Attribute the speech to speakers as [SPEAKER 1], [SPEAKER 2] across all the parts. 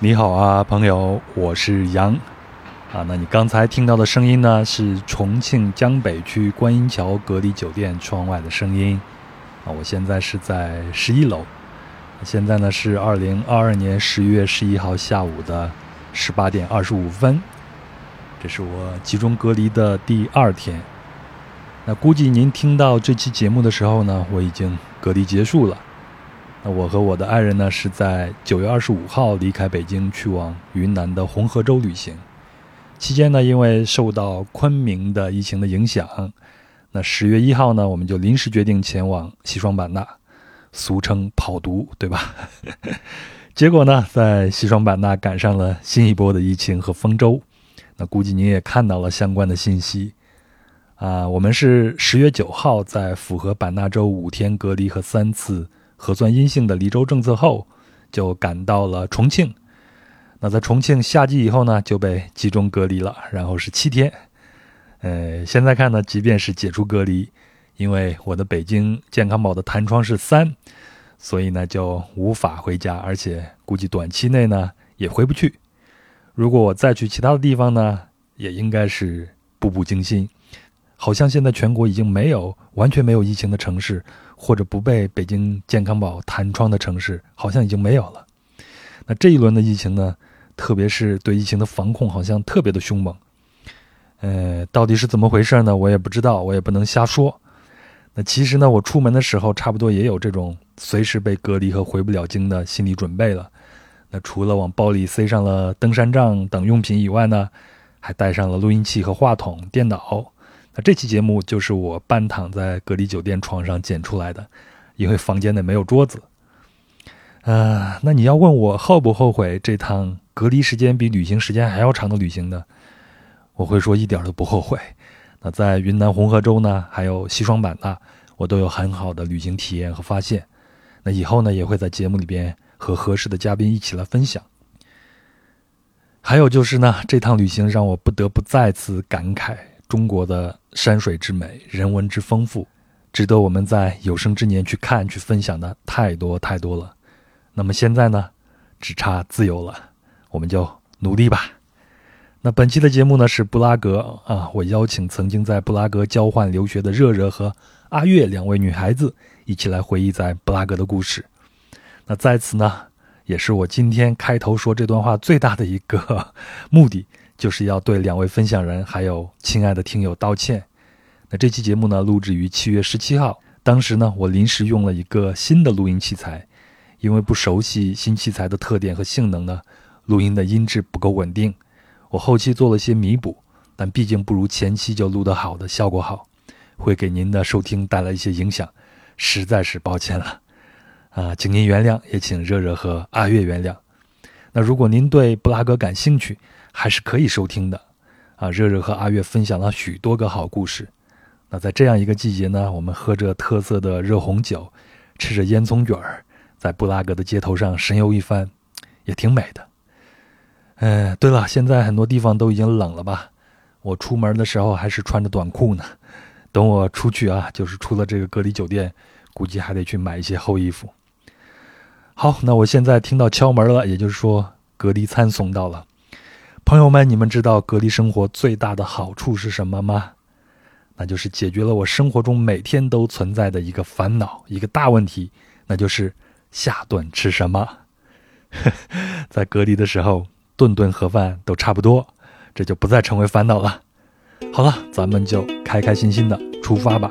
[SPEAKER 1] 你好啊，朋友，我是杨。啊，那你刚才听到的声音呢，是重庆江北区观音桥隔离酒店窗外的声音。啊，我现在是在十一楼。现在呢是二零二二年十一月十一号下午的十八点二十五分。这是我集中隔离的第二天。那估计您听到这期节目的时候呢，我已经隔离结束了。那我和我的爱人呢，是在九月二十五号离开北京，去往云南的红河州旅行。期间呢，因为受到昆明的疫情的影响，那十月一号呢，我们就临时决定前往西双版纳，俗称跑毒，对吧？ 结果呢，在西双版纳赶上了新一波的疫情和丰州。那估计您也看到了相关的信息。啊，我们是十月九号在符合版纳州五天隔离和三次核酸阴性的离州政策后，就赶到了重庆。那在重庆夏季以后呢，就被集中隔离了，然后是七天。呃，现在看呢，即便是解除隔离，因为我的北京健康宝的弹窗是三，所以呢就无法回家，而且估计短期内呢也回不去。如果我再去其他的地方呢，也应该是步步惊心。好像现在全国已经没有完全没有疫情的城市，或者不被北京健康宝弹窗的城市，好像已经没有了。那这一轮的疫情呢，特别是对疫情的防控，好像特别的凶猛。呃，到底是怎么回事呢？我也不知道，我也不能瞎说。那其实呢，我出门的时候，差不多也有这种随时被隔离和回不了京的心理准备了。那除了往包里塞上了登山杖等用品以外呢，还带上了录音器和话筒、电脑。那这期节目就是我半躺在隔离酒店床上剪出来的，因为房间内没有桌子。啊，那你要问我后不后悔这趟隔离时间比旅行时间还要长的旅行呢？我会说一点都不后悔。那在云南红河州呢，还有西双版纳，我都有很好的旅行体验和发现。那以后呢，也会在节目里边和合适的嘉宾一起来分享。还有就是呢，这趟旅行让我不得不再次感慨中国的山水之美、人文之丰富，值得我们在有生之年去看、去分享的太多太多了。那么现在呢，只差自由了，我们就努力吧。那本期的节目呢是布拉格啊，我邀请曾经在布拉格交换留学的热热和阿月两位女孩子一起来回忆在布拉格的故事。那在此呢，也是我今天开头说这段话最大的一个目的，就是要对两位分享人还有亲爱的听友道歉。那这期节目呢，录制于七月十七号，当时呢，我临时用了一个新的录音器材，因为不熟悉新器材的特点和性能呢，录音的音质不够稳定，我后期做了些弥补，但毕竟不如前期就录得好的效果好，会给您的收听带来一些影响，实在是抱歉了。啊，请您原谅，也请热热和阿月原谅。那如果您对布拉格感兴趣，还是可以收听的。啊，热热和阿月分享了许多个好故事。那在这样一个季节呢，我们喝着特色的热红酒，吃着烟囱卷儿，在布拉格的街头上神游一番，也挺美的。嗯，对了，现在很多地方都已经冷了吧？我出门的时候还是穿着短裤呢。等我出去啊，就是出了这个隔离酒店，估计还得去买一些厚衣服。好，那我现在听到敲门了，也就是说隔离餐送到了。朋友们，你们知道隔离生活最大的好处是什么吗？那就是解决了我生活中每天都存在的一个烦恼，一个大问题，那就是下顿吃什么。 在隔离的时候，顿顿盒饭都差不多，这就不再成为烦恼了。好了，咱们就开开心心的出发吧。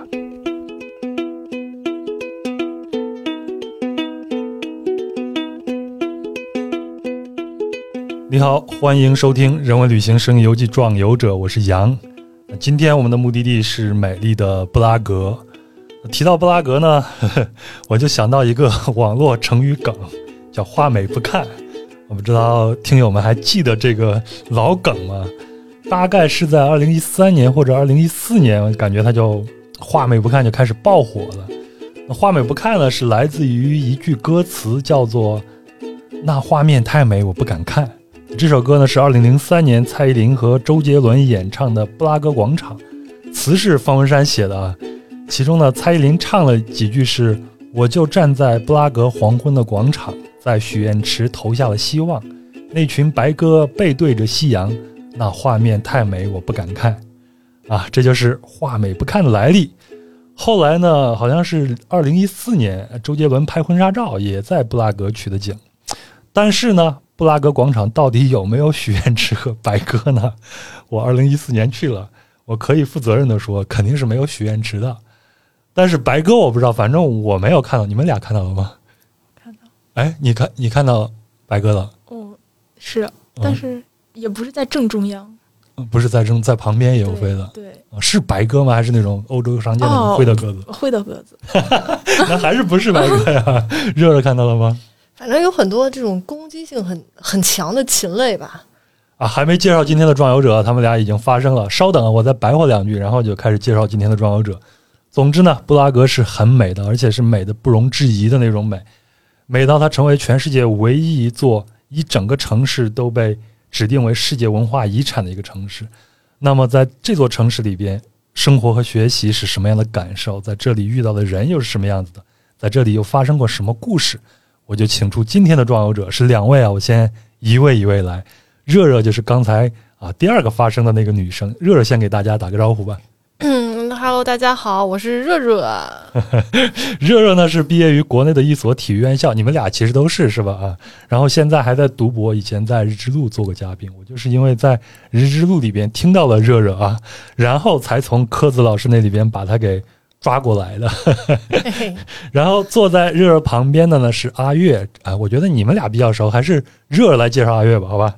[SPEAKER 1] 你好，欢迎收听《人文旅行声音游记·壮游者》，我是杨。那今天我们的目的地是美丽的布拉格。提到布拉格呢， 呵呵我就想到一个网络成语梗，叫“画美不看”。我不知道听友们还记得这个老梗吗？大概是在二零一三年或者二零一四年，我感觉它就“画美不看”就开始爆火了。那“画美不看”呢，是来自于一句歌词，叫做“那画面太美，我不敢看”。这首歌呢是2003年蔡依林和周杰伦演唱的《布拉格广场》，词是方文山写的啊。其中呢，蔡依林唱了几句是“我就站在布拉格黄昏的广场，在许愿池投下了希望，那群白鸽背对着夕阳，那画面太美，我不敢看。啊，这就是画美不看的来历。后来呢，好像是二零一四年，周杰伦拍婚纱照也在布拉格取的景，但是呢，布拉格广场到底有没有许愿池和白鸽呢？ 我二零一四年去了，我可以负责任的说，肯定是没有许愿池的。但是白鸽我不知道，反正我没有看到，你们俩看到了吗？
[SPEAKER 2] 看到，
[SPEAKER 1] 哎，你看你看到白鸽了？
[SPEAKER 2] 嗯，是，但是也不是在正中央，
[SPEAKER 1] 嗯不是在扔，在旁边也有
[SPEAKER 2] 对
[SPEAKER 1] 飞的，
[SPEAKER 2] 对，
[SPEAKER 1] 啊是白鸽吗？还是那种欧洲常见的那种
[SPEAKER 2] 嗯哦
[SPEAKER 1] 灰的鸽子？
[SPEAKER 2] 会的鸽子，
[SPEAKER 1] 那还是不是白鸽呀？ 热热看到了吗？
[SPEAKER 3] 反正有很多这种攻击性很很强的禽类吧。
[SPEAKER 1] 啊，还没介绍今天的壮游者，他们俩已经发生了。稍等啊，我再白话两句，然后就开始介绍今天的壮游者。总之呢，布拉格是很美的，而且是美的不容置疑的那种美，美到它成为全世界唯一一座以整个城市都被指定为世界文化遗产的一个城市。那么在这座城市里边，生活和学习是什么样的感受？在这里遇到的人又是什么样子的？在这里又发生过什么故事？我就请出今天的壮游者，是两位啊，我先一位一位来。热热就是刚才啊第二个发声的那个女生，热热先给大家打个招呼吧。
[SPEAKER 3] 嗯，Hello，大家好，我是热热。
[SPEAKER 1] 热热呢是毕业于国内的一所体育院校，你们俩其实都是是吧？啊，然后现在还在读博，以前在日之路做过嘉宾，我就是因为在日之路里边听到了热热啊，然后才从柯子老师那里边把他给抓过来的。
[SPEAKER 3] 嘿嘿，
[SPEAKER 1] 然后坐在热热旁边的呢是阿月，啊，我觉得你们俩比较熟，还是热热来介绍阿月吧，好吧？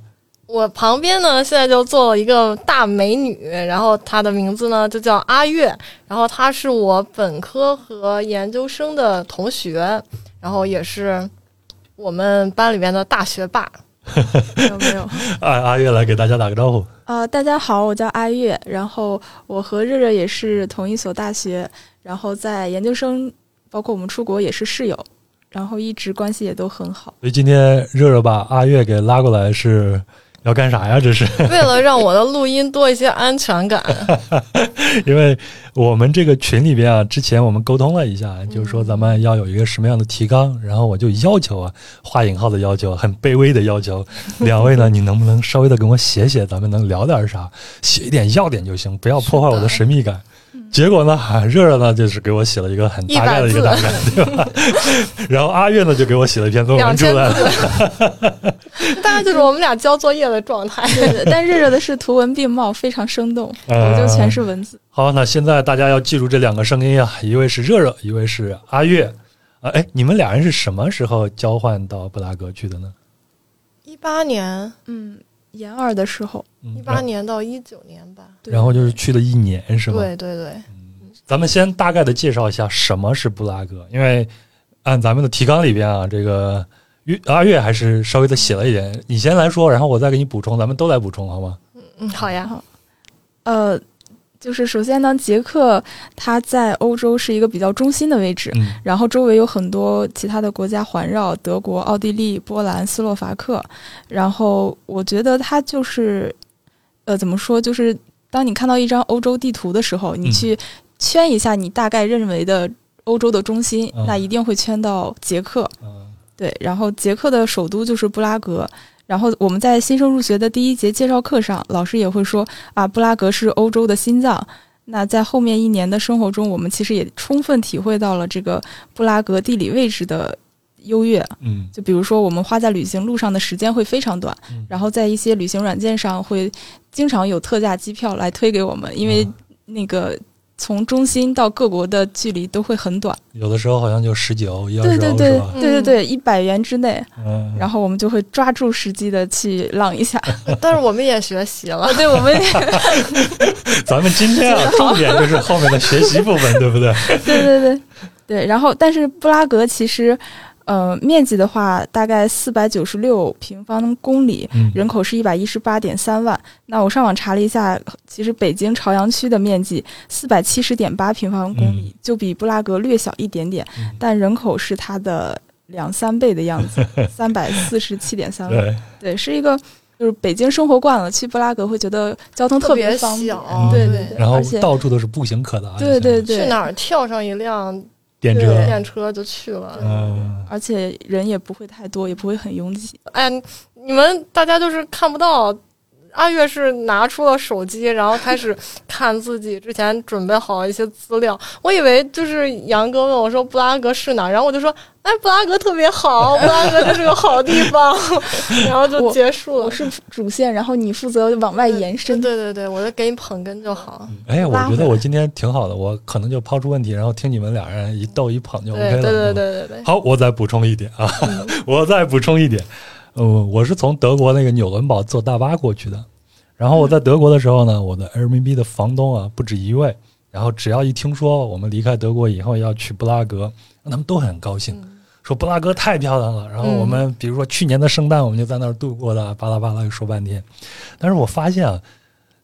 [SPEAKER 3] 我旁边呢，现在就坐了一个大美女，然后她的名字呢就叫阿月，然后她是我本科和研究生的同学，然后也是我们班里面的大学 霸。
[SPEAKER 2] 没有没有。
[SPEAKER 1] 啊，阿月来给大家打个招呼。
[SPEAKER 2] 呃，大家好，我叫阿月，然后我和热热也是同一所大学，然后在研究生，包括我们出国也是室友，然后一直关系也都很好。
[SPEAKER 1] 所以今天热热把阿月给拉过来是要干啥 呀？这是
[SPEAKER 3] 为了让我的录音多一些安全感，
[SPEAKER 1] 因为我们这个群里边啊，之前我们沟通了一下，就是说咱们要有一个什么样的提纲，然后我就要求啊，画引号的要求，很卑微的要 求，两位呢，你能不能稍微的给我写写，咱们能聊点啥？写一点要点就行，不要破坏我的神秘感。结果呢，啊热热呢就是给我写了一个很大概的一个大概，对吧？ 然后阿月呢就给我写了一篇论文
[SPEAKER 3] 两
[SPEAKER 1] 出
[SPEAKER 3] 千
[SPEAKER 1] 来了。
[SPEAKER 3] 字， 大概就是我们俩交作业的状态。
[SPEAKER 2] 对的，但热热的是图文并茂，非常生动，
[SPEAKER 1] 啊
[SPEAKER 2] 我就全是文字。
[SPEAKER 1] 好，那现在大家要记住这两个声音啊，一位是热热，一位是阿月。啊，哎，你们俩人是什么时候交换到布拉格去的呢？
[SPEAKER 3] 一八年，
[SPEAKER 2] 嗯，研二的时候，
[SPEAKER 1] 嗯
[SPEAKER 3] 一八，年到一九年吧，
[SPEAKER 2] 对
[SPEAKER 1] 然后就是去了一年，是吧？
[SPEAKER 3] 对对对，
[SPEAKER 1] 咱们先大概的介绍一下什么是布拉格，因为按咱们的提纲里边啊，这个月阿月还是稍微的写了一点。你先来说，然后我再给你补充，咱们都来补充好吗？
[SPEAKER 3] 嗯，好呀，
[SPEAKER 2] 呃，就是首先呢，捷克它在欧洲是一个比较中心的位置，
[SPEAKER 1] 嗯，
[SPEAKER 2] 然后周围有很多其他的国家环绕，德国、奥地利、波兰、斯洛伐克。然后我觉得它就是，呃，怎么说？就是当你看到一张欧洲地图的时候，你
[SPEAKER 1] 嗯
[SPEAKER 2] 去圈一下你大概认为的欧洲的中心，
[SPEAKER 1] 嗯
[SPEAKER 2] 那一定会圈到捷克。
[SPEAKER 1] 啊
[SPEAKER 2] 对，然后捷克的首都就是布拉格。然后我们在新生入学的第一节介绍课上，老师也会说啊，布拉格是欧洲的心脏。那在后面一年的生活中，我们其实也充分体会到了这个布拉格地理位置的优越。
[SPEAKER 1] 嗯，
[SPEAKER 2] 就比如说，我们花在旅行路上的时间会非常短，
[SPEAKER 1] 嗯
[SPEAKER 2] 然后在一些旅行软件上会经常有特价机票来推给我们，因为
[SPEAKER 1] 嗯
[SPEAKER 2] 那个从中心到各国的距离都会很短。
[SPEAKER 1] 有的时候好像就十几欧、一二
[SPEAKER 2] 对
[SPEAKER 1] 十
[SPEAKER 2] 对
[SPEAKER 1] 欧
[SPEAKER 2] 对
[SPEAKER 1] 是吧？
[SPEAKER 2] 对对对，一百元之内。
[SPEAKER 1] 嗯，
[SPEAKER 2] 然后我们就会抓住时机的去浪 一下。
[SPEAKER 3] 但是我们也学习了
[SPEAKER 2] 啊，，对，我们
[SPEAKER 1] 咱们今 天啊，重点就是后面的学习部分，对不对？
[SPEAKER 2] 对对对对，然后但是布拉格其实，呃，面积的话大概四百九十六平方公里。
[SPEAKER 1] 嗯
[SPEAKER 2] 人口是一百一十八点三万，那我上网查了一下，其实北京朝阳区的面积四百七十点八平方公里，就比布拉格略小一点点，
[SPEAKER 1] 嗯
[SPEAKER 2] 但人口是它的两三倍的样 子，三百四十七点三万。
[SPEAKER 1] 对，
[SPEAKER 2] 对，是一个就是北京生活惯了，去布拉格会觉得交通
[SPEAKER 3] 特
[SPEAKER 2] 别
[SPEAKER 3] 别
[SPEAKER 2] 方便，
[SPEAKER 3] 小，
[SPEAKER 2] 哦对
[SPEAKER 3] 对
[SPEAKER 1] 嗯
[SPEAKER 2] 对
[SPEAKER 1] 然后
[SPEAKER 2] 而且
[SPEAKER 1] 到处都是步行可啊达，
[SPEAKER 2] 对对
[SPEAKER 1] 就
[SPEAKER 2] 对，
[SPEAKER 3] 去哪儿跳上一辆
[SPEAKER 1] 像电车，
[SPEAKER 3] 电车就去了。
[SPEAKER 1] 嗯，
[SPEAKER 2] 而且人也不会太多，也不会很拥挤。
[SPEAKER 3] 哎，你你们大家就是看不到。阿月是拿出了手机，然后开始看自己之前准备好一些资料。我以为就是杨哥问我说布拉格是哪，然后我就说，哎，布拉格特别 好，布拉格这是个好地方，然后就结束了
[SPEAKER 2] 我。是呃主线，然后你负责往外延伸。
[SPEAKER 3] 嗯对对对，我就给你捧哏就好。
[SPEAKER 1] 哎，我
[SPEAKER 2] 拉
[SPEAKER 1] 觉得
[SPEAKER 2] 回
[SPEAKER 1] 我今天挺好的，我可能就抛出问题，然后听你们俩人一逗一捧就 OK 了。
[SPEAKER 3] 对对
[SPEAKER 1] 嗯
[SPEAKER 3] 对对对对，
[SPEAKER 1] 好，我再补充一点啊， 我再补充一点，呃，我是从德国那个纽伦堡坐大巴过去的，然后我在德国的时候呢，我的 Airbnb 的房东啊不止一位，然后只要一听说我们离开德国以后要去布拉格，他们都很高兴。说布拉格太漂亮了，然后我们比如说去年的圣诞我们就在那儿度过的，巴拉巴拉又说半天。但是我发现啊，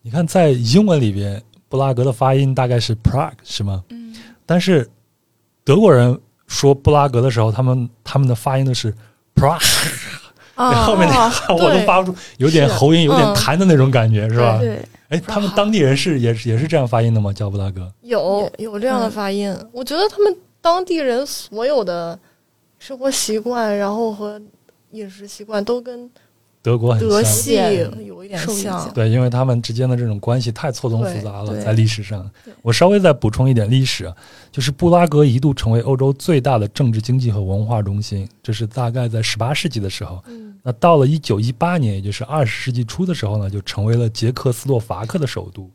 [SPEAKER 1] 你看在英文里边，布拉格的发音大概是 Prague 是吗？
[SPEAKER 4] 嗯，
[SPEAKER 1] 但是德国人说布拉格的时候，他们他们的发音都是 Prague，、
[SPEAKER 3] 啊，
[SPEAKER 1] 后面
[SPEAKER 2] 哦
[SPEAKER 1] 那
[SPEAKER 3] 啊
[SPEAKER 1] 个我都发不出，有点喉音，有点
[SPEAKER 3] 嗯
[SPEAKER 1] 痰的那种感觉，是吧？
[SPEAKER 4] 对，
[SPEAKER 1] 哎，他们当地人是也是也是这样发音的吗？叫布拉格？
[SPEAKER 3] 有有这样
[SPEAKER 2] 嗯
[SPEAKER 3] 的发音，我觉得他们当地人所有的生活习惯，然后和饮食习惯都跟
[SPEAKER 1] 德国很
[SPEAKER 3] 德
[SPEAKER 1] 像。
[SPEAKER 3] 系
[SPEAKER 2] 像
[SPEAKER 3] 有一点
[SPEAKER 2] 受影
[SPEAKER 3] 像
[SPEAKER 2] 响。
[SPEAKER 1] 对，因为他们之间的这种关系太错综复杂了，
[SPEAKER 2] 对对
[SPEAKER 1] 在历史上
[SPEAKER 2] 对。
[SPEAKER 1] 我稍微再补充一点历史啊，就是布拉格一度成为欧洲最大的政治、经济和文化中心，这是大概在十八世纪的时候。
[SPEAKER 3] 嗯
[SPEAKER 1] 那到了一九一八年，也就是二十世纪初的时候呢，就成为了捷克斯洛伐克的首都。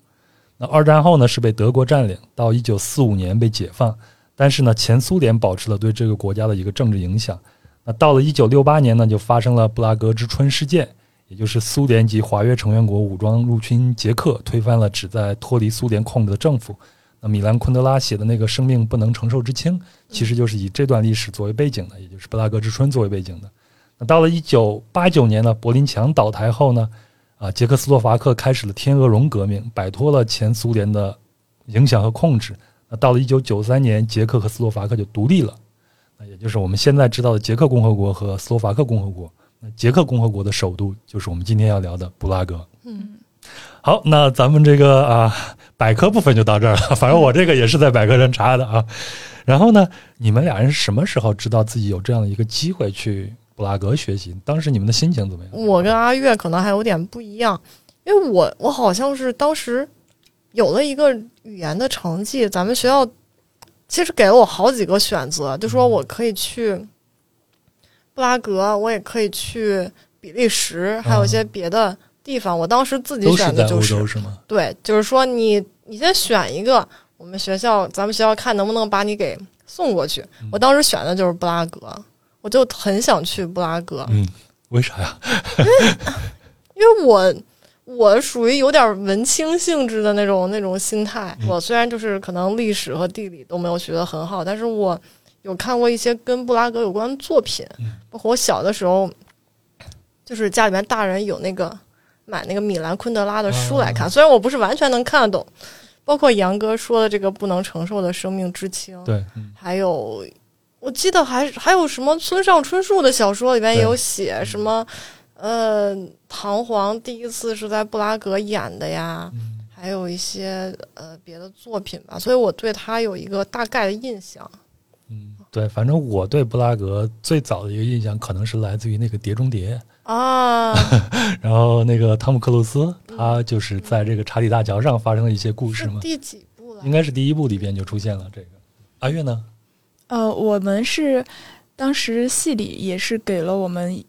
[SPEAKER 1] 那二战后呢，是被德国占领，到一九四五年被解放。但是呢，前苏联保持了对这个国家的一个政治影响。那到了一九六八年呢，就发生了布拉格之春事件，也就是苏联及华约成员国武装入侵捷克，推翻了旨在脱离苏联控制的政府。那米兰昆德拉写的那个《生命不能承受之轻》，其实就是以这段历史作为背景的，也就是布拉格之春作为背景的。那到了一九八九年呢，柏林墙倒台后呢，啊，捷克斯洛伐克开始了天鹅绒革命，摆脱了前苏联的影响和控制。那到了一九九三年，捷克和斯洛伐克就独立了，那也就是我们现在知道的捷克共和国和斯洛伐克共和国。那捷克共和国的首都就是我们今天要聊的布拉格。
[SPEAKER 3] 嗯，
[SPEAKER 1] 好，那咱们这个啊，百科部分就到这儿了。 反正我这个也是在百科上查的啊。然后呢，你们俩人什么时候知道自己有这样的一个机会去布拉格学习？当时你们的心情怎么样？
[SPEAKER 3] 我跟阿月可能还有点不一样，因为我我好像是当时有了一个语言的成绩，咱们学校其实给了我好几个选择，就说我可以去布拉格，我也可以去比利时，还有一些别的地方。我当时自己
[SPEAKER 1] 啊都是
[SPEAKER 3] 选
[SPEAKER 1] 在
[SPEAKER 3] 的就
[SPEAKER 1] 欧
[SPEAKER 3] 是
[SPEAKER 1] 洲是吗？
[SPEAKER 3] 对，就是说你你先选一个，我们学校咱们学校看能不能把你给送过去。
[SPEAKER 1] 嗯
[SPEAKER 3] 我当时选的就是布拉格，我就很想去布拉格，
[SPEAKER 1] 嗯，为啥呀？
[SPEAKER 3] 因为我我属于有点文青性质的那种那种心态。
[SPEAKER 1] 嗯
[SPEAKER 3] 我虽然就是可能历史和地理都没有学得很好，但是我有看过一些跟布拉格有关的作品
[SPEAKER 1] 嗯，
[SPEAKER 3] 包括我小的时候，就是家里面大人有那个买那个米兰昆德拉的书来
[SPEAKER 1] 啊
[SPEAKER 3] 看，虽然我不是完全能看得懂，包括杨哥说的这个不能承受的生命之轻，
[SPEAKER 1] 对，嗯
[SPEAKER 3] 还有，我记得还还有什么村上春树的小说里边也有写什么，呃，
[SPEAKER 1] 嗯
[SPEAKER 3] 唐璜第一次是在布拉格演的呀，
[SPEAKER 1] 嗯
[SPEAKER 3] 还有一些呃别的作品吧，所以我对他有一个大概的 印象。
[SPEAKER 1] 嗯，对，反正我对布拉格最早的一个印象可能是来自于那个《碟中谍
[SPEAKER 3] 啊，》，
[SPEAKER 1] 然后那个汤姆克鲁斯他就是在这个查理大桥上发生了一些故事
[SPEAKER 3] 啊是
[SPEAKER 1] 嘛，
[SPEAKER 3] 第几部了
[SPEAKER 1] 应？该是第一部里边就出现了这个。阿月呢？
[SPEAKER 4] 呃，我们是当时系里也是给了我们，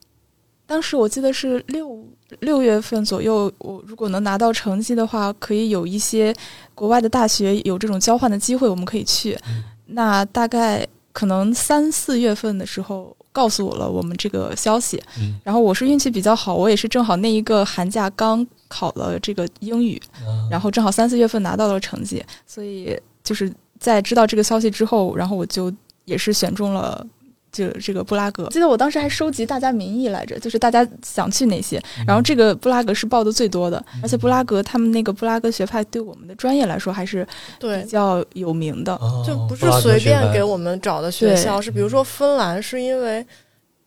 [SPEAKER 4] 当时我记得是六六月份左右，我如果能拿到成绩的话，可以有一些国外的大学有这种交换的机会，我们可以去。
[SPEAKER 1] 嗯
[SPEAKER 4] 那大概可能三四月份的时候。告诉我了我们这个消息，
[SPEAKER 1] 嗯
[SPEAKER 4] 然后我是运气比较好，我也是正好那一个寒假刚考了这个英语，
[SPEAKER 1] 啊
[SPEAKER 4] 然后正好三四月份拿到了成绩，所以就是在知道这个消息之后，然后我就也是选中了这这个布拉格。记得我当时还收集大家民意来着，就是大家想去哪些，然后这个布拉格是报的最多的，而且布拉格他们那个布拉格学派对我们的专业来说还是比
[SPEAKER 3] 对。
[SPEAKER 4] 较有名的。
[SPEAKER 1] 哦
[SPEAKER 3] 就不是
[SPEAKER 1] 布拉格
[SPEAKER 3] 随
[SPEAKER 1] 学
[SPEAKER 3] 便
[SPEAKER 1] 派
[SPEAKER 3] 给我们找的学
[SPEAKER 4] 对
[SPEAKER 3] 校，是比如说芬兰，是因为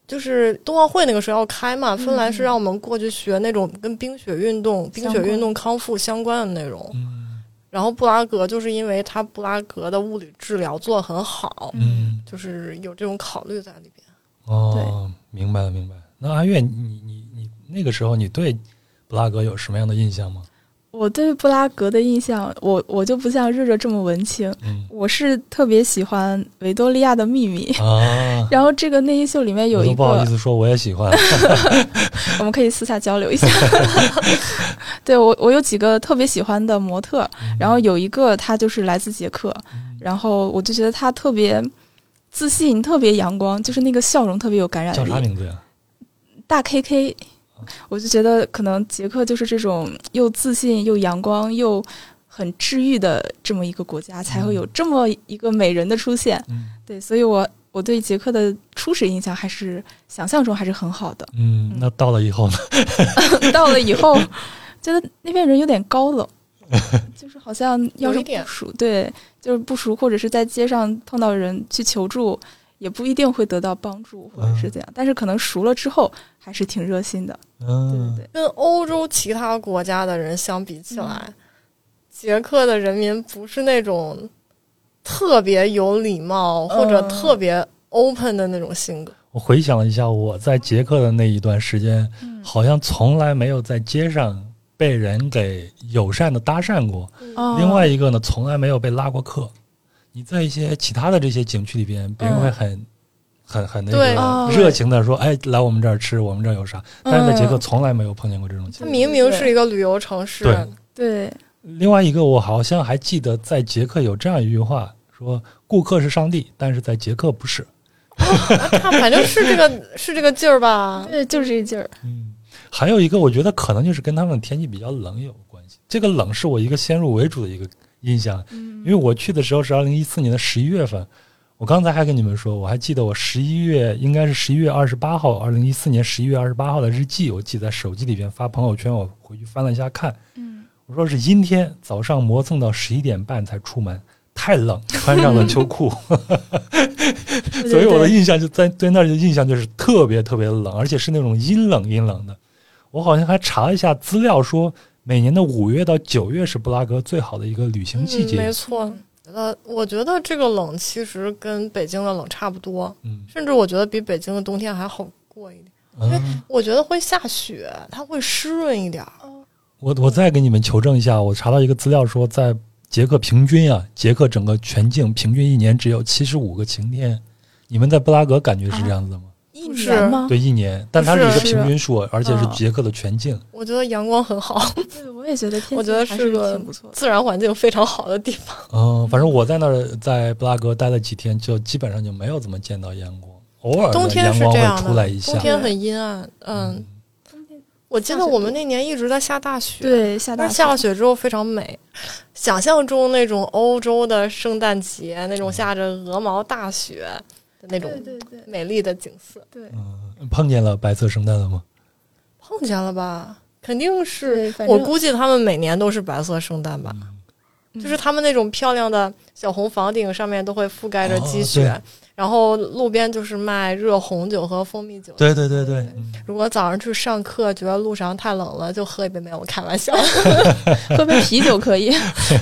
[SPEAKER 3] 就是冬奥会那个时候要开
[SPEAKER 1] 嗯
[SPEAKER 3] 嘛，芬兰是让我们过去学那种跟冰雪运动、冰
[SPEAKER 4] 相
[SPEAKER 3] 雪
[SPEAKER 4] 关
[SPEAKER 3] 运动康复相关的内容。
[SPEAKER 1] 嗯
[SPEAKER 3] 然后布拉格就是因为它布拉格的物理治疗做得很好，
[SPEAKER 1] 嗯
[SPEAKER 3] 就是有这种考虑在里边。
[SPEAKER 1] 哦，明白了明白了。那阿月，你你你那个时候你对布拉格有什么样的印象吗？
[SPEAKER 2] 我对布拉格的印象，我我就不像热热这么文青，
[SPEAKER 1] 嗯
[SPEAKER 2] 我是特别喜欢《维多利亚的 秘密》。
[SPEAKER 1] 啊，
[SPEAKER 2] 然后这个内衣秀里面有
[SPEAKER 1] 我
[SPEAKER 2] 一
[SPEAKER 1] 都不好意
[SPEAKER 2] 个，
[SPEAKER 1] 思说我也喜欢
[SPEAKER 2] 我们可以私下交流一下。 对我，我有几个特别喜欢的模特，然后有一个她就是来自捷克，
[SPEAKER 1] 嗯
[SPEAKER 2] 然后我就觉得她特别自信，特别阳光，就是那个笑容特别有感染
[SPEAKER 1] 叫啥
[SPEAKER 2] 力。
[SPEAKER 1] 名字呀？
[SPEAKER 2] 大 K K，我就觉得可能捷克就是这种又自信又阳光又很治愈的这么一个国家，才会有这么一个美人的出现。
[SPEAKER 1] 嗯
[SPEAKER 2] 对，所以我我对捷克的初始印象还是想象中还是很好的。
[SPEAKER 1] 嗯，那到了以后呢？
[SPEAKER 2] 到了 以后，觉得那边人有点高冷，就是好像要
[SPEAKER 3] 有
[SPEAKER 2] 是
[SPEAKER 3] 一
[SPEAKER 2] 不
[SPEAKER 3] 点
[SPEAKER 2] 熟，对，就是不熟，或者是在街上碰到人去求助，也不一定会得到帮助，或者
[SPEAKER 1] 嗯
[SPEAKER 2] 是怎样。但是可能熟了之后，还是挺热心的。对对
[SPEAKER 1] 嗯，
[SPEAKER 2] 对，
[SPEAKER 3] 跟欧洲其他国家的人相比起来，捷克的人民不是那种特别有礼貌或者
[SPEAKER 2] 嗯
[SPEAKER 3] 特别 open 的那种性格。
[SPEAKER 1] 我回想了一下，我在捷克的那一段时间，
[SPEAKER 2] 嗯
[SPEAKER 3] 嗯
[SPEAKER 2] 哦
[SPEAKER 1] 好像从来没有在街上被人给友善的搭讪过。
[SPEAKER 2] 哦
[SPEAKER 1] 另外一个呢，从来没有被拉过客。你在一些其他的这些景区里边，别人会很、很很那
[SPEAKER 3] 对
[SPEAKER 1] 个
[SPEAKER 2] 哦
[SPEAKER 1] 热情的说：“哎，来我们这儿吃，我们这儿有啥？”但是在捷克
[SPEAKER 2] 嗯
[SPEAKER 1] 从来没有碰见过这种
[SPEAKER 3] 它
[SPEAKER 1] 情况。
[SPEAKER 3] 明明是一个旅游城市，
[SPEAKER 1] 对
[SPEAKER 2] 对，
[SPEAKER 1] 另外一个，我好像还记得在捷克有这样一句话说：“顾客是上帝，但是在捷克不是。
[SPEAKER 3] 它反正是这个是这个劲儿吧。
[SPEAKER 5] 对，就是这劲儿。”
[SPEAKER 1] 嗯，还有一个，我觉得可能就是跟他们的天气比较冷有关系。这个冷是我一个先入为主的一个印象，
[SPEAKER 2] 嗯
[SPEAKER 3] 嗯
[SPEAKER 1] 因为我去的时候是二零一四年的十一月份。我刚才还跟你们说，我还记得我十一月应该是十一月二十八号，二零一四年十一月二十八号的日记，我记在手机里边发朋友圈，我回去翻了一下看，
[SPEAKER 2] 嗯，
[SPEAKER 1] 我说是阴天，早上磨蹭到十一点半才出门，太冷，穿上了秋裤。 所以我的印象就在对那儿的印象就是特别特别冷，而且是那种阴冷阴冷的。我好像还查了一下资料说，每年的五月到九月是布拉格最好的一个旅行季
[SPEAKER 3] 嗯，
[SPEAKER 1] 节
[SPEAKER 3] 没。错。呃，我觉得这个冷其实跟北京的冷差不多，
[SPEAKER 1] 嗯
[SPEAKER 3] 甚至我觉得比北京的冬天还好过一点。
[SPEAKER 1] 嗯，
[SPEAKER 3] 我觉得会下雪，它会湿润一点儿。
[SPEAKER 1] 我我再给你们求证一下，我查到一个资料说，在捷克平均啊，捷克整个全境平均一年只有七十五个晴天。你们在布拉格感觉是这样子的吗？
[SPEAKER 2] 一
[SPEAKER 3] 不
[SPEAKER 2] 年
[SPEAKER 3] 是
[SPEAKER 2] 吗？
[SPEAKER 1] 对，一年，但它是一个
[SPEAKER 3] 啊是
[SPEAKER 1] 平均数，而且是
[SPEAKER 2] 嗯
[SPEAKER 1] 捷克的全境。
[SPEAKER 3] 我觉得阳光很好，
[SPEAKER 2] 对，我也觉得天
[SPEAKER 3] 我
[SPEAKER 2] 气
[SPEAKER 3] 觉得
[SPEAKER 2] 还
[SPEAKER 3] 是
[SPEAKER 2] 是
[SPEAKER 3] 个
[SPEAKER 2] 挺不错的。
[SPEAKER 3] 自然环境非常好的地 方。
[SPEAKER 1] 嗯，反正我在那儿在布拉格待了几天，就基本上就没有怎么见到阳光，偶尔呢
[SPEAKER 3] 冬天
[SPEAKER 1] 阳
[SPEAKER 3] 是
[SPEAKER 1] 光
[SPEAKER 3] 这样
[SPEAKER 1] 会
[SPEAKER 3] 的，
[SPEAKER 1] 出来一下
[SPEAKER 3] 冬。天很阴暗。嗯，我记得我们那年一直在下大雪，，
[SPEAKER 2] 对，下大
[SPEAKER 3] 但是下了雪之后非常美。想象中那种欧洲的圣诞节，那种下着鹅毛大雪的那种
[SPEAKER 5] 对对
[SPEAKER 3] 美丽的景色，
[SPEAKER 5] 对
[SPEAKER 1] 嗯，碰见了白色圣诞了吗？
[SPEAKER 3] 碰见了吧？肯定是，
[SPEAKER 5] 对，反
[SPEAKER 3] 我
[SPEAKER 5] 正
[SPEAKER 3] 估计他们每年都是白色圣诞吧。就是他们那种漂亮的小红房顶上面都会覆盖着积雪，
[SPEAKER 1] 哦
[SPEAKER 3] 然后路边就是卖热红酒和蜂蜜酒。
[SPEAKER 1] 对对对对，
[SPEAKER 3] 如果早上去上课觉得路上太冷了，就喝一杯。没有，我开玩笑，
[SPEAKER 2] 喝杯啤 酒可以。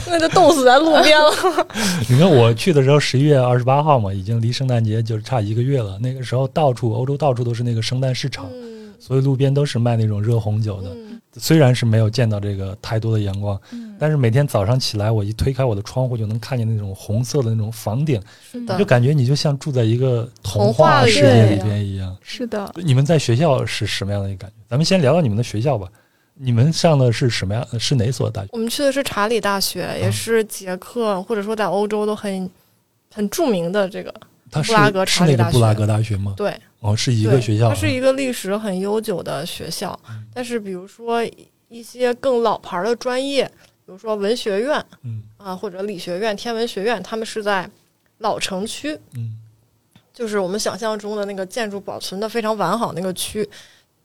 [SPEAKER 3] 那就冻死在路边了。
[SPEAKER 1] 你看我去的时候十一月二十八号嘛，已经离圣诞节就是差一个月了。那个时候到处欧洲到处都是那个圣诞市场，
[SPEAKER 3] 嗯
[SPEAKER 1] 所以路边都是卖那种热红酒的。
[SPEAKER 3] 嗯，
[SPEAKER 1] 虽然是没有见到这个太多的阳光，但是每天早上起来，我一推开我的窗户就能看见那种红色的那种房顶，
[SPEAKER 3] 是
[SPEAKER 1] 就
[SPEAKER 3] 的。
[SPEAKER 1] 感觉你就像住在一个童
[SPEAKER 3] 童话
[SPEAKER 1] 话
[SPEAKER 3] 里
[SPEAKER 1] 世界里
[SPEAKER 3] 对
[SPEAKER 1] 边一样。
[SPEAKER 2] 是的，
[SPEAKER 1] 你们在学校是什么样的一个感觉？咱们先聊聊你们的学校吧。你们上的是什么样？是哪所大学？
[SPEAKER 3] 我们去的是查理大学，也是捷克或者说在欧洲都很很著名的这个
[SPEAKER 1] 它是
[SPEAKER 3] 布拉格
[SPEAKER 1] 是
[SPEAKER 3] 查
[SPEAKER 1] 那
[SPEAKER 3] 理
[SPEAKER 1] 个
[SPEAKER 3] 大学
[SPEAKER 1] 布拉格大学吗？
[SPEAKER 3] 对
[SPEAKER 1] 哦，是一个
[SPEAKER 3] 对
[SPEAKER 1] 学校啊。嗯
[SPEAKER 3] 它是一个历史很悠久的学校。但是比如说一些更老牌儿的专业，比如说文学院
[SPEAKER 1] 嗯
[SPEAKER 3] 啊，或者理学院、天文学院，他们是在老城区，
[SPEAKER 1] 嗯
[SPEAKER 3] 就是我们想象中的那个建筑保存的非常完好那个区。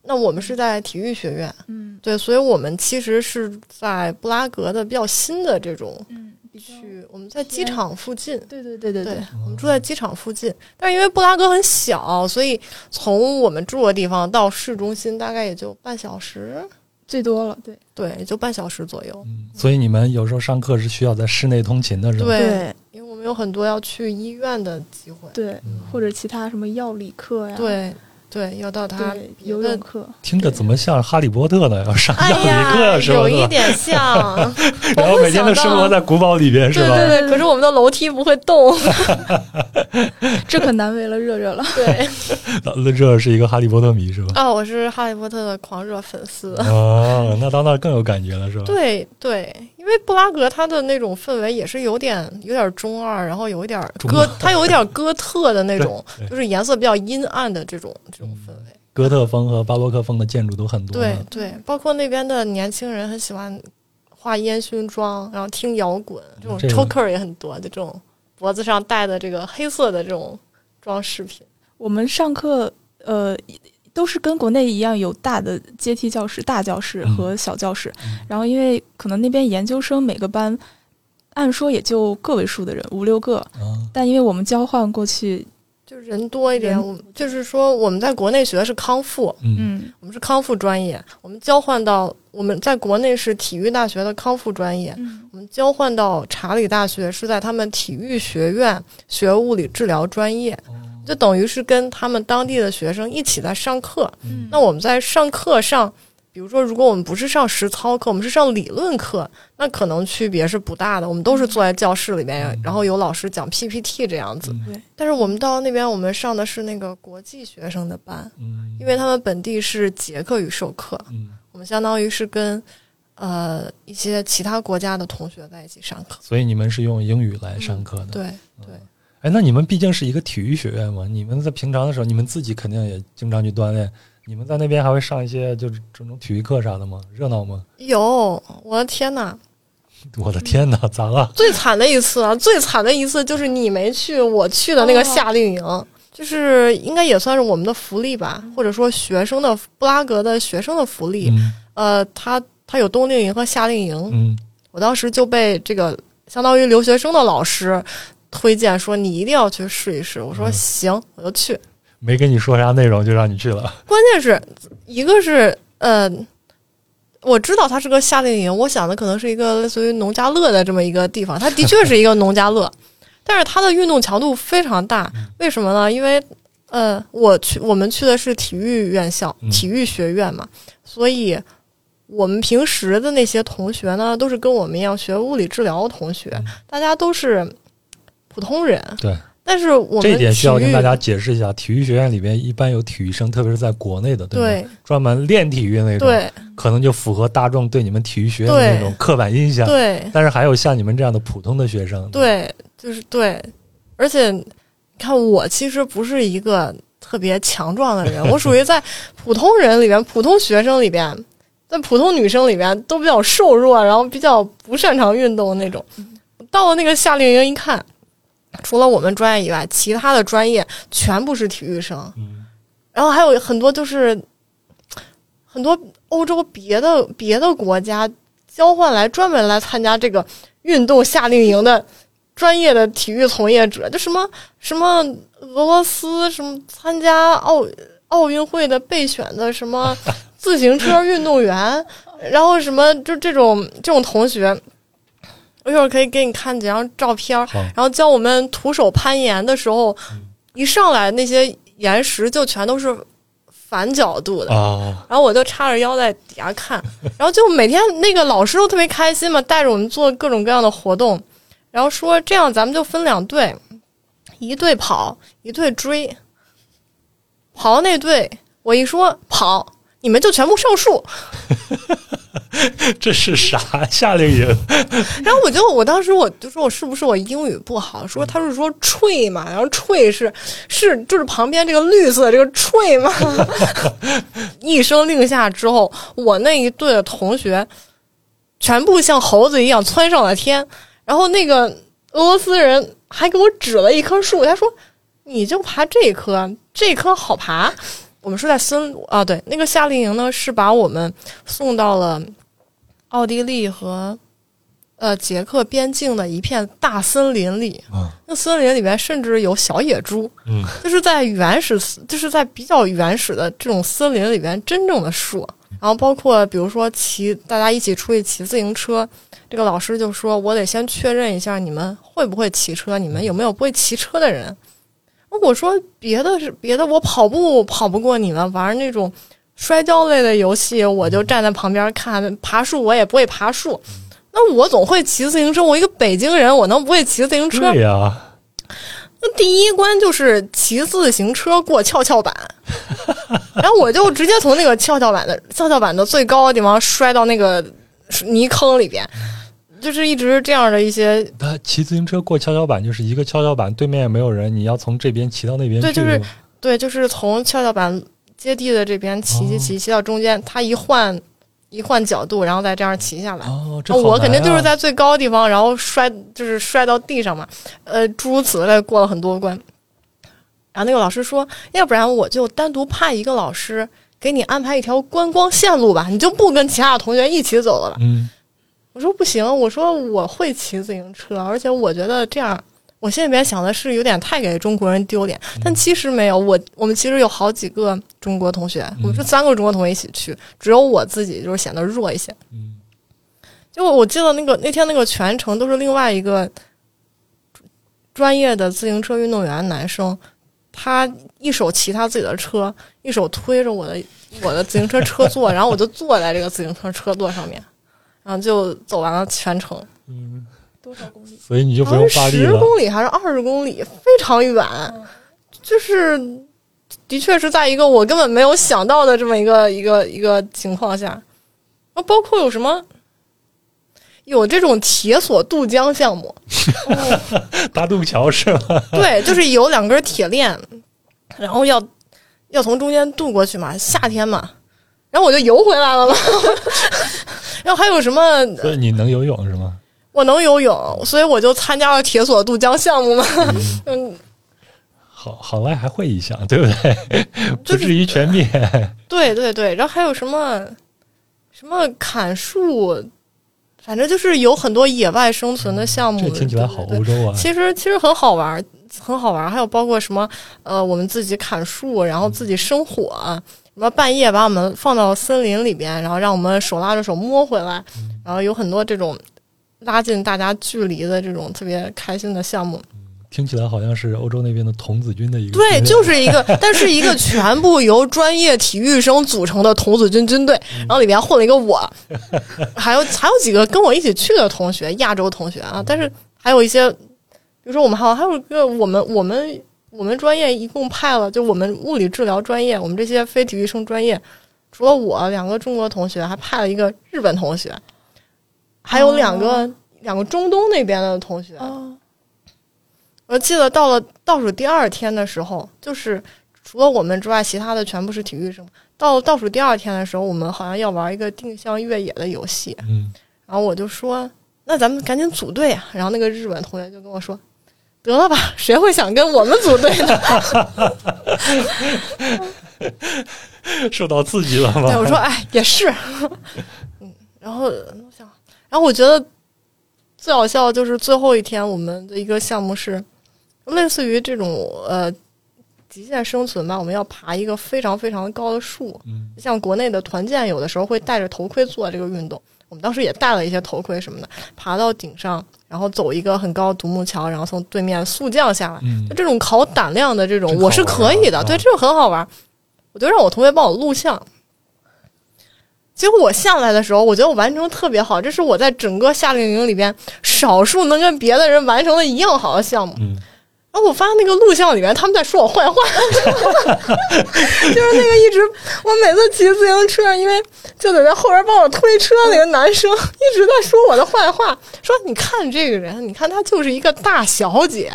[SPEAKER 3] 那我们是在体育学院，
[SPEAKER 2] 嗯
[SPEAKER 3] 对，所以我们其实是在布拉格的比较新的这种
[SPEAKER 5] 嗯，
[SPEAKER 3] 区，我们在机场附近。
[SPEAKER 5] 对对对对
[SPEAKER 3] 对，我们住在机场附近，但是因为布拉格很小，所以从我们住的地方到市中心大概也就半小时，
[SPEAKER 5] 最多了，对
[SPEAKER 3] 对，也就半小时左右。
[SPEAKER 1] 嗯，所以你们有时候上课是需要在室内通勤的，是吧？
[SPEAKER 3] 对
[SPEAKER 2] 对
[SPEAKER 3] 因为我们有很多要去医院的机会。
[SPEAKER 1] 嗯
[SPEAKER 5] 对，或者其他什么药理课呀，
[SPEAKER 3] 对对，要到他
[SPEAKER 2] 对，
[SPEAKER 3] 别
[SPEAKER 2] 游
[SPEAKER 3] 的
[SPEAKER 2] 泳课，
[SPEAKER 1] 听着怎么像哈利波特呢？要上
[SPEAKER 3] 哎
[SPEAKER 1] 要一
[SPEAKER 3] 呀，
[SPEAKER 1] 课什么
[SPEAKER 3] 有一
[SPEAKER 1] 的，
[SPEAKER 3] 点像，
[SPEAKER 1] 然后
[SPEAKER 3] 我
[SPEAKER 1] 每天都
[SPEAKER 3] 想
[SPEAKER 1] 生活
[SPEAKER 3] 到
[SPEAKER 1] 在古堡里边是
[SPEAKER 3] 对
[SPEAKER 1] 吧？
[SPEAKER 3] 对对， 可是我们的楼梯不会 动，
[SPEAKER 2] 这可难为了热热了。
[SPEAKER 3] 对。
[SPEAKER 1] 那这是一个哈利波特迷是吧？
[SPEAKER 3] 啊，我是哈利波特的狂热粉丝。
[SPEAKER 1] 啊，那到那儿更有感觉了是吧？
[SPEAKER 3] 对对，因为布拉格他的那种氛围也是有点有点中二，然后有一点
[SPEAKER 1] 中
[SPEAKER 3] 哥
[SPEAKER 1] 二，
[SPEAKER 3] 他有一点哥特的那种
[SPEAKER 1] 对对，
[SPEAKER 3] 就是颜色比较阴暗的这种这种氛围。
[SPEAKER 1] 哥特风和巴洛克风的建筑都很多
[SPEAKER 3] 对
[SPEAKER 1] 呢。
[SPEAKER 3] 对，包括那边的年轻人很喜欢画烟熏妆，然后听摇滚，这种
[SPEAKER 1] 嗯这个
[SPEAKER 3] choker 也很多，就这种脖子上戴的这个黑色的这种装饰品。
[SPEAKER 4] 我们上课呃都是跟国内一样有大的阶梯教室、大教室
[SPEAKER 1] 嗯
[SPEAKER 4] 和小教室，
[SPEAKER 1] 嗯
[SPEAKER 4] 然后因为可能那边研究生每个班按说也就个位数的人，五六个，
[SPEAKER 1] 啊，
[SPEAKER 4] 但因为我们交换过去，
[SPEAKER 3] 就人多一点，
[SPEAKER 4] 人
[SPEAKER 3] 我们就是说我们在国内学的是康复，
[SPEAKER 1] 嗯，
[SPEAKER 4] 嗯，
[SPEAKER 3] 我们是康复专业，我们交换到我们在国内是体育大学的康复专业，
[SPEAKER 2] 嗯，
[SPEAKER 3] 我们交换到查理大学是在他们体育学院学物理治疗专业，就等于是跟他们当地的学生一起在上课。
[SPEAKER 1] 嗯
[SPEAKER 3] 那我们在上课上，比如说如果我们不是上实操课，我们是上理论课，那可能区别是不大的。我们都是坐在教室里面
[SPEAKER 1] 嗯，
[SPEAKER 3] 然后有老师讲 PPT 这样子。
[SPEAKER 1] 嗯
[SPEAKER 3] 但是我们到那边，我们上的是那个国际学生的班。
[SPEAKER 1] 嗯，
[SPEAKER 3] 因为他们本地是捷克语授课，
[SPEAKER 1] 嗯，
[SPEAKER 3] 我们相当于是跟呃一些其他国家的同学在一起上课。
[SPEAKER 1] 所以你们是用英语来上课的。
[SPEAKER 3] 嗯对，
[SPEAKER 1] 哎，那你们毕竟是一个体育学院嘛，你们在平常的时候，你们自己肯定也经常去锻炼。你们在那边还会上一些就是这种体育课啥的吗？热闹吗？
[SPEAKER 3] 有我的天呐，
[SPEAKER 1] 我的天
[SPEAKER 3] 嗯
[SPEAKER 1] 哪，咋了？
[SPEAKER 3] 最惨的一次啊，最惨的一次就是你没去，我去的那
[SPEAKER 1] 哦
[SPEAKER 3] 个夏令营。就是应该也算是我们的福利吧，或者说学生的布拉格的学生的福利。
[SPEAKER 1] 嗯
[SPEAKER 3] 呃，他他有冬令营和夏令营，
[SPEAKER 1] 嗯
[SPEAKER 3] 我当时就被这个相当于留学生的老师推荐说你一定要去试一试。我说
[SPEAKER 1] 嗯
[SPEAKER 3] 行，我就去。
[SPEAKER 1] 没跟你说啥内容就让你去了。
[SPEAKER 3] 关键是一个是呃，我知道它是个夏令营，我想的可能是一个类似于农家乐的这么一个地方，它的确是一个农家乐，但是它的运动强度非常大
[SPEAKER 1] 嗯，
[SPEAKER 3] 为什么呢？因为呃，我去我们去的是体育院校
[SPEAKER 1] 嗯、
[SPEAKER 3] 体育学院嘛，所以。我们平时的那些同学呢，都是跟我们一样学物理治疗的同学
[SPEAKER 1] 嗯，
[SPEAKER 3] 大家都是普通人。
[SPEAKER 1] 对，
[SPEAKER 3] 但是我们
[SPEAKER 1] 这一点需要
[SPEAKER 3] 体育
[SPEAKER 1] 跟大家解释一下，体育学院里边一般有体育生，特别是在国内的，吧？
[SPEAKER 3] 对
[SPEAKER 1] 专门练体育那种，
[SPEAKER 3] 对
[SPEAKER 1] 可能就符合大众对你们体育学院的那种刻板印象。
[SPEAKER 3] 对，
[SPEAKER 1] 但是还有像你们这样的普通的学生，，
[SPEAKER 3] 对，就是对，而且你看，我其实不是一个特别强壮的人，我属于在普通人里边、普通学生里边、在普通女生里边都比较瘦弱，然后比较不擅长运动那种。到了那个夏令营一看，除了我们专业以外，其他的专业全部是体育生，
[SPEAKER 1] 嗯，
[SPEAKER 3] 然后还有很多就是很多欧洲别的别的国家交换来专门来参加这个运动夏令营的专业的体育从业者，就什么什么俄罗斯什么参加奥奥运会的备选的什么自行车运动员，然后什么就这种这种同学。我一会儿可以给你看几张照片儿，
[SPEAKER 1] 好，
[SPEAKER 3] 然后教我们徒手攀岩的时候，一上来那些岩石就全都是反角度的，
[SPEAKER 1] 啊，
[SPEAKER 3] 然后我就叉着腰在底下看，然后就每天那个老师都特别开心嘛，带着我们做各种各样的活动，然后说这样咱们就分两队，一队跑，一队追。跑的那队，我一说跑，你们就全部上树，
[SPEAKER 1] 这是啥夏令营？
[SPEAKER 3] 然后我就我当时我就说我是不是我英语不好？说他是说 tree 嘛，然后 tree 是是就是旁边这个绿色这个 tree 嘛。一声令下之后，我那一队的同学全部像猴子一样窜上了天，然后那个俄罗斯人还给我指了一棵树，他说：“你就爬这棵，这棵好爬。”我们是在森啊，对，那个夏令营呢是把我们送到了奥地利和呃捷克边境的一片大森林里。
[SPEAKER 1] 啊
[SPEAKER 3] 那森林里面甚至有小野猪，
[SPEAKER 1] 嗯
[SPEAKER 3] 就是在原始，就是在比较原始的这种森林里边真正的树。然后包括比如说骑，大家一起出去骑自行车，这个老师就说：“我得先确认一下你们会不会骑车，你们有没有不会骑车的人。”我说别的是别的，我跑步跑不过你们，玩那种摔跤类的游戏，我就站在旁边看。爬树我也不会爬树，那我总会骑自行车。我一个北京人，我能不啊会骑自行车？
[SPEAKER 1] 对呀、
[SPEAKER 3] 那第一关就是骑自行车过跷跷板， 然后我就直接从那个跷跷板的跷跷板的最高的地方摔到那个泥坑里边，就是一直这样的一些
[SPEAKER 1] 他骑自行车过跷跷板，就是一个跷跷板对面也没有人，你要从这边骑到那边去。
[SPEAKER 3] 对就是对，就是从跷跷板接地的这边骑骑骑骑到中间，它一换一换角度，然后再这样骑下来。
[SPEAKER 1] 哦，这
[SPEAKER 3] 啊
[SPEAKER 1] 好
[SPEAKER 3] 我肯定
[SPEAKER 1] 难
[SPEAKER 3] 就是
[SPEAKER 1] 啊
[SPEAKER 3] 在最高地方，然后摔就是摔到地上嘛，呃，诸如此类，过了很多关。然后那个老师说，要不然我就单独派一个老师给你安排一条观光线路吧，你就不跟其他的同学一起走了吧。
[SPEAKER 1] 嗯，
[SPEAKER 3] 我说不行，我说我会骑自行车，而且我觉得这样，我心里边想的是有点太给中国人丢脸，
[SPEAKER 1] 嗯
[SPEAKER 3] 但其实没有，我我们其实有好几个中国同学，我们是
[SPEAKER 1] 嗯
[SPEAKER 3] 三个中国同学一起去，只有我自己就是显得弱一些。
[SPEAKER 1] 嗯
[SPEAKER 3] 就我记得那个那天那个全程都是另外一个专业的自行车运动员男生，他一手骑他自己的车，一手推着我的我的自行车车座，然后我就坐在这个自行车车座上面，然后就走完了全程，
[SPEAKER 1] 嗯，
[SPEAKER 2] 多少公里？
[SPEAKER 1] 所以你就不
[SPEAKER 3] 好
[SPEAKER 1] 用
[SPEAKER 3] 像
[SPEAKER 1] 发力
[SPEAKER 3] 哦十
[SPEAKER 1] 了。
[SPEAKER 3] 公里还是二十公里，非常远，就是的确是在一个我根本没有想到的这么一个一个一个情况下，啊，包括有什么有这种铁索渡江 项目，
[SPEAKER 1] 搭渡桥是 吗？
[SPEAKER 3] 对，就是有两根铁链，然后要要从中间渡过去嘛，夏天嘛，然后我就游回来了嘛， 然后还有什么
[SPEAKER 1] 所以你能游泳是吗？
[SPEAKER 3] 我能游泳，所以我就参加了铁索渡江项目嘛， 嗯。
[SPEAKER 1] 好，好赖还会一项，对不对？
[SPEAKER 3] 就
[SPEAKER 1] 不
[SPEAKER 3] 是
[SPEAKER 1] 至于全灭。
[SPEAKER 3] 对对对，然后还有什么什么砍树，反正就是有很多野外生存的项目。
[SPEAKER 1] 嗯这听起来好
[SPEAKER 3] 对对
[SPEAKER 1] 欧
[SPEAKER 3] 哦对
[SPEAKER 1] 洲啊！
[SPEAKER 3] 其实其实很好玩儿，很好玩儿。还有包括什么呃，我们自己砍树，然后自
[SPEAKER 1] 嗯
[SPEAKER 3] 己生火，什么半夜把我们放到森林里边，然后让我们手拉着手摸回来，
[SPEAKER 1] 嗯
[SPEAKER 3] 然后有很多这种拉近大家距离的这种特别开心的项目。
[SPEAKER 1] 听起来好像是欧洲那边的童子军的一个
[SPEAKER 3] 对，
[SPEAKER 1] 军队
[SPEAKER 3] 就是一个，但是一个全部由专业体育生组成的童子军军队，
[SPEAKER 1] 嗯
[SPEAKER 3] 然后里面混了一个我，还有还有几个跟我一起去的同学，亚洲同学
[SPEAKER 1] 嗯
[SPEAKER 3] 啊，但是还有一些，比如说我们还有还有一个我们我们我们专业一共派了，就我们物理治疗专业，我们这些非体育生专业，除了我两个中国同学，还派了一个日本同学，还有两个、两个中东那边的同 学，
[SPEAKER 2] 哦，
[SPEAKER 3] 我记得到了倒数第二天的时候，就是除了我们之外，其他的全部是体育生。到了倒数第二天的时候，我们好像要玩一个定向越野的游戏，
[SPEAKER 1] 嗯，
[SPEAKER 3] 然后我就说：“那咱们赶紧组队啊！”然后那个日本同学就跟我说：“得了吧，谁会想跟我们组队呢
[SPEAKER 1] 嗯受到刺激了？”吗？
[SPEAKER 3] 对，我说：“哎，也是。” 嗯，然后我想，然后我觉得最好笑的就是最后一天，我们的一个项目是类似于这种呃极限生存吧，我们要爬一个非常非常高的树，
[SPEAKER 1] 嗯，
[SPEAKER 3] 像国内的团建有的时候会戴着头盔做这个运动，我们当时也戴了一些头盔什么的，爬到顶上，然后走一个很高的独木桥，然后从对面速降下来，
[SPEAKER 1] 嗯
[SPEAKER 3] 就这种考胆量的这种
[SPEAKER 1] 真，好
[SPEAKER 3] 我是可以的，
[SPEAKER 1] 玩啊
[SPEAKER 3] 对，这种很好玩。我就让我同学帮我录像，结果我下来的时候，我觉得我完成得特别好，这是我在整个夏令营里边少数能跟别的人完成的一样好的项目。
[SPEAKER 1] 嗯，
[SPEAKER 3] 然啊后我发现那个录像里面他们在说我 坏话，就是那个一直我每次骑自行车，因为就在那后边帮我推车那个男生一直在说我的坏话，说你看这个人，你看她就是一个大小姐，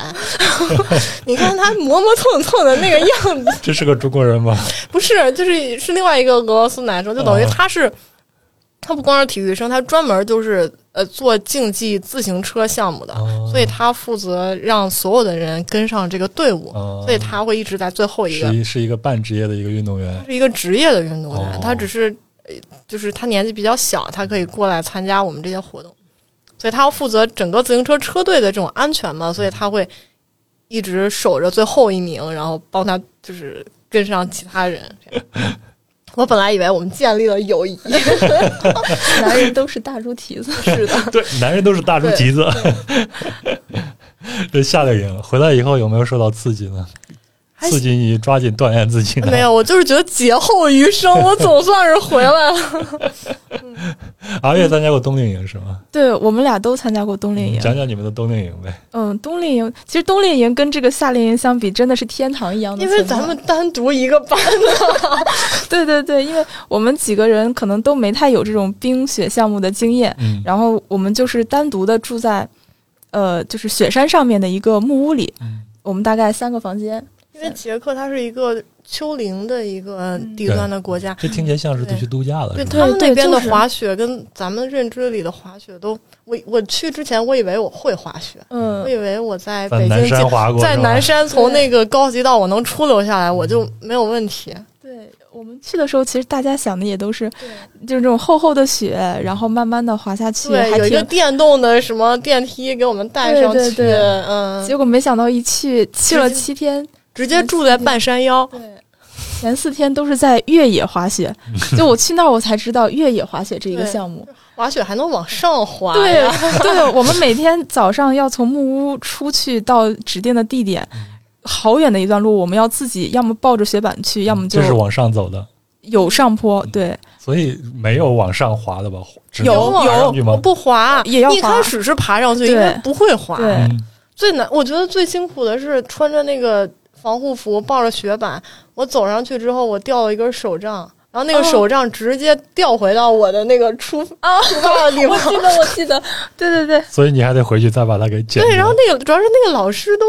[SPEAKER 3] 你看她磨磨蹭蹭的那个样子，
[SPEAKER 1] 这是个中国人吗？
[SPEAKER 3] 不是，就是是另外一个俄罗斯男生，就等于
[SPEAKER 1] 哦
[SPEAKER 3] 他是。他不光是体育生，他专门就是呃做竞技自行车项目的，
[SPEAKER 1] 哦
[SPEAKER 3] 所以他负责让所有的人跟上这个队伍，
[SPEAKER 1] 哦
[SPEAKER 3] 所以他会一直在最后一个
[SPEAKER 1] 是。一是一个半职业的一个运动员
[SPEAKER 3] 他。是一个职业的运动员，
[SPEAKER 1] 哦
[SPEAKER 3] 他只是呃就是他年纪比较小，他可以过来参加我们这些活动，所以他要负责整个自行车车队的这种安全
[SPEAKER 1] 嗯
[SPEAKER 3] 嘛，所以他会一直守着最后一名，然后帮他就是跟上其 他人。这样我本来以为我们建立了友谊，
[SPEAKER 2] 男人都是大猪蹄子，是的，
[SPEAKER 1] 对，男人都是大猪 蹄子。这夏令营回来以后有没有受到刺激呢？
[SPEAKER 3] 还
[SPEAKER 1] 刺激你抓紧锻炼自己呢。
[SPEAKER 3] 没有，我就是觉得劫后余 生，我总算是回来了。
[SPEAKER 1] 阿月参加过冬令营是吗？
[SPEAKER 2] 对我们俩都参加过冬令
[SPEAKER 3] 嗯
[SPEAKER 2] 营。
[SPEAKER 1] 讲讲你们的冬令营呗。
[SPEAKER 2] 嗯，冬令营其实冬令营跟这个夏令营相比，真的是天堂一样的。
[SPEAKER 3] 因为咱们单独一个 班啊。
[SPEAKER 2] 对对对，因为我们几个人可能都没太有这种冰雪项目的经验，
[SPEAKER 1] 嗯
[SPEAKER 2] 然后我们就是单独的住在，呃，就是雪山上面的一个木屋里，
[SPEAKER 1] 嗯，
[SPEAKER 2] 我们大概三个房间。
[SPEAKER 3] 因为捷克它是一个丘陵的一个呃
[SPEAKER 1] 嗯
[SPEAKER 3] 地段的国家，
[SPEAKER 1] 这听起来像是去度假了，
[SPEAKER 3] 对
[SPEAKER 1] 是
[SPEAKER 3] 他
[SPEAKER 1] 吧？
[SPEAKER 3] 们那边的
[SPEAKER 2] 就是
[SPEAKER 3] 滑雪跟咱们认知里的滑雪都，我我去之前我以为我会滑雪，
[SPEAKER 2] 嗯
[SPEAKER 3] 我，以为我在
[SPEAKER 1] 在
[SPEAKER 3] 北
[SPEAKER 1] 南
[SPEAKER 3] 京
[SPEAKER 1] 山滑过，
[SPEAKER 3] 在
[SPEAKER 1] 是吧嗯
[SPEAKER 3] 南山从那个高级道我能出溜下来，我就没有问题。
[SPEAKER 2] 对我们去的时候，其实大家想的也都是，就是这种厚厚的雪，然后慢慢的滑下去，
[SPEAKER 3] 对，
[SPEAKER 2] 还
[SPEAKER 3] 有一个
[SPEAKER 2] 挺。
[SPEAKER 3] 电动的什么电梯给我们带上去，
[SPEAKER 2] 对对对
[SPEAKER 3] 嗯，
[SPEAKER 2] 结果没想到一去去了
[SPEAKER 3] 直接
[SPEAKER 2] 七天，
[SPEAKER 3] 直接住在半山腰。
[SPEAKER 2] 对，前四天都是在越野滑雪。
[SPEAKER 1] 嗯
[SPEAKER 2] 就我去那儿，我才知道越野滑雪这一个
[SPEAKER 3] 对
[SPEAKER 2] 项目。
[SPEAKER 3] 滑雪还能往上滑
[SPEAKER 2] 对
[SPEAKER 3] 呀，
[SPEAKER 2] 对，我们每天早上要从木屋出去到指定的地点，
[SPEAKER 1] 嗯
[SPEAKER 2] 好远的一段路，我们要自己要么抱着雪板去，要么
[SPEAKER 1] 这是嗯往上走的，
[SPEAKER 2] 有上坡。对，
[SPEAKER 1] 所以没有往上滑的吧？只能
[SPEAKER 3] 有
[SPEAKER 1] 爬上去
[SPEAKER 3] 有，我
[SPEAKER 1] 吗？
[SPEAKER 3] 不滑，
[SPEAKER 2] 也要滑
[SPEAKER 3] 一开始是爬上去，
[SPEAKER 2] 对
[SPEAKER 3] 因为不会滑。
[SPEAKER 2] 对
[SPEAKER 1] 嗯，
[SPEAKER 3] 最难，我觉得最辛苦的是穿着那个防护服，抱着雪板，我走上去之后，我掉了一根手杖。然后那个
[SPEAKER 2] 哦
[SPEAKER 3] 手杖直接掉回到我的那 个出
[SPEAKER 2] 啊
[SPEAKER 3] 出发的地方，
[SPEAKER 2] 记得，我记得， 对对对，
[SPEAKER 1] 所以你还得回去再把它给捡。
[SPEAKER 3] 对，然后那个主要是那个老师都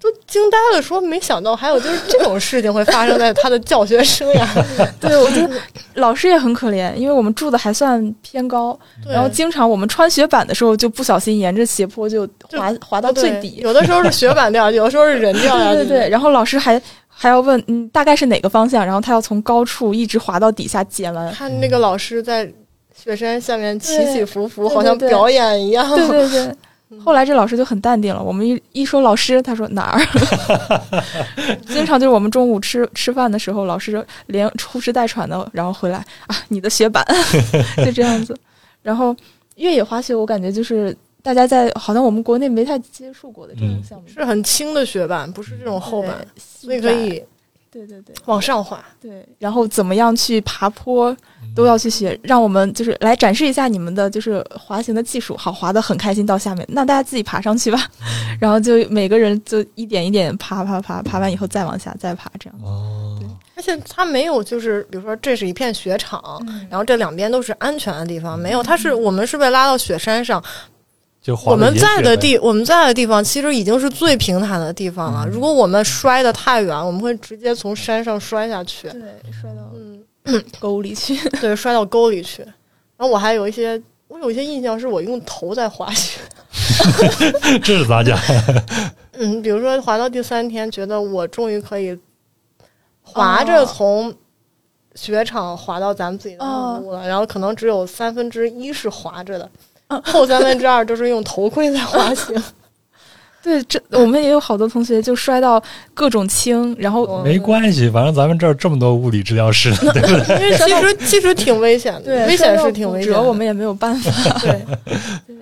[SPEAKER 3] 都惊呆了，说没想到还有就是这种事情会发生在他的教学生涯。
[SPEAKER 2] 对，我觉得老师也很可怜，因为我们住的还算偏高，
[SPEAKER 3] 对
[SPEAKER 2] 然后经常我们穿雪板的时候就不小心沿着斜坡就滑滑到最
[SPEAKER 3] 对
[SPEAKER 2] 底。
[SPEAKER 3] 有的时候是雪板掉下去，有的时候是人掉下
[SPEAKER 2] 对
[SPEAKER 3] 去。
[SPEAKER 2] 对对，然后老师还还要问，嗯，大概是哪个方向？然后他要从高处一直滑到底下捡完。
[SPEAKER 3] 看那个老师在雪山下面起起伏伏，
[SPEAKER 2] 对
[SPEAKER 3] 好像
[SPEAKER 2] 对对
[SPEAKER 3] 表演一样。
[SPEAKER 2] 对对对， 后来这老师就很淡定了。我们一一说老师，他说哪儿？ 经常就是我们中午吃吃饭的时候，老师连呼哧带喘的，然后回来啊，你的雪板 就这样子。然后越野滑雪，我感觉就是大家在好像我们国内没太接触过的这种
[SPEAKER 1] 嗯
[SPEAKER 2] 项目，
[SPEAKER 3] 是很轻的雪板，不是这种厚板
[SPEAKER 2] 对，，
[SPEAKER 3] 所
[SPEAKER 2] 所
[SPEAKER 3] 以可以
[SPEAKER 2] 对对对
[SPEAKER 3] 往上滑。
[SPEAKER 2] 对。然后怎么样去爬坡都要去学，让我们就是来展示一下你们的就是滑行的技术，好滑的很开心到下面，那大家自己爬上 去吧。然后就每个人就一点一点爬爬爬，爬完以后再往下再爬，这样。
[SPEAKER 1] 哦，
[SPEAKER 3] 而且它没有，就是比如说这是一片雪场，
[SPEAKER 2] 嗯
[SPEAKER 3] 然后这两边都是安全的地方，没有，它是我们是被拉到雪山上，
[SPEAKER 1] 就滑
[SPEAKER 3] 我们
[SPEAKER 1] 野
[SPEAKER 3] 在
[SPEAKER 1] 雪
[SPEAKER 3] 的
[SPEAKER 1] 呗，
[SPEAKER 3] 地我们在的地方其实已经是最平坦的地方了。
[SPEAKER 1] 嗯
[SPEAKER 3] 如果我们摔得太远，我们会直接从山上摔 下去，
[SPEAKER 2] 对，摔到
[SPEAKER 3] 嗯，
[SPEAKER 2] 沟里去。
[SPEAKER 3] 对，摔到沟里去。然后我还有一些，我有一些印象是我用头在滑雪，
[SPEAKER 1] 这是咋讲？
[SPEAKER 3] 嗯，比如说滑到第三天，觉得我终于可以滑着
[SPEAKER 2] 哦
[SPEAKER 3] 从雪场滑到咱们自己的
[SPEAKER 2] 哦
[SPEAKER 3] 木屋了，然后可能只有三分之一是滑着的，
[SPEAKER 2] 哦
[SPEAKER 3] 后三分之二都是用头盔在 滑行。
[SPEAKER 2] 对，这我们也有好多同学就摔到各种青，然后
[SPEAKER 3] 哦
[SPEAKER 1] 没关系，反正咱们这儿这么多物理治疗师，对吧？
[SPEAKER 3] 因为其实其实挺危险的，
[SPEAKER 2] 对
[SPEAKER 3] 危
[SPEAKER 2] 摔
[SPEAKER 3] 险
[SPEAKER 2] 到
[SPEAKER 3] 是挺危险
[SPEAKER 2] 骨
[SPEAKER 3] 的。
[SPEAKER 2] 折我们也没有办法。
[SPEAKER 3] 对，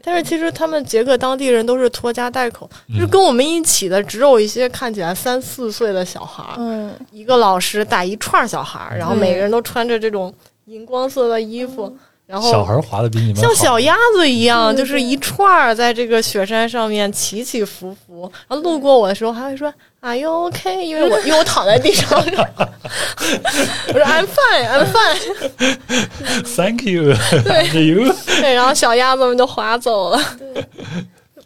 [SPEAKER 3] 但是其实他们捷克当地人都是拖家带口，
[SPEAKER 1] 嗯
[SPEAKER 3] 就是跟我们一起的只有一些看起来三四岁的小孩儿，
[SPEAKER 2] 嗯，
[SPEAKER 3] 一个老师带一串小孩儿，然后
[SPEAKER 2] 嗯
[SPEAKER 3] 每个人都穿着这种荧光色的衣服， 然
[SPEAKER 1] 小
[SPEAKER 3] 后
[SPEAKER 1] 孩滑的比你们
[SPEAKER 3] 像
[SPEAKER 1] 好
[SPEAKER 3] 小鸭子一样，
[SPEAKER 2] 对对
[SPEAKER 3] 就是一串儿在这个雪山上面起起伏伏，然后路过我的时候还会说。Are you OK？因为我因为我躺在地上， 我说 I'm fine，I'm fine。
[SPEAKER 1] Thank you，对 you，
[SPEAKER 3] 对，然后小鸭子们就滑走了，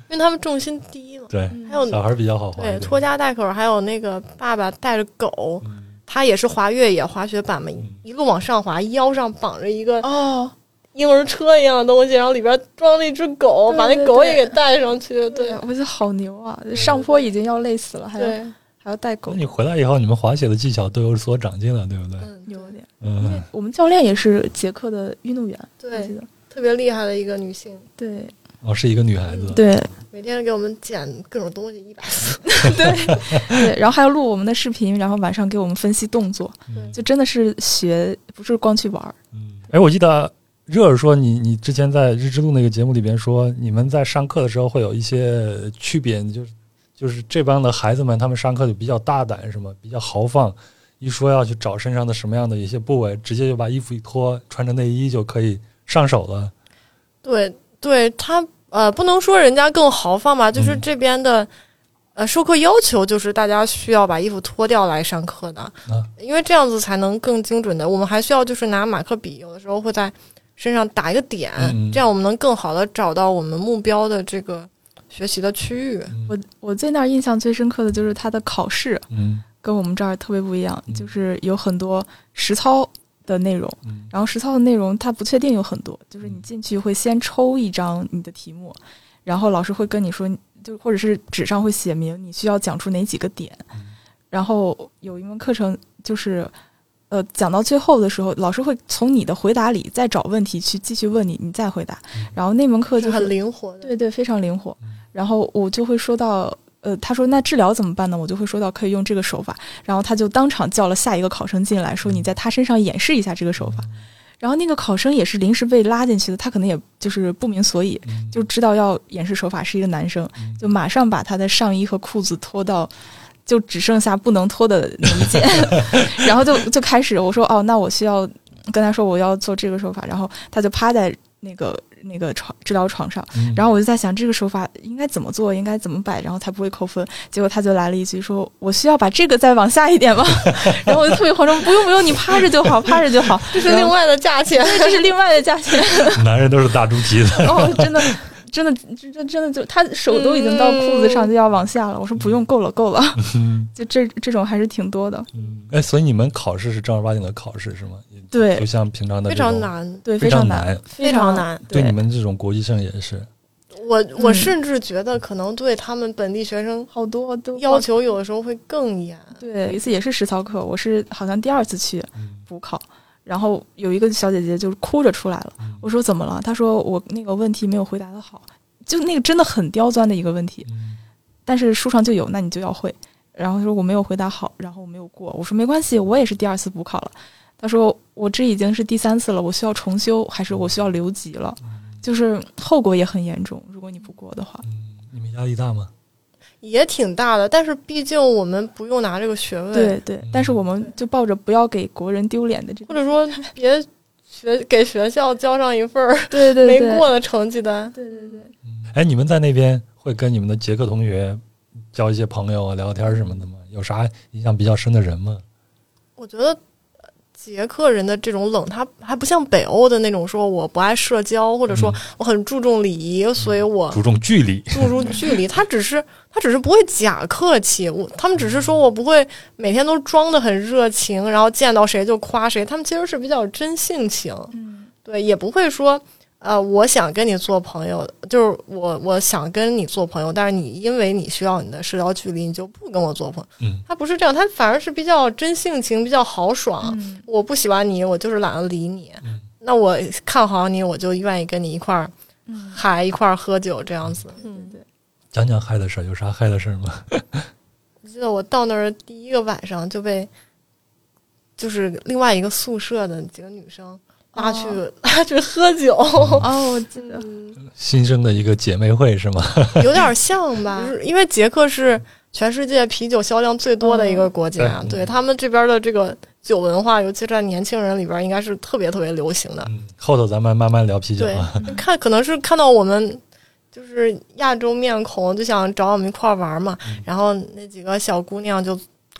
[SPEAKER 3] 因为他们重心低嘛。
[SPEAKER 1] 对，
[SPEAKER 2] 嗯
[SPEAKER 3] 还有
[SPEAKER 1] 小孩比较好滑一
[SPEAKER 3] 对
[SPEAKER 1] 点，
[SPEAKER 3] 拖家带口，还有那个爸爸带着狗，
[SPEAKER 1] 嗯
[SPEAKER 3] 他也是滑越野、滑雪板嘛，一路往上滑，腰上绑着一个
[SPEAKER 2] 哦，
[SPEAKER 3] 婴儿车一样的东西，然后里边装了一只狗，
[SPEAKER 2] 对
[SPEAKER 3] 把那
[SPEAKER 2] 对
[SPEAKER 3] 狗
[SPEAKER 2] 对
[SPEAKER 3] 也给带上去。对
[SPEAKER 2] 我觉得好牛啊！上坡已经要累死了，还要
[SPEAKER 3] 对，
[SPEAKER 2] 还要带狗
[SPEAKER 1] 那，你回来以后，你们滑雪的技巧都有所长进了，对不对？
[SPEAKER 3] 嗯，
[SPEAKER 2] 牛一点。因为
[SPEAKER 1] 嗯，
[SPEAKER 2] 我们教练也是捷克的运动员，我记
[SPEAKER 3] 对，
[SPEAKER 2] 得
[SPEAKER 3] 特别厉害的一个女性，
[SPEAKER 2] 对
[SPEAKER 1] 哦，是一个女孩子，
[SPEAKER 2] 对
[SPEAKER 3] 每天给我们捡各种东西，一百 四。
[SPEAKER 2] 对，然后还要录我们的视频，然后晚上给我们分析动作，
[SPEAKER 1] 嗯
[SPEAKER 2] 就真的是学，不是光去玩儿。
[SPEAKER 1] 嗯。哎，我记得热儿说你，你之前在日之路那个节目里边说，你们在上课的时候会有一些区别，你就是。就是这帮的孩子们，他们上课就比较大胆，什么比较豪放，一说要去找身上的什么样的一些部位，直接就把衣服一脱，穿着内衣就可以上手了。
[SPEAKER 3] 对，对他呃，不能说人家更豪放吧，就是
[SPEAKER 1] 嗯
[SPEAKER 3] 这边的、呃授课要求就是大家需要把衣服脱掉来上课的，
[SPEAKER 1] 啊
[SPEAKER 3] 因为这样子才能更精准的。我们还需要就是拿马克笔，有的时候会在身上打一个点，
[SPEAKER 1] 嗯嗯
[SPEAKER 3] 这样我们能更好的找到我们目标的这个学习的区域。
[SPEAKER 1] 嗯
[SPEAKER 2] 我我对那儿印象最深刻的就是它的考试
[SPEAKER 1] 嗯
[SPEAKER 2] 跟我们这儿特别不一样
[SPEAKER 1] 嗯，
[SPEAKER 2] 就是有很多实操的内容，
[SPEAKER 1] 嗯
[SPEAKER 2] 然后实操的内容它不确定有很多，就是你
[SPEAKER 1] 嗯
[SPEAKER 2] 进去会先抽一张你的题目，然后老师会跟你说，就或者是纸上会写明你需要讲出哪几个点
[SPEAKER 1] 嗯，
[SPEAKER 2] 然后有一门课程就是。呃，讲到最后的时候，老师会从你的回答里再找问题去继续问你，你再回答
[SPEAKER 1] 嗯。
[SPEAKER 2] 然后那门课就是
[SPEAKER 3] 很灵活的，
[SPEAKER 2] 对对，非常灵活
[SPEAKER 1] 嗯。
[SPEAKER 2] 然后我就会说到，呃，他说那治疗怎么办呢？我就会说到可以用这个手法。然后他就当场叫了下一个考生进来，说
[SPEAKER 1] 嗯
[SPEAKER 2] 你在他身上演示一下这个手法。然后那个考生也是临时被拉进去的，他可能也就是不明所以，
[SPEAKER 1] 嗯
[SPEAKER 2] 就知道要演示手法是一个男生，
[SPEAKER 1] 嗯
[SPEAKER 2] 就马上把他的上衣和裤子脱到。就只剩下不能脱的那 一件，然后就就开始我说哦，那我需要跟他说我要做这个手法，然后他就趴在那个那个床治疗床上，
[SPEAKER 1] 嗯
[SPEAKER 2] 然后我就在想这个手法应该怎么做，应该怎么摆，然后才不会扣分。结果他就来了一句说：“我需要把这个再往下一点吗？” 然后我就特别慌张，不用不用，你趴着就好， 趴着就好，
[SPEAKER 3] 这是另外的价 钱。
[SPEAKER 2] 这是另外的价钱。
[SPEAKER 1] 男人都是大猪蹄子，
[SPEAKER 2] 哦，真的。真的，真真真的就他手都已经到裤子上，就要往下了。我说不用，够了，够了。 就这这种还是挺多的，
[SPEAKER 1] 嗯，哎，所以你们考试是正儿八经的考试是吗？也
[SPEAKER 2] 对
[SPEAKER 1] 就像平常的
[SPEAKER 3] 非
[SPEAKER 1] 这种
[SPEAKER 3] 常，难，
[SPEAKER 2] 对，
[SPEAKER 1] 非
[SPEAKER 2] 常
[SPEAKER 1] 难，，
[SPEAKER 2] 非
[SPEAKER 3] 非常。难。
[SPEAKER 1] 对
[SPEAKER 2] 对
[SPEAKER 1] 你们这种国际性也是，
[SPEAKER 3] 我我
[SPEAKER 2] 嗯
[SPEAKER 3] 甚至觉得，可能对他们本地学生
[SPEAKER 2] 好多都
[SPEAKER 3] 要求有的时候会更严。
[SPEAKER 2] 对，有一次也是实操课，我是好像第二次去，
[SPEAKER 1] 嗯
[SPEAKER 2] 补考，然后有一个小姐姐就是哭着出来了
[SPEAKER 1] 嗯。
[SPEAKER 2] 我说怎么了？她说我那个问题没有回答的好，就那个真的很刁钻的一个问题，
[SPEAKER 1] 嗯
[SPEAKER 2] 但是书上就有，那你就要会。然后说我没有回答好，然后我没有过。我说没关系，我也是第二次补考了。她说我这已经是第三次了，我需要重修还是我需要留级了？就是后果也很严重，如果你不过的话。
[SPEAKER 1] 嗯，你们压力大吗？
[SPEAKER 3] 也挺大的，但是毕竟我们不用拿这个学位，
[SPEAKER 2] 对对，但是我们就抱着不要给国人丢脸的这
[SPEAKER 3] 或
[SPEAKER 2] 种，
[SPEAKER 3] 者说别学给学校交上一份儿
[SPEAKER 2] 对对
[SPEAKER 3] 没
[SPEAKER 2] 对，
[SPEAKER 3] 过的成绩单。
[SPEAKER 2] 对对对。
[SPEAKER 1] 哎，你们在那边会跟你们的捷克同学交一些朋友啊、聊天什么的吗？有啥印象比较深的人吗？
[SPEAKER 3] 我觉得呃捷克人的这种冷，他还不像北欧的那种，说我不爱社交，或者说我很注重礼仪，所以我
[SPEAKER 1] 嗯注重距离，
[SPEAKER 3] 注入距离。他只是他只是不会假客气，我他们只是说我不会每天都装的很热情，然后见到谁就夸谁。他们其实是比较真性情，
[SPEAKER 2] 嗯
[SPEAKER 3] 对，也不会说。呃，我想跟你做朋友，就是我我想跟你做朋友，但是你因为你需要你的社交距离，你就不跟我做朋友。
[SPEAKER 1] 嗯
[SPEAKER 3] 他不是这样，他反而是比较真性情，比较豪爽。
[SPEAKER 2] 嗯
[SPEAKER 3] 我不喜欢你，我就是懒得理你。
[SPEAKER 1] 嗯
[SPEAKER 3] 那我看好你，我就愿意跟你一块儿
[SPEAKER 2] 嗯，
[SPEAKER 3] 嗨，一块儿喝酒这样子。
[SPEAKER 2] 对对对。
[SPEAKER 1] 讲讲嗨的事儿，有啥嗨的事儿吗？
[SPEAKER 3] 我记得我到那儿第一个晚上就被，就是另外一个宿舍的几个女生拉去、 拉去喝酒，
[SPEAKER 2] 哦，我记 得，
[SPEAKER 3] 嗯，
[SPEAKER 1] 新生的一个姐妹会是吗？
[SPEAKER 3] 有点像吧，就是因为捷克是全世界啤酒销量最多的一个国家，
[SPEAKER 1] 嗯
[SPEAKER 3] 对他们这边的这个酒文化，尤其是在年轻人里边，应该是特别特别流行的。
[SPEAKER 1] 嗯，后头咱们慢慢聊啤酒
[SPEAKER 3] 对
[SPEAKER 1] 啊。，
[SPEAKER 3] 看可能是看到我们就是亚洲面孔，就想找我们一块儿玩嘛。
[SPEAKER 1] 嗯
[SPEAKER 3] 然后那几个小姑娘就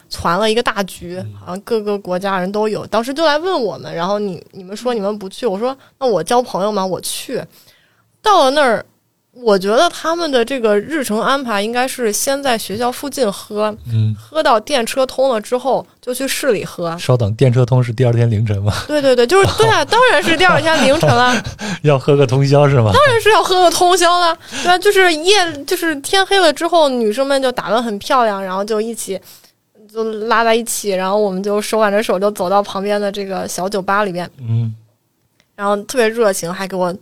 [SPEAKER 3] 攒了一个大局
[SPEAKER 1] 嗯，
[SPEAKER 3] 好像各个国家人都有。当时就来问我们，然后你你们说你们不去，我说那我交朋友嘛，我去。到了那儿，我觉得他们的这个日程安排应该是先在学校附近喝，
[SPEAKER 1] 嗯，。
[SPEAKER 3] 喝到电车通了之后就去市里喝
[SPEAKER 1] 稍等，电车通是第二天凌晨吗？
[SPEAKER 3] 对对对，就是对啊，当然是第二天凌晨了。
[SPEAKER 1] 要喝个通宵是吗？
[SPEAKER 3] 当然是要喝个通宵了，对吧？就是夜，就是天黑了之后，女生们就打扮很漂亮，然后就一起就拉在一起，然后我们就手挽着手就走到旁边的这个小酒吧里面，
[SPEAKER 1] 嗯，
[SPEAKER 3] 然后特别热情，还给我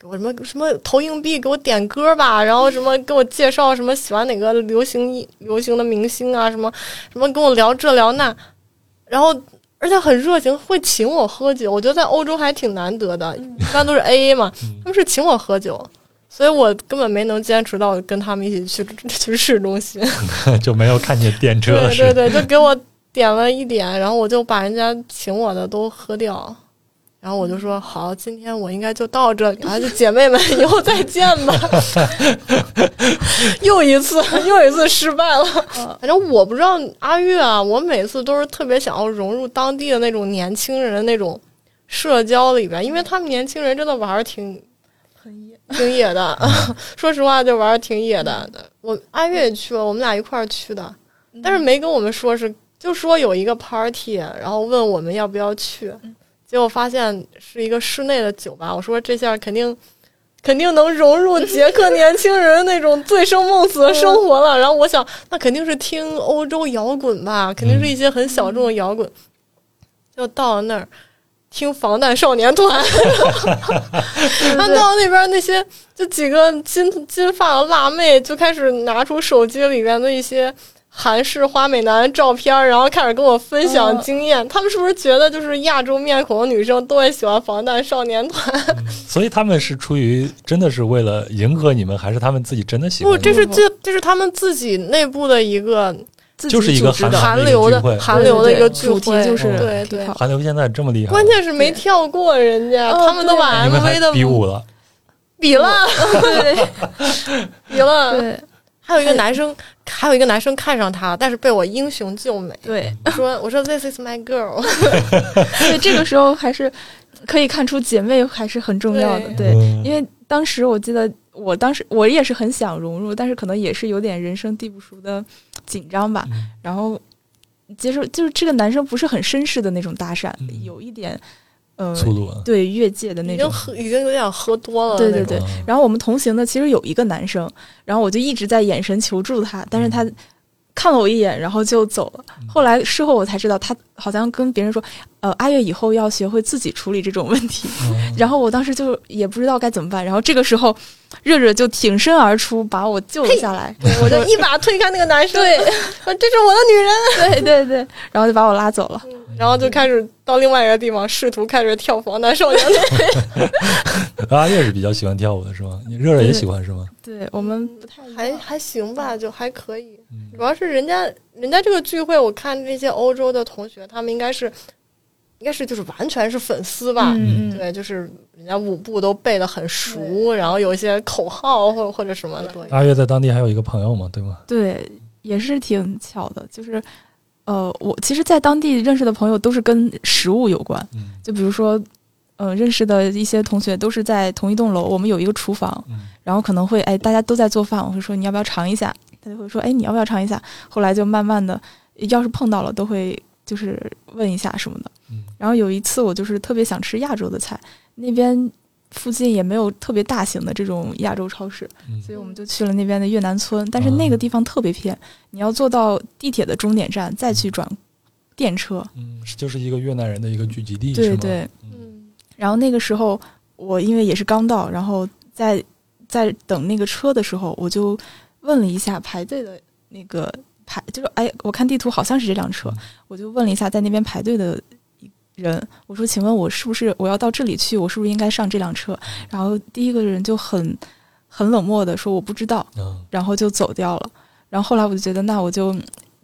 [SPEAKER 3] 给我什么什么投硬币，给我点歌吧，然后什么给我介绍什么喜欢哪个流行艺流行的明星啊，什么什么跟我聊这聊那，然后而且很热情，会请我喝酒，我觉得在欧洲还挺难得的，一般都是 A A 嘛，
[SPEAKER 1] 嗯
[SPEAKER 3] 他们是请我喝酒，所以我根本没能坚持到跟他们一起去去市中心，
[SPEAKER 1] 就没有看见电车。
[SPEAKER 3] 对对对，就给我点了一点，然后我就把人家请我的都喝掉。然后我就说好，今天我应该就到这里了，就姐妹们以后再见吧。又一次，又一次失败了。反正我不知道阿月啊，我每次都是特别想要融入当地的那种年轻人那种社交里边，因为他们年轻人真的玩儿挺
[SPEAKER 2] 很野，
[SPEAKER 3] 挺野的。说实话，就玩儿挺野的。我阿月也去了，我们俩一块儿去的，
[SPEAKER 2] 嗯
[SPEAKER 3] 但是没跟我们说是，就说有一个 party，然后问我们要不要去。结果发现是一个室内的酒吧，我说这下肯定肯定能融入捷克年轻人那种醉生梦死的生活了。然后我想，那肯定是听欧洲摇滚吧，肯定是一些很小众的摇滚。就到了那儿，听防弹少年团，他到那边那些就几个金金发辣妹就开始拿出手机里面的一些。韩式花美男照片，然后开始跟我分享经验。他们是不是觉得就是亚洲面孔的女生都会喜欢防弹少年团？
[SPEAKER 1] 所以他们是出于真的是为了迎合你们，还是他们自己真的喜欢
[SPEAKER 3] 不，
[SPEAKER 1] 你们？
[SPEAKER 3] 这是这这是他们自己内部的一个
[SPEAKER 4] 自己
[SPEAKER 1] 就是一个
[SPEAKER 4] 组织
[SPEAKER 1] 韩
[SPEAKER 3] 韩流的
[SPEAKER 1] 聚会
[SPEAKER 3] 韩流的一个聚
[SPEAKER 4] 主
[SPEAKER 3] 会，
[SPEAKER 4] 题就是
[SPEAKER 3] 对
[SPEAKER 4] 对
[SPEAKER 3] 对。
[SPEAKER 1] 韩流现在这么厉害，
[SPEAKER 3] 关键是没跳过人家，
[SPEAKER 2] 哦
[SPEAKER 3] 他们都把
[SPEAKER 1] 你们
[SPEAKER 3] MV
[SPEAKER 1] 还
[SPEAKER 3] 的
[SPEAKER 1] 比武了，
[SPEAKER 3] 比 了
[SPEAKER 2] 对
[SPEAKER 3] 比了。
[SPEAKER 2] 对
[SPEAKER 3] 还有一个男生，还有一个男生看上他，但是被我英雄救 美，
[SPEAKER 2] 对
[SPEAKER 3] 说我说 This is my girl。
[SPEAKER 2] 对，这个时候还是可以看出姐妹还是很重要的，对，
[SPEAKER 1] 嗯
[SPEAKER 2] 因为当时我记得，我当时我也是很想融入，但是可能也是有点人生地不熟的紧张吧。
[SPEAKER 1] 嗯
[SPEAKER 2] 然后接受就是这个男生不是很绅士的那种搭讪，
[SPEAKER 1] 嗯
[SPEAKER 2] 有一点呃
[SPEAKER 1] 粗鲁啊，
[SPEAKER 2] 对越界的
[SPEAKER 3] 已
[SPEAKER 2] 那
[SPEAKER 3] 经
[SPEAKER 2] 种。
[SPEAKER 3] 喝，已经有点喝多了。
[SPEAKER 2] 对对
[SPEAKER 3] 那种
[SPEAKER 2] 对
[SPEAKER 1] 嗯
[SPEAKER 2] 然后我们同行的其实有一个男生，然后我就一直在眼神求助他，但是
[SPEAKER 1] 嗯
[SPEAKER 2] 他看了我一眼，然后就走了。后来事后我才知道，他好像跟别人说，呃，阿月以后要学会自己处理这种问题。
[SPEAKER 1] 嗯
[SPEAKER 2] 然后我当时就也不知道该怎么办，然后这个时候，热热就挺身而出把我救了下来，
[SPEAKER 3] 对我就一把推开那个男生， 对，说这是我的女人。
[SPEAKER 2] 对对对，然后就把我拉走了。
[SPEAKER 3] 然后就开始到另外一个地方，试图开始跳防弹少年 团。
[SPEAKER 1] 嗯阿月是比较喜欢跳舞的是吗？你热热也喜欢是吗？
[SPEAKER 2] 对我们不太
[SPEAKER 3] 还还行吧，就还可以。
[SPEAKER 1] 嗯
[SPEAKER 3] 主要是人家人家这个聚会，我看这些欧洲的同学，他们应该是应该是就是完全是粉丝吧。
[SPEAKER 2] 嗯嗯，
[SPEAKER 3] 对，就是人家舞步都背得很熟，然后有一些口号或或者什么的。对
[SPEAKER 1] 阿月在当地还有一个朋友嘛，对吗？
[SPEAKER 2] 对，也是挺巧的，就是呃，我其实，在当地认识的朋友都是跟食物有关，
[SPEAKER 1] 嗯
[SPEAKER 2] 就比如说，嗯、认识的一些同学都是在同一栋楼，我们有一个厨房，
[SPEAKER 1] 嗯，
[SPEAKER 2] 然后可能会哎，大家都在做饭，我会说你要不要尝一下，他就会说哎，你要不要尝一下？后来就慢慢的，要是碰到了都会就是问一下什么的。
[SPEAKER 1] 嗯
[SPEAKER 2] 然后有一次我就是特别想吃亚洲的菜，那边附近也没有特别大型的这种亚洲超市，
[SPEAKER 1] 嗯啊
[SPEAKER 2] 所以我们就去了那边的越南村，但是那个地方特别偏，你要坐到地铁的终点站再去转电车。
[SPEAKER 1] 嗯，是就是一个越南人的一个聚集地，是
[SPEAKER 2] 对
[SPEAKER 1] 吗？
[SPEAKER 2] 对，
[SPEAKER 1] 嗯，
[SPEAKER 3] 嗯，
[SPEAKER 2] 然后那个时候我因为也是刚到，然后在在等那个车的时候，我就问了一下排队的那个排，就是哎，我看地图好像是这辆车，我就问了一下在那边排队的人，我说：“请问我是不是我要到这里去？我是不是应该上这辆车？”然后第一个人就很很冷漠的说：“我不知道。”
[SPEAKER 1] 嗯
[SPEAKER 2] 然后就走掉了。然后后来我就觉得，那我就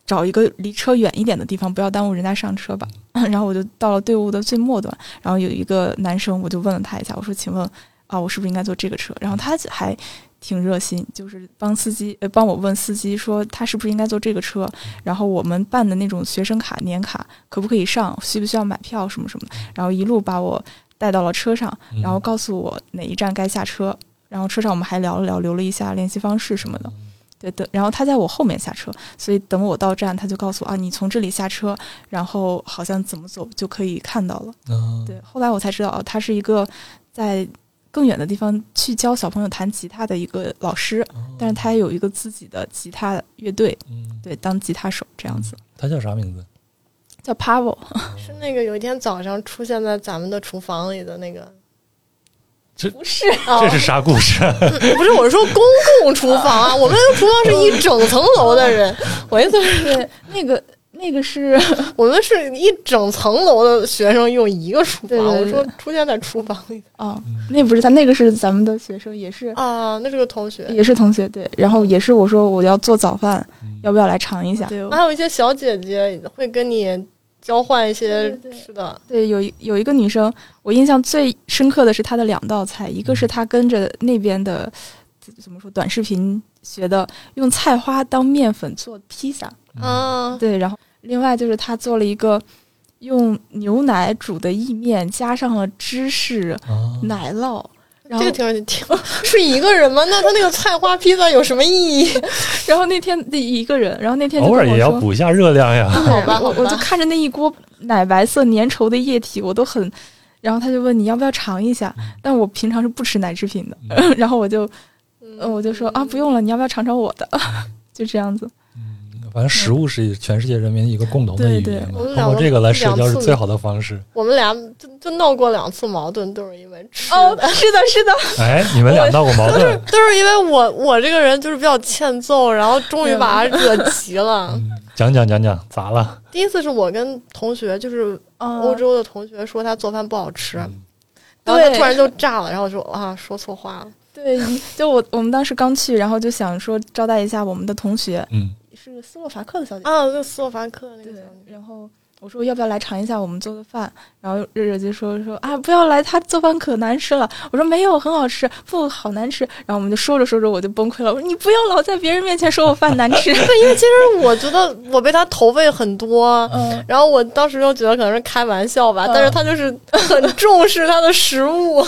[SPEAKER 2] 找一个离车远一点的地方，不要耽误人家上车吧。 然后我就到了队伍的最末端，然后有一个男生，我就问了他一下，我说：“请问啊，我是不是应该坐这个车？”然后他还挺热心，就是帮司机呃帮我问司机说他是不是应该坐这个车，然后我们办的那种学生卡年卡可不可以上，需不需要买票什么什么的，然后一路把我带到了车上，
[SPEAKER 1] 嗯
[SPEAKER 2] 然后告诉我哪一站该下车。然后车上我们还聊了聊，留了一下联系方式什么
[SPEAKER 1] 嗯
[SPEAKER 2] 的。对等，然后他在我后面下车，所以等我到站，他就告诉我啊，你从这里下车，然后好像怎么走就可以看到了。
[SPEAKER 1] 嗯，
[SPEAKER 2] 对，后来我才知道，啊他是一个在更远的地方去教小朋友弹吉他的一个老师，
[SPEAKER 1] 嗯，
[SPEAKER 2] 但是他有一个自己的吉他乐队，
[SPEAKER 1] 嗯，
[SPEAKER 2] 对，当吉他手这样子，
[SPEAKER 1] 他叫啥名字？
[SPEAKER 2] 叫 Pavel。
[SPEAKER 3] 是那个有一天早上出现在咱们的厨房里的那个。
[SPEAKER 1] 这
[SPEAKER 3] 不是，哦
[SPEAKER 1] 这是啥故事？
[SPEAKER 3] 不是，我是说公 共厨房啊，我们厨房是一整层楼的人。我意思是，
[SPEAKER 2] 对，那个那个是
[SPEAKER 3] 我们是一整层楼的学生用一个书
[SPEAKER 2] 对
[SPEAKER 3] 房，
[SPEAKER 2] 对
[SPEAKER 3] 我
[SPEAKER 2] 对
[SPEAKER 3] 说出现在厨房里
[SPEAKER 2] 哦， 那不是他，那个是咱们的学生，也是
[SPEAKER 3] 啊，那是个同学，
[SPEAKER 2] 也是同学对，然后也是我说我要做早饭，
[SPEAKER 1] 嗯
[SPEAKER 2] 要不要来尝一下？啊
[SPEAKER 4] 对
[SPEAKER 3] 还有一些小姐姐会跟你交换一些
[SPEAKER 2] 对对对
[SPEAKER 3] 吃的，
[SPEAKER 2] 对，有一有一个女生，我印象最深刻的是她的两道菜，一个是她跟着那边的怎么说短视频学的，用菜花当面粉做披萨，
[SPEAKER 1] 嗯
[SPEAKER 3] 啊，
[SPEAKER 2] 对，然后另外就是她做了一个用牛奶煮的意面，加上了芝士、
[SPEAKER 1] 啊，
[SPEAKER 2] 奶酪，然后
[SPEAKER 3] 这个挺有挺 是一个人吗？那他那个菜花披萨有什么意义？
[SPEAKER 2] 然后那天那一个人，然后那天就
[SPEAKER 1] 偶尔
[SPEAKER 2] 跟我
[SPEAKER 1] 也要
[SPEAKER 2] 说
[SPEAKER 1] 补一下热量 呀。
[SPEAKER 2] 对
[SPEAKER 3] 好吧
[SPEAKER 2] 我
[SPEAKER 3] 好吧
[SPEAKER 2] 我就看着那一锅奶白色粘稠的液体，我都很。然后他就问你要不要尝一下，但我平常是不吃奶制品的， 然后我就
[SPEAKER 3] 嗯
[SPEAKER 2] 呃我就说啊不用了，你要不要尝尝我的？ 就这样子。
[SPEAKER 1] 反正食物是全世界人民一个共同的
[SPEAKER 2] 对
[SPEAKER 1] 语
[SPEAKER 2] 对
[SPEAKER 1] 言嘛
[SPEAKER 3] 我，们
[SPEAKER 1] 通
[SPEAKER 3] 两
[SPEAKER 1] 过
[SPEAKER 3] 个
[SPEAKER 1] 这个来社交
[SPEAKER 3] 两
[SPEAKER 1] 是
[SPEAKER 3] 次
[SPEAKER 1] 最好的方式。
[SPEAKER 3] 我们俩就就闹过两次矛盾，都是因为吃的。
[SPEAKER 2] 哦，是的，是 的，
[SPEAKER 1] 哎，你们俩闹过矛盾？
[SPEAKER 3] 都是因为我我这个人就是比较欠揍，然后终于把他惹急 了。
[SPEAKER 1] 嗯讲讲讲讲，咋了？
[SPEAKER 3] 第一次是我跟同学，就是欧
[SPEAKER 2] 嗯，
[SPEAKER 3] 洲的同学说他做饭不好吃，
[SPEAKER 1] 嗯
[SPEAKER 3] 然后他
[SPEAKER 2] 对
[SPEAKER 3] 突然就炸了，然后我说啊说错话了，
[SPEAKER 2] 对，就我我们当时刚去，然后就想说招待一下我们的同学，
[SPEAKER 1] 嗯，
[SPEAKER 2] 是斯洛伐克的小姐姐，
[SPEAKER 3] 啊，那斯洛伐克那个
[SPEAKER 2] 对
[SPEAKER 3] 小女，
[SPEAKER 2] 然后。我说要不要来尝一下我们做的饭？然后热热就说说啊，不要来，他做饭可难吃了。我说没有，很好吃，不好难吃。然后我们就说着说着我就崩溃了，我说你不要老在别人面前说我饭难吃。
[SPEAKER 3] 对，因为其实我觉得我被他投喂很多，
[SPEAKER 2] 嗯，
[SPEAKER 3] 然后我当时就觉得可能是开玩笑吧，
[SPEAKER 2] 嗯
[SPEAKER 3] 但是他就是很重视他的食物。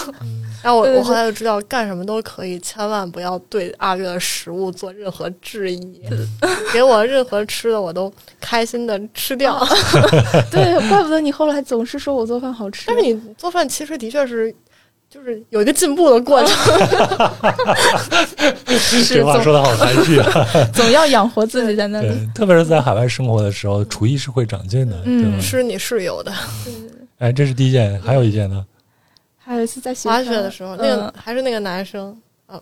[SPEAKER 3] 然后我
[SPEAKER 2] 对对
[SPEAKER 3] 我
[SPEAKER 2] 对
[SPEAKER 3] 后来就知道干什么都可以，千万不要对阿月的食物做任何质疑。给我任何吃的我都开心的吃 掉。
[SPEAKER 2] 对，怪不得你后来总是说我做饭好吃。
[SPEAKER 3] 但是你做饭其实的确是，就是有一个进步的过程。
[SPEAKER 1] 这话说的好含蓄啊。
[SPEAKER 2] 总要养活自己在那里。
[SPEAKER 1] 对，特别是在海外生活的时候，厨艺是会长进的，
[SPEAKER 2] 嗯
[SPEAKER 1] 对吧？
[SPEAKER 3] 吃你室友的
[SPEAKER 1] 哎，这是第一件，还有一件呢。
[SPEAKER 2] 还有一次在学
[SPEAKER 3] 滑雪的时候，那个
[SPEAKER 2] 嗯
[SPEAKER 3] 还是那个男生，嗯，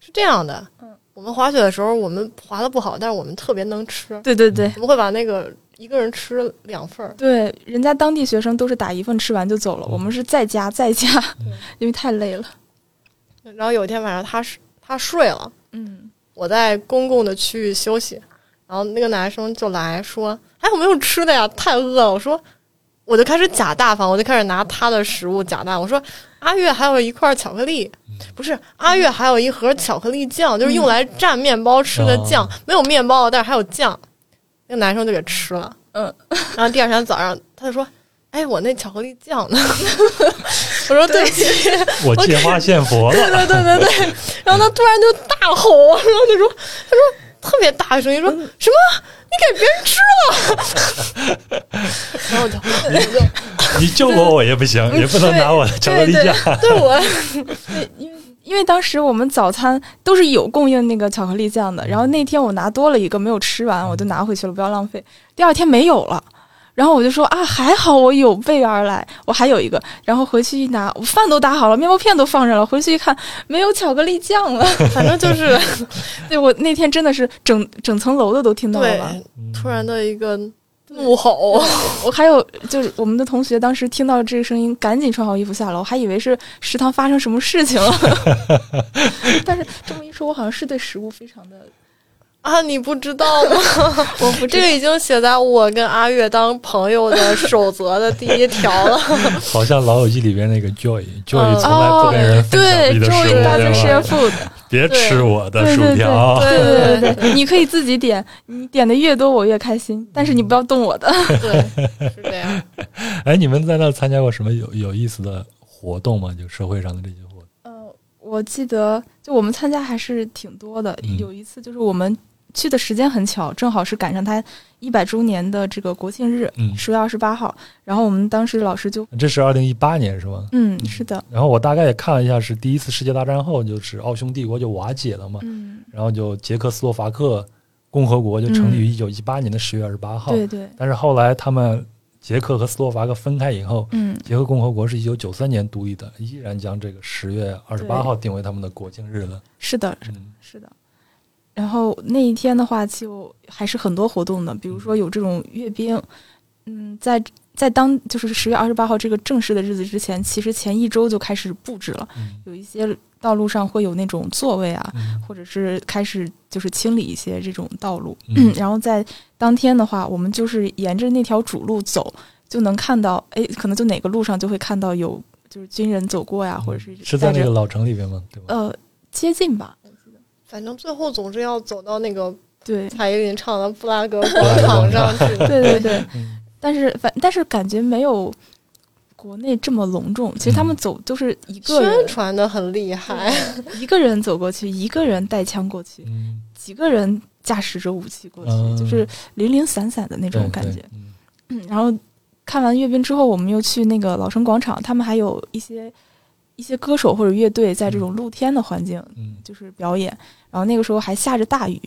[SPEAKER 3] 是这样的。我们滑雪的时候，我们滑的不好，但是我们特别能吃，
[SPEAKER 2] 对对对
[SPEAKER 3] 我们会把那个一个人吃两份儿。
[SPEAKER 2] 对，人家当地学生都是打一份吃完就走了，我们是在家在家， 因为太累了。
[SPEAKER 3] 然后有一天晚上他是他睡了，
[SPEAKER 2] 嗯，
[SPEAKER 3] 我在公共的区域休息，然后那个男生就来说：“哎，我没有吃的呀，太饿了。”我说。我就开始假大方，我就开始拿他的食物假大方。我说：“阿月还有一块巧克力，不是阿月还有一盒巧克力酱，就是用来蘸面包吃的酱，没有面包，但是还有酱。”那个男生就给吃了。
[SPEAKER 2] 嗯，
[SPEAKER 3] 然后第二天早上他就说：“哎，我那巧克力酱呢？” 我说：“对不起，
[SPEAKER 1] 我借花献佛了。
[SPEAKER 3] 对对对对，然后他突然就大吼，然后就说，他说特别大声音说什么？你给别人吃了？然后我就
[SPEAKER 1] 你救过我也不行，也不能拿我的巧克力酱。
[SPEAKER 3] 对我
[SPEAKER 2] 对，因为因为当时我们早餐都是有供应那个巧克力酱的，然后那天我拿多了一个没有吃完，我就拿回去了，不要浪费。第二天没有了。然后我就说啊，还好我有备而来，我还有一个。然后回去一拿，我饭都打好了，面包片都放上了。回去一看，没有巧克力酱了。
[SPEAKER 3] 反正就是
[SPEAKER 2] 对我那天真的是整整层楼的都听到了吧。
[SPEAKER 3] 对
[SPEAKER 1] 嗯
[SPEAKER 3] 突然的一个怒吼，
[SPEAKER 2] 我还有就是我们的同学当时听到这个声音，赶紧穿好衣服下楼，还以为是食堂发生什么事情了。但是这么一说，我好像是对食物非常的，
[SPEAKER 3] 啊，你不知道吗？
[SPEAKER 2] 我不
[SPEAKER 3] 这个已经写在我跟阿月当朋友的守则的第一条了。
[SPEAKER 1] 好像《老友记》里边那个 Joy，Joy
[SPEAKER 3] 嗯
[SPEAKER 1] 从来不跟人分享自己
[SPEAKER 2] 对，
[SPEAKER 1] 的
[SPEAKER 2] 终
[SPEAKER 1] 食
[SPEAKER 2] 于
[SPEAKER 1] 物，
[SPEAKER 2] 大家
[SPEAKER 1] 对
[SPEAKER 2] share
[SPEAKER 1] 吧？
[SPEAKER 2] food，
[SPEAKER 1] 别吃我的
[SPEAKER 2] 对
[SPEAKER 1] 薯
[SPEAKER 2] 对
[SPEAKER 1] 条。
[SPEAKER 2] 对对
[SPEAKER 3] 对
[SPEAKER 2] 对对，你可以自己点，你点的越多我越开心，但是你不要动我的。
[SPEAKER 3] 对，是这样。
[SPEAKER 1] 哎，你们在那儿参加过什么有有意思的活动吗？就社会上的这些活动？
[SPEAKER 2] 呃，我记得就我们参加还是挺多的，
[SPEAKER 1] 嗯
[SPEAKER 2] 有一次就是我们去的时间很巧，正好是赶上他一百周年的这个国庆日，
[SPEAKER 1] 嗯
[SPEAKER 2] 十月二十八号。然后我们当时老师就，
[SPEAKER 1] 这是二零一八年是吗？
[SPEAKER 2] 嗯，是的，
[SPEAKER 1] 然后我大概也看了一下，是第一次世界大战后，就是奥匈帝国就瓦解了嘛，
[SPEAKER 2] 嗯，
[SPEAKER 1] 然后就捷克斯洛伐克共和国就成立于一九一八年的十月二十八号。
[SPEAKER 2] 对对，
[SPEAKER 1] 但是后来他们捷克和斯洛伐克分开以后，
[SPEAKER 2] 嗯，
[SPEAKER 1] 捷克共和国是一九九三年独立的，依然将这个十月二十八号定为他们的国庆日了。
[SPEAKER 2] 是的，
[SPEAKER 1] 嗯，
[SPEAKER 2] 是的。然后那一天的话，就还是很多活动的，比如说有这种阅兵，嗯，在在当就是十月二十八号这个正式的日子之前，其实前一周就开始布置了，
[SPEAKER 1] 嗯
[SPEAKER 2] 有一些道路上会有那种座位啊，
[SPEAKER 1] 嗯
[SPEAKER 2] 或者是开始就是清理一些这种道路。
[SPEAKER 1] 嗯
[SPEAKER 2] 然后在当天的话，我们就是沿着那条主路走，就能看到，哎，可能就哪个路上就会看到有就是军人走过啊呀，或者是
[SPEAKER 1] 嗯是在那
[SPEAKER 2] 带着
[SPEAKER 1] 个老城里边吗？对吧？
[SPEAKER 2] 呃接近吧，
[SPEAKER 3] 反正最后总是要走到那个
[SPEAKER 2] 对
[SPEAKER 3] 蔡依林唱的《布拉格广场》上去。
[SPEAKER 2] 对对对，
[SPEAKER 1] 嗯
[SPEAKER 2] 但是反但是感觉没有国内这么隆重，其
[SPEAKER 1] 嗯
[SPEAKER 2] 实他们走都是一个人
[SPEAKER 3] 宣传的很厉害，
[SPEAKER 2] 一个人走过去，一个人带枪过去，
[SPEAKER 1] 嗯，
[SPEAKER 2] 几个人驾驶着武器过去，
[SPEAKER 1] 嗯
[SPEAKER 2] 就是零零散散的那
[SPEAKER 1] 对
[SPEAKER 2] 种感觉。。
[SPEAKER 1] 对嗯
[SPEAKER 2] 嗯，然后看完阅兵之后，我们又去那个老城广场，他们还有一些一些歌手或者乐队在这种露天的环境
[SPEAKER 1] 嗯
[SPEAKER 2] 就是表演，然后那个时候还下着大雨。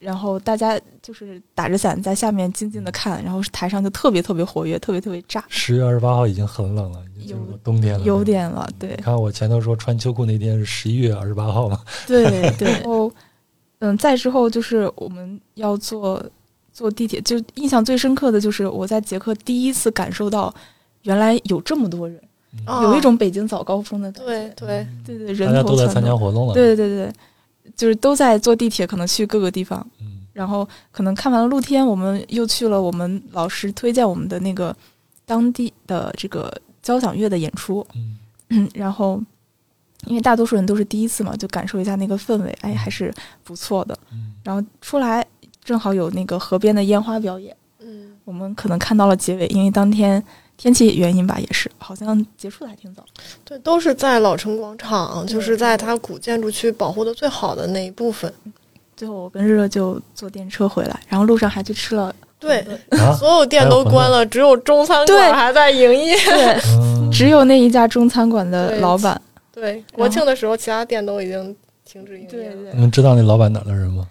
[SPEAKER 2] 然后大家就是打着伞在下面静静的看，然后台上就特别特别活跃，特别特别炸，
[SPEAKER 1] 十月二十八号已经很冷了，已经进入了冬天了。
[SPEAKER 2] 有。点了，对
[SPEAKER 1] 你看我前头说穿秋裤那天是十一月二十八号嘛，
[SPEAKER 2] 对对。然后，嗯，再之后就是我们要坐坐地铁，就印象最深刻的就是我在捷克第一次感受到，原来有这么多人，
[SPEAKER 1] 嗯
[SPEAKER 3] 啊
[SPEAKER 2] 有一种北京早高峰的感觉。
[SPEAKER 3] 对对，
[SPEAKER 2] 哦对对，
[SPEAKER 1] 大
[SPEAKER 2] 人
[SPEAKER 1] 家
[SPEAKER 2] 头
[SPEAKER 1] 都在
[SPEAKER 2] 攒
[SPEAKER 1] 参加
[SPEAKER 2] 动
[SPEAKER 1] 活动了。，
[SPEAKER 2] 对对对，就是都在坐地铁，可能去各个地方，
[SPEAKER 1] 嗯
[SPEAKER 2] 然后可能看完了露天，我们又去了我们老师推荐我们的那个当地的这个交响乐的演出。
[SPEAKER 1] 嗯
[SPEAKER 2] 嗯，然后因为大多数人都是第一次嘛，就感受一下那个氛围，哎，还是不错的。
[SPEAKER 1] 嗯，
[SPEAKER 2] 然后出来正好有那个河边的烟花表演，
[SPEAKER 3] 嗯，
[SPEAKER 2] 我们可能看到了结尾，因为当天天气原因吧，也是好像结束的还挺早。
[SPEAKER 3] 对，都是在老城广场，就是在它古建筑区保护的最好的那一部分。
[SPEAKER 2] 最后我跟热热就坐电车回来，然后路上还去吃了
[SPEAKER 3] 对，
[SPEAKER 1] 啊，
[SPEAKER 3] 所有店都关了，只有中餐
[SPEAKER 2] 对
[SPEAKER 3] 馆还在营业。
[SPEAKER 2] 对，
[SPEAKER 1] 嗯
[SPEAKER 2] 只有那一家中餐馆的
[SPEAKER 3] 对
[SPEAKER 2] 老板，
[SPEAKER 3] 对，国庆的时候其他店都已经停止营业
[SPEAKER 2] 啊对
[SPEAKER 3] 了。
[SPEAKER 1] 你
[SPEAKER 2] 对，
[SPEAKER 1] 们知道那老板哪儿的人吗？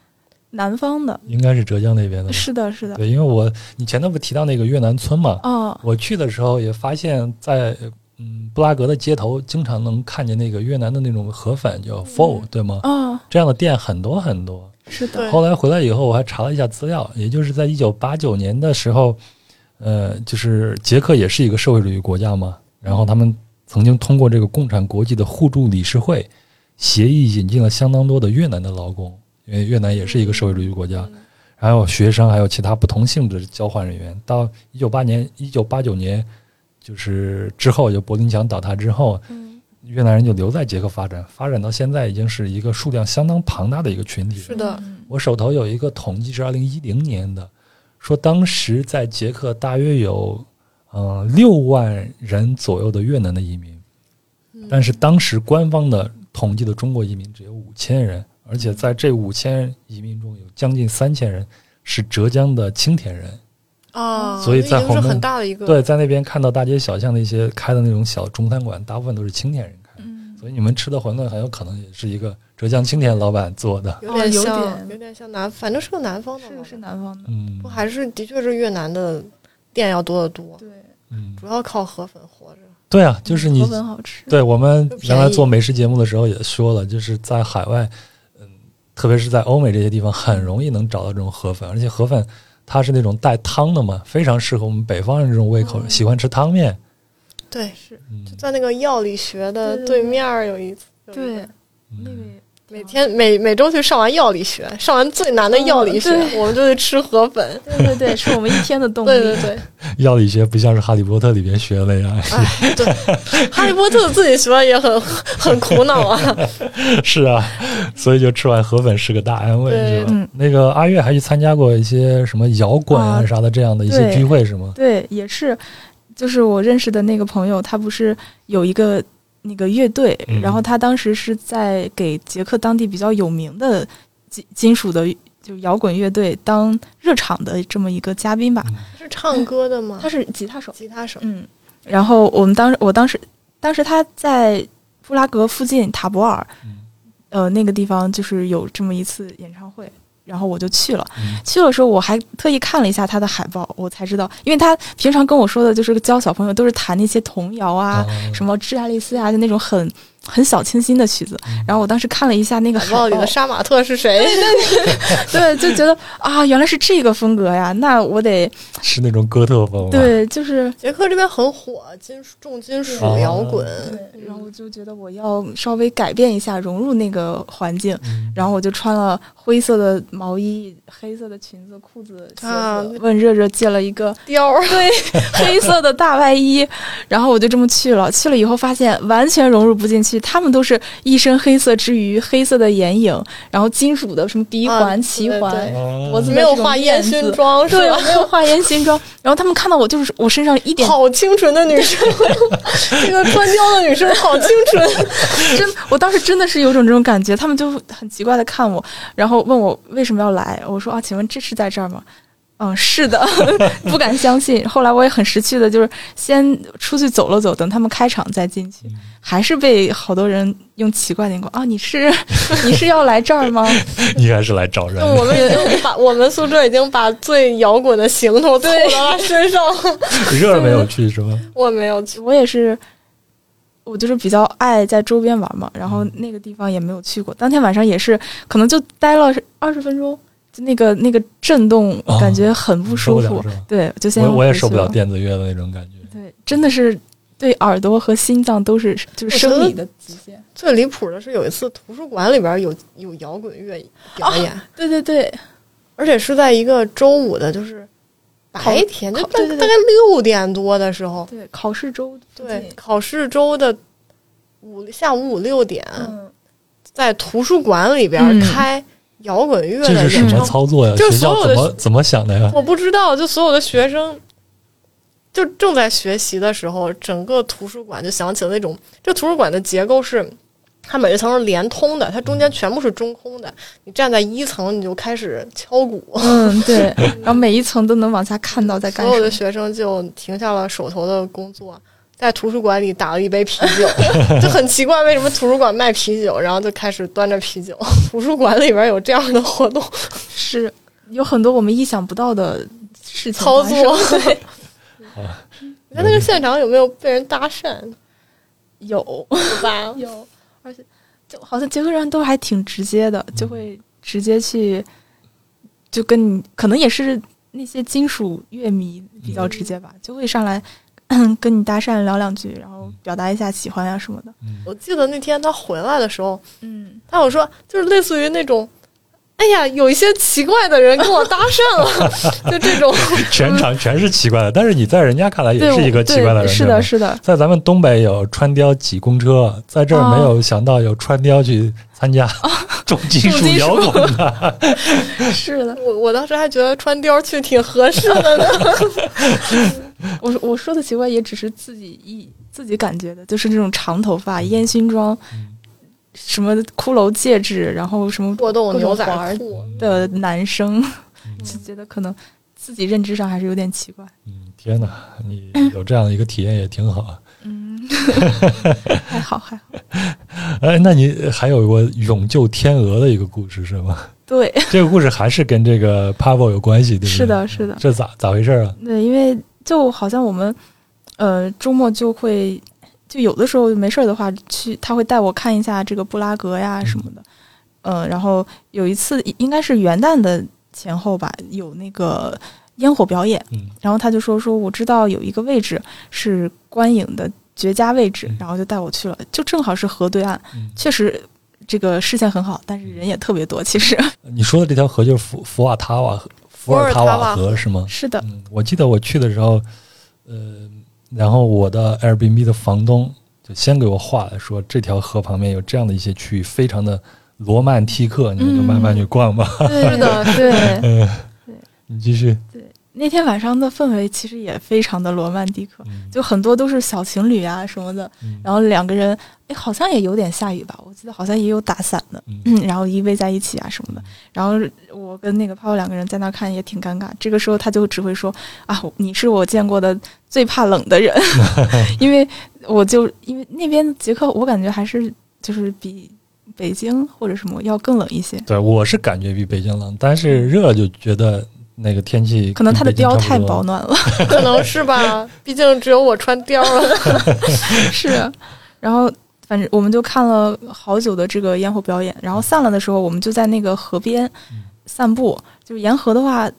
[SPEAKER 2] 南方的，
[SPEAKER 1] 应该是浙江那边的吧。
[SPEAKER 2] 是的，是的，
[SPEAKER 1] 对，因为我你前头不提到那个越南村嘛，
[SPEAKER 2] 哦，
[SPEAKER 1] 我去的时候也发现在，嗯布拉格的街头经常能看见那个越南的那种河粉，叫 pho，、对吗？
[SPEAKER 2] 哦，
[SPEAKER 1] 这样的店很多很多。
[SPEAKER 2] 是的，
[SPEAKER 3] 对
[SPEAKER 1] 后来回来以后，我还查了一下资料，也就是在一九八九年的时候，呃，就是捷克也是一个社会主义国家嘛，然后他们曾经通过这个共产国际的互助理事会协议，引进了相当多的越南的劳工，因为越南也是一个社会主义国家，
[SPEAKER 3] 嗯
[SPEAKER 1] 还有学生，还有其他不同性质的交换人员。到一九八年、一九八九年，就是之后，就柏林墙倒塌之后，
[SPEAKER 2] 嗯，
[SPEAKER 1] 越南人就留在捷克发展，发展到现在已经是一个数量相当庞大的一个群体了。
[SPEAKER 3] 是的，
[SPEAKER 2] 嗯
[SPEAKER 1] 我手头有一个统计是二零一零年的，说当时在捷克大约有嗯六、6万人左右的越南的移民，
[SPEAKER 3] 嗯
[SPEAKER 1] 但是当时官方的统计的中国移民只有五千人，而且在这五千移民中有将近三千人是浙江的青田人。
[SPEAKER 2] 嗯
[SPEAKER 3] 啊，
[SPEAKER 1] 所以在
[SPEAKER 3] 已经
[SPEAKER 1] 红
[SPEAKER 3] 是
[SPEAKER 1] 灯
[SPEAKER 3] 很大的一个
[SPEAKER 1] 对，在那边看到大街小巷那些开的那种小中餐馆，大部分都是青田人开的，
[SPEAKER 2] 嗯，
[SPEAKER 1] 所以你们吃的馄饨很有可能也是一个浙江青田老板做的。
[SPEAKER 3] 有
[SPEAKER 2] 哦
[SPEAKER 3] 点
[SPEAKER 2] 有
[SPEAKER 3] 像，
[SPEAKER 2] 点
[SPEAKER 3] 有点像南，反正是个南方的
[SPEAKER 2] 是
[SPEAKER 3] 嘛，
[SPEAKER 2] 是南方的，
[SPEAKER 1] 嗯
[SPEAKER 3] 不，还是的确是越南的店要多得多，
[SPEAKER 2] 对，
[SPEAKER 1] 嗯，
[SPEAKER 3] 主要靠河粉活着。
[SPEAKER 1] 对啊，就是你
[SPEAKER 2] 河粉好吃，
[SPEAKER 1] 对我们
[SPEAKER 3] 就便
[SPEAKER 1] 原来
[SPEAKER 3] 宜
[SPEAKER 1] 做美食节目的时候也说了，就是在海外，嗯，特别是在欧美这些地方，很容易能找到这种河粉，而且河粉它是那种带汤的嘛，非常适合我们北方人这种胃口，
[SPEAKER 3] 嗯
[SPEAKER 1] 喜欢吃汤面。
[SPEAKER 3] 对，
[SPEAKER 1] 嗯，
[SPEAKER 3] 在那个药理学的
[SPEAKER 2] 对对
[SPEAKER 3] 对面儿有一有一个
[SPEAKER 2] 对，那
[SPEAKER 1] 嗯
[SPEAKER 2] 位
[SPEAKER 3] 每天每每周去上完药理学，上完最难的药理学，
[SPEAKER 2] 嗯对嗯
[SPEAKER 3] 我们就去吃河粉。
[SPEAKER 2] 对对对，是我们一天的动力。
[SPEAKER 3] 对对对，
[SPEAKER 1] 药理学不像是《哈利波特》里边学的那样，
[SPEAKER 3] 哎，对，哈利波特自己学也很很苦恼啊。
[SPEAKER 1] 是啊，所以就吃碗河粉是个大安慰，
[SPEAKER 3] 对
[SPEAKER 1] 是吧？
[SPEAKER 2] 嗯
[SPEAKER 1] 那个阿月还去参加过一些什么摇滚啊
[SPEAKER 2] 啊
[SPEAKER 1] 啥的这样的一些
[SPEAKER 2] 对
[SPEAKER 1] 聚会，是吗？
[SPEAKER 2] 对也是，就是我认识的那个朋友，他不是有一个那个乐队，
[SPEAKER 1] 嗯
[SPEAKER 2] 然后他当时是在给捷克当地比较有名的金金属的就摇滚乐队当热场的这么一个嘉宾吧，
[SPEAKER 1] 嗯
[SPEAKER 3] 是唱歌的吗
[SPEAKER 2] 他？是吉他手，
[SPEAKER 3] 吉他手。
[SPEAKER 2] 嗯，然后我们当时我当时当时他在布拉格附近塔博尔，
[SPEAKER 1] 嗯
[SPEAKER 2] 呃，那个地方就是有这么一次演唱会，然后我就去了。
[SPEAKER 1] 嗯
[SPEAKER 2] 去的时候我还特意看了一下他的海报，我才知道，因为他平常跟我说的就是教小朋友都是弹那些童谣啊，
[SPEAKER 1] 啊
[SPEAKER 2] 什么《致爱丽丝》啊，就那种很很小清新的曲子。
[SPEAKER 1] 嗯
[SPEAKER 2] 然后我当时看了一下那个
[SPEAKER 3] 海
[SPEAKER 2] 海
[SPEAKER 3] 报
[SPEAKER 2] 报
[SPEAKER 3] 里 的杀马特是谁？
[SPEAKER 2] 对，就觉得啊，原来是这个风格呀，那我得
[SPEAKER 1] 是那种哥特风吗？，
[SPEAKER 2] 对，就是，
[SPEAKER 3] 捷克这边很火，金属重金属
[SPEAKER 1] 哦
[SPEAKER 3] 摇滚。
[SPEAKER 2] 嗯然
[SPEAKER 3] 嗯
[SPEAKER 2] 后我就觉得我要稍微改变一下，融入那个环境，
[SPEAKER 1] 嗯、
[SPEAKER 2] 然后我就穿了灰色的毛衣、黑色的裙子、裤子、鞋子，
[SPEAKER 3] 啊
[SPEAKER 2] 问热热借了一 个
[SPEAKER 3] 貂儿
[SPEAKER 2] 对黑色的大外衣，然后我就这么去了。去了以后发现完全融入不进去，他们都是一身黑色之余，黑色的眼影，然后金属的什么鼻
[SPEAKER 3] 啊
[SPEAKER 2] 环、齐
[SPEAKER 3] 对
[SPEAKER 2] 环，
[SPEAKER 3] 对
[SPEAKER 1] 哦
[SPEAKER 2] 脖子
[SPEAKER 3] 没有化烟熏妆是
[SPEAKER 2] 对，
[SPEAKER 3] 吧
[SPEAKER 2] 我？没有化烟熏妆。然后他们看到我，就是我身上一点
[SPEAKER 3] 好清纯的女生，这个穿貂的女生好清纯。
[SPEAKER 2] 真， 我当时真的是有种这种感觉。他们就很奇怪的看我，然后问我为什么要来。我说啊，请问这是在这儿吗？嗯，是的， 不敢相信。后来我也很识趣的，就是先出去走了走，等他们开场再进
[SPEAKER 1] 嗯
[SPEAKER 2] 去，还是被好多人用奇怪的眼光啊，你是 你是要来这儿吗？
[SPEAKER 1] 你还是来找人
[SPEAKER 3] 就我们已经把我们宿舍已经把最摇滚的行头凑到了身上。
[SPEAKER 1] 热热没有去是吗？
[SPEAKER 3] 我没有去，
[SPEAKER 2] 我也是，我就是比较爱在周边玩嘛，然后
[SPEAKER 1] 嗯
[SPEAKER 2] 那个地方也没有去过。当天晚上也是，可能就待了二十分钟，就那个那个震动
[SPEAKER 1] 哦
[SPEAKER 2] 感觉很 不舒
[SPEAKER 1] 受
[SPEAKER 2] 服。
[SPEAKER 1] 不了是吧？
[SPEAKER 2] 对，就先
[SPEAKER 1] 我我也受不了
[SPEAKER 2] 回去
[SPEAKER 1] 电子乐的那种感觉。
[SPEAKER 2] 对，真的是对耳朵和心脏都是就是生理的极限。
[SPEAKER 3] 最离谱的是有一次图书馆里边有有摇滚乐表演，
[SPEAKER 2] 对对对，
[SPEAKER 3] 而且是在一个周五的，就是
[SPEAKER 2] 考
[SPEAKER 3] 白天，就
[SPEAKER 2] 考
[SPEAKER 3] 大
[SPEAKER 2] 对对对
[SPEAKER 3] 大概六点多的时候，
[SPEAKER 2] 对考试周附近
[SPEAKER 3] 对，考试周的五下午五六点，
[SPEAKER 2] 嗯，
[SPEAKER 3] 在图书馆里边
[SPEAKER 2] 嗯
[SPEAKER 3] 开摇滚乐
[SPEAKER 1] 这是
[SPEAKER 3] 的
[SPEAKER 1] 什
[SPEAKER 3] 演
[SPEAKER 1] 么
[SPEAKER 3] 唱会，
[SPEAKER 1] 操作呀？
[SPEAKER 3] 就
[SPEAKER 1] 学
[SPEAKER 3] 是
[SPEAKER 1] 校
[SPEAKER 3] 所
[SPEAKER 1] 怎
[SPEAKER 3] 有的
[SPEAKER 1] 么怎么想 的呀？
[SPEAKER 3] 我不知道，就所有的学生。就正在学习的时候，整个图书馆就想起了那种，这图书馆的结构是，它每一层是连通的，它中间全部是中空的。你站在一层，你就开始敲鼓，
[SPEAKER 2] 嗯 对，然后每一层都能往下看到在干
[SPEAKER 3] 所有
[SPEAKER 2] 什
[SPEAKER 3] 的
[SPEAKER 2] 么。
[SPEAKER 3] 学生就停下了手头的工作，在图书馆里打了一杯啤 酒，就很奇怪为什么图书馆卖啤酒，然后就开始端着啤酒。图书馆里边有这样的 活动
[SPEAKER 2] 是有很多我们意想不到的事情
[SPEAKER 3] 操
[SPEAKER 2] 发生
[SPEAKER 3] 作， 对。你看那个现场有没有被人搭讪？
[SPEAKER 2] 有。
[SPEAKER 3] 有吧，
[SPEAKER 2] 有，而且就好像捷克人都还挺直接的，就会直接去，就跟你可能也是那些金属乐迷比较直接吧，就会上来 跟你搭讪聊两句，然后表达一下喜欢呀、什么的。
[SPEAKER 1] 嗯
[SPEAKER 3] 我记得那天他回来的时候，
[SPEAKER 2] 嗯，
[SPEAKER 3] 他有说就是类似于那种。哎呀，有一些奇怪的人跟我搭讪了， 就这种，
[SPEAKER 1] 全场 全是奇怪的，但是你在人家看来也
[SPEAKER 2] 对，
[SPEAKER 1] 是一个
[SPEAKER 2] 我
[SPEAKER 1] 奇
[SPEAKER 2] 对
[SPEAKER 1] 怪的人，
[SPEAKER 2] 是
[SPEAKER 1] 对吧
[SPEAKER 2] 的，是 的，
[SPEAKER 1] 在咱们东北有穿貂挤公车，在这儿
[SPEAKER 2] 啊哦
[SPEAKER 1] 没有想到有穿貂去参加 重金属摇滚 的，
[SPEAKER 2] 是的。
[SPEAKER 3] 我我当时还觉得穿貂去挺合适的呢。
[SPEAKER 2] 我说我说的奇怪也只是自己一自己感觉的，就是那种长头发、烟熏妆
[SPEAKER 1] 嗯、
[SPEAKER 2] 什么骷髅戒指，然后什么
[SPEAKER 3] 破洞
[SPEAKER 2] 各种
[SPEAKER 3] 牛仔
[SPEAKER 2] 环儿
[SPEAKER 3] 裤，
[SPEAKER 2] 的男生， 就觉得可能自己认知上还是有点奇怪。
[SPEAKER 1] 嗯，天哪，你有这样的一个体验也挺好。
[SPEAKER 2] 嗯， 还好还好。
[SPEAKER 1] 哎，那你还有过勇救天鹅的一个故事是 吗？
[SPEAKER 2] 对，
[SPEAKER 1] 这个故事还是跟这个 Pavel 有关系，对不对？
[SPEAKER 2] 是的，是的，
[SPEAKER 1] 这咋咋回事啊？
[SPEAKER 2] 对，因为就好像我们，呃，周末就会，就有的时候没事儿的话，去他会带我看一下这个布拉格呀什么的。嗯、然后有一次应该是元旦的前后吧，有那个烟火表演，
[SPEAKER 1] 嗯
[SPEAKER 2] 然后他就说说我知道有一个位置是观影的绝佳位置
[SPEAKER 1] 嗯，
[SPEAKER 2] 然后就带我去了，就正好是河对岸，
[SPEAKER 1] 嗯，
[SPEAKER 2] 确实这个视线很好，但是人也特别多。其实
[SPEAKER 1] 你说的这条河就是福福瓦塔瓦河，福
[SPEAKER 3] 尔
[SPEAKER 1] 尔
[SPEAKER 3] 塔
[SPEAKER 1] 塔
[SPEAKER 3] 瓦河
[SPEAKER 1] 瓦河是吗？
[SPEAKER 2] 是的，
[SPEAKER 1] 嗯，我记得我去的时候，呃，然后我的 Airbnb 的房东就先给我画了，说这条河旁边有这样的一些区域，非常的罗曼蒂克，你们就慢慢
[SPEAKER 2] 嗯
[SPEAKER 1] 去逛吧。
[SPEAKER 2] 对
[SPEAKER 3] 是的，
[SPEAKER 2] 对。
[SPEAKER 1] 嗯，你继续。
[SPEAKER 2] 那天晚上的氛围其实也非常的罗曼蒂克，
[SPEAKER 1] 嗯，
[SPEAKER 2] 就很多都是小情侣啊什么的，
[SPEAKER 1] 嗯
[SPEAKER 2] 然后两个人，哎，好像也有点下雨吧，我记得好像也有打伞的，
[SPEAKER 1] 嗯
[SPEAKER 2] 嗯，然后依偎在一起啊什么的。然后我跟那个泡泡两个人在那看也挺尴尬，这个时候他就只会说啊，你是我见过的最怕冷 的人，因为我就因为那边捷克，我感觉还是就是比北京或者什么要更冷一些，
[SPEAKER 1] 对，我是感觉比北京冷，但是热就觉得那个天气
[SPEAKER 2] 可能他的
[SPEAKER 1] 跟北京
[SPEAKER 2] 貂
[SPEAKER 1] 差
[SPEAKER 2] 太
[SPEAKER 1] 不多
[SPEAKER 2] 保。暖了。
[SPEAKER 3] 可能是吧，毕竟只有我穿貂了。
[SPEAKER 2] 是，然后反正我们就看了好久的这个烟火表演，然后散了的时候，我们就在那个河边
[SPEAKER 1] 嗯
[SPEAKER 2] 散步。就是沿河的话，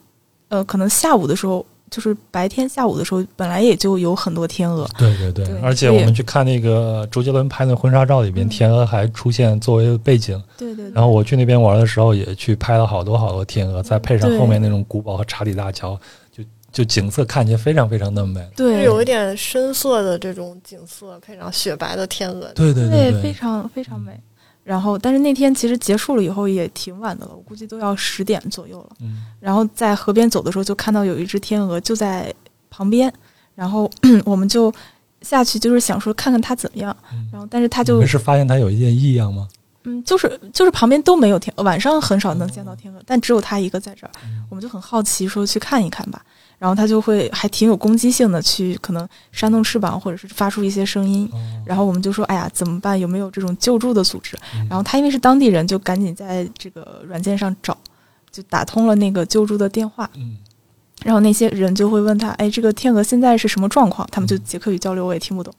[SPEAKER 2] 呃，可能下午的时候，就是白天下午的时候，本来也就有很多天鹅。
[SPEAKER 1] 对对对，
[SPEAKER 2] 对
[SPEAKER 1] 而且
[SPEAKER 2] 所以
[SPEAKER 1] 我们去看那个周杰伦拍的婚纱照里边，
[SPEAKER 2] 嗯
[SPEAKER 1] 天鹅还出现作为背景。
[SPEAKER 2] 对对
[SPEAKER 1] 然后我去那边玩的时候，也去拍了好多好多天鹅，再配上
[SPEAKER 2] 对
[SPEAKER 1] 后面那种古堡和查理大桥，就就景色看起来非常非常的美。
[SPEAKER 3] 就
[SPEAKER 2] 对
[SPEAKER 3] 有一点深色的这种景色，配上雪白的天鹅，
[SPEAKER 1] 对对
[SPEAKER 2] 对
[SPEAKER 1] 对
[SPEAKER 2] 非
[SPEAKER 1] 对，
[SPEAKER 2] 常非常
[SPEAKER 1] 嗯
[SPEAKER 2] 美。然后，但是那天其实结束了以后也挺晚的了，我估计都要十点左右了。
[SPEAKER 1] 嗯，
[SPEAKER 2] 然后在河边走的时候，就看到有一只天鹅就在旁边，然后 我们就下去，就是想说看看它怎么样。
[SPEAKER 1] 嗯
[SPEAKER 2] 然后，但是它
[SPEAKER 1] 你
[SPEAKER 2] 就
[SPEAKER 1] 们是发现它有一点异样吗？
[SPEAKER 2] 嗯，就是就是旁边都没有天鹅，晚上很少能见到天鹅，但只有它一个在这儿，我们就很好奇，说去看一看吧。然后它就会还挺有攻击性的，去可能扇动翅膀，或者是发出一些声音。
[SPEAKER 1] 哦
[SPEAKER 2] 然后我们就说，哎呀，怎么办？有没有这种救助的组织？
[SPEAKER 1] 嗯
[SPEAKER 2] 然后他因为是当地人，就赶紧在这个软件上找，就打通了那个救助的电话。
[SPEAKER 1] 嗯，
[SPEAKER 2] 然后那些人就会问他，哎，这个天鹅现在是什么状况？他们就捷克语交流，我也听不懂。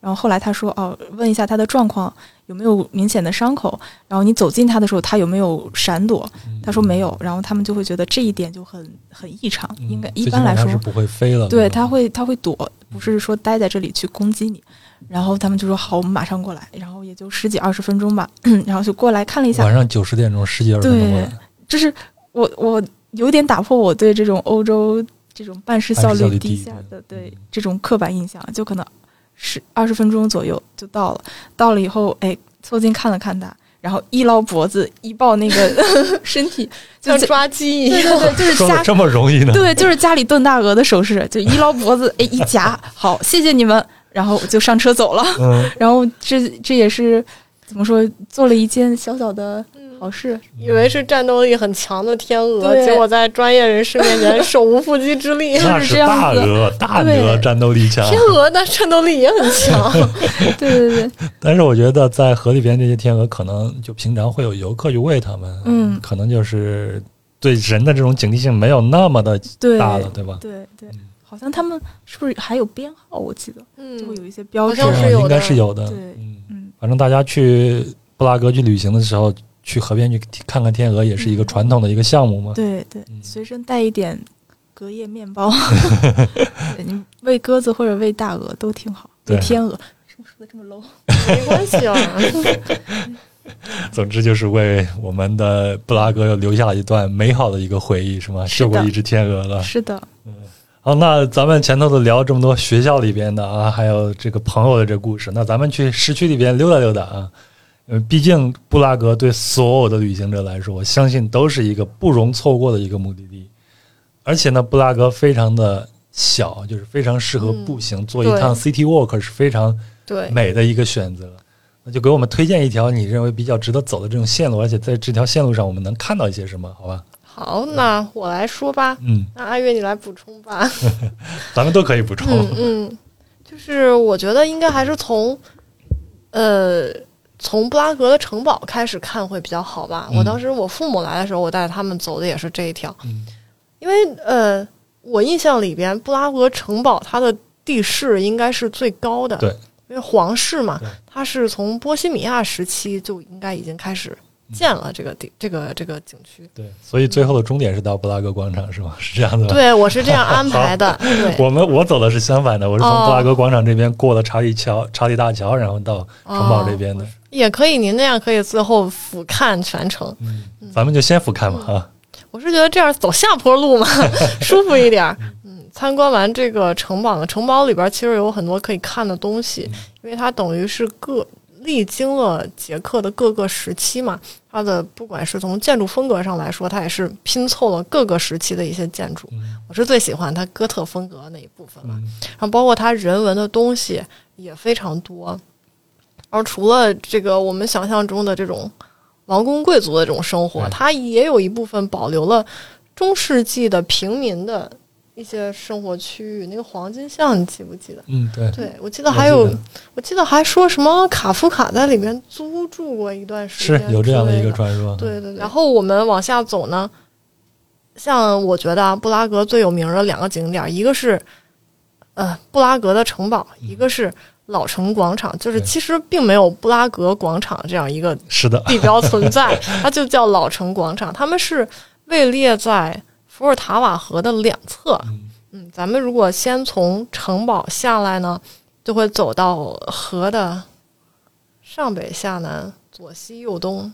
[SPEAKER 2] 然后后来他说，哦，问一下他的状况有没有明显的伤口，然后你走近他的时候，他有没有闪躲？
[SPEAKER 1] 嗯
[SPEAKER 2] 他说没有，然后他们就会觉得这一点就很很异常，
[SPEAKER 1] 嗯
[SPEAKER 2] 应该
[SPEAKER 1] 最
[SPEAKER 2] 一
[SPEAKER 1] 起
[SPEAKER 2] 般
[SPEAKER 1] 码
[SPEAKER 2] 来
[SPEAKER 1] 它
[SPEAKER 2] 说
[SPEAKER 1] 是不会飞了。
[SPEAKER 2] 对，
[SPEAKER 1] 吧
[SPEAKER 2] 他会他会躲，不是说待在这里去攻击你。然后他们就说好，我们马上过来。然后也就十几二十分钟吧， 然后就过来看了一下
[SPEAKER 1] 晚。上九十点钟，十几二十分钟过来，
[SPEAKER 2] 这是我我有点打破我对这种欧洲这种办事效
[SPEAKER 1] 办事效率
[SPEAKER 2] 率低
[SPEAKER 1] 低
[SPEAKER 2] 下的
[SPEAKER 1] 对
[SPEAKER 2] 对
[SPEAKER 1] 嗯
[SPEAKER 2] 这种刻板印象，就可能十二十分钟左右就到了。到了以后，哎，凑近看了看他，然后一捞脖子，一抱那个 身体，就
[SPEAKER 3] 像
[SPEAKER 2] 是
[SPEAKER 3] 抓鸡一
[SPEAKER 2] 对
[SPEAKER 3] 样。
[SPEAKER 2] 对对，就是
[SPEAKER 1] 说
[SPEAKER 2] 夹
[SPEAKER 1] 的这么容易呢？
[SPEAKER 2] 对，就是家里炖大鹅的手势，就一捞脖子，哎，一 夹，好，谢谢你们，然后我就上车走了。
[SPEAKER 1] 嗯，
[SPEAKER 2] 然后这这也是怎么说，做了一件小小的
[SPEAKER 3] 嗯
[SPEAKER 2] 好事。
[SPEAKER 3] 以为是战斗力很强的天鹅，
[SPEAKER 2] 对
[SPEAKER 3] 结果在专业人士面前手无缚鸡之力。
[SPEAKER 1] 那
[SPEAKER 2] 这
[SPEAKER 1] 是
[SPEAKER 2] 样
[SPEAKER 1] 大
[SPEAKER 2] 子
[SPEAKER 1] 鹅，大
[SPEAKER 2] 对
[SPEAKER 1] 鹅战斗力强。
[SPEAKER 3] 天鹅的战斗力也 很强，
[SPEAKER 2] 对对对，
[SPEAKER 1] 但是我觉得在河里边这些天鹅，可能就平常会有游客去喂它们，
[SPEAKER 2] 嗯
[SPEAKER 1] 可能就是对人的这种警惕性没有那么的
[SPEAKER 2] 对
[SPEAKER 1] 大了，对吧？
[SPEAKER 2] 对对
[SPEAKER 1] 嗯，
[SPEAKER 2] 好像他们是不是还有编号？我记得就会
[SPEAKER 3] 嗯，
[SPEAKER 2] 有一些标
[SPEAKER 3] 好
[SPEAKER 2] 志
[SPEAKER 3] 像。是有的
[SPEAKER 1] 应该是有的。
[SPEAKER 2] 对
[SPEAKER 1] 嗯，
[SPEAKER 2] 嗯，
[SPEAKER 1] 反正大家去布拉格去旅行的时候，去河边去看看天鹅，也是一个
[SPEAKER 2] 嗯
[SPEAKER 1] 传统的一个项目嘛。
[SPEAKER 2] 对对，
[SPEAKER 1] 嗯
[SPEAKER 2] 随身带一点隔夜 面包，对你喂鸽子或者喂大鹅都挺好，喂
[SPEAKER 1] 对
[SPEAKER 2] 天鹅。是不是说的这么 low？
[SPEAKER 3] 没关系 啊。
[SPEAKER 1] 总之就是为我们的布拉格留下了一段美好的一个回忆，是吗？
[SPEAKER 2] 是
[SPEAKER 1] 救
[SPEAKER 2] 的
[SPEAKER 1] 过一只天鹅了。
[SPEAKER 2] 是的，
[SPEAKER 1] 好，那咱们前头的聊这么多学校里边的啊，还有这个朋友的这故事，那咱们去市区里边溜达溜达啊。呃，毕竟布拉格对所有的旅行者来说，我相信都是一个不容错过的一个目的地。而且呢，布拉格非常的小，就是非常适合
[SPEAKER 3] 嗯
[SPEAKER 1] 步行，做一
[SPEAKER 3] 对
[SPEAKER 1] 趟 city walk 是非常
[SPEAKER 3] 对，
[SPEAKER 1] 美的一个选择。那就给我们推荐一条你认为比较值得走的这种线路，而且在这条线路上我们能看到一些什么，好吧？
[SPEAKER 3] 好，那我来说吧。
[SPEAKER 1] 嗯，
[SPEAKER 3] 那阿月，你来补充吧。
[SPEAKER 1] 咱们都可以补充。
[SPEAKER 3] 嗯嗯，就是我觉得应该还是从，呃，从布拉格的城堡开始看会比较好吧。
[SPEAKER 1] 嗯
[SPEAKER 3] 我当时我父母来的时候，我带着他们走的也是这一条，
[SPEAKER 1] 嗯
[SPEAKER 3] 因为呃，我印象里边布拉格城堡它的地势应该是最高的，
[SPEAKER 1] 对，
[SPEAKER 3] 因为皇室嘛
[SPEAKER 1] 对，
[SPEAKER 3] 它是从波西米亚时期就应该已经开始建了这个地、这个这个景区。
[SPEAKER 1] 对，所以最后的终点是到布拉格广场，是吗？ 是这样的吧？
[SPEAKER 3] 对，我是这样安排的。对，
[SPEAKER 1] 我们我走的是相反的，我是从
[SPEAKER 3] 哦
[SPEAKER 1] 布拉格广场这边过了查理桥、查理大桥，然后到城堡这边的。
[SPEAKER 3] 也可以，您那样可以最后俯瞰全程。
[SPEAKER 1] 嗯，咱们就先俯瞰吧啊。
[SPEAKER 3] 我是觉得这样走下坡路嘛，舒服一点儿。嗯，参观完这个城堡呢，城堡里边其实有很多可以看的东西，因为它等于是各历经了捷克的各个时期嘛，它的不管是从建筑风格上来说，它也是拼凑了各个时期的一些建筑。
[SPEAKER 1] 嗯
[SPEAKER 3] 我是最喜欢它哥特风格那一部分了。
[SPEAKER 1] 嗯
[SPEAKER 3] 然后包括它人文的东西也非常多。然后除了这个我们想象中的这种王公贵族的这种生活
[SPEAKER 1] 对，
[SPEAKER 3] 它也有一部分保留了中世纪的平民的一些生活区域。那个黄金巷，你记不记得？
[SPEAKER 1] 嗯，对。
[SPEAKER 3] 对，我记得还有
[SPEAKER 1] 我记得，
[SPEAKER 3] 我记得还说什么卡夫卡在里面租住过一段时
[SPEAKER 1] 是
[SPEAKER 3] 间，
[SPEAKER 1] 有这样
[SPEAKER 3] 的
[SPEAKER 1] 的一个传说。
[SPEAKER 3] 对对对。然后我们往下走呢，像我觉得啊，布拉格最有名的两个景点，一个是呃布拉格的城堡，一个是老城广场，就是
[SPEAKER 1] 对
[SPEAKER 3] 其实并没有布拉格广场这样一个
[SPEAKER 1] 是的，
[SPEAKER 3] 地标存在，它就叫老城广场。他们是位列在伏尔塔瓦河的两侧。嗯，咱们如果先从城堡下来呢，就会走到河的上北下南、左西右东、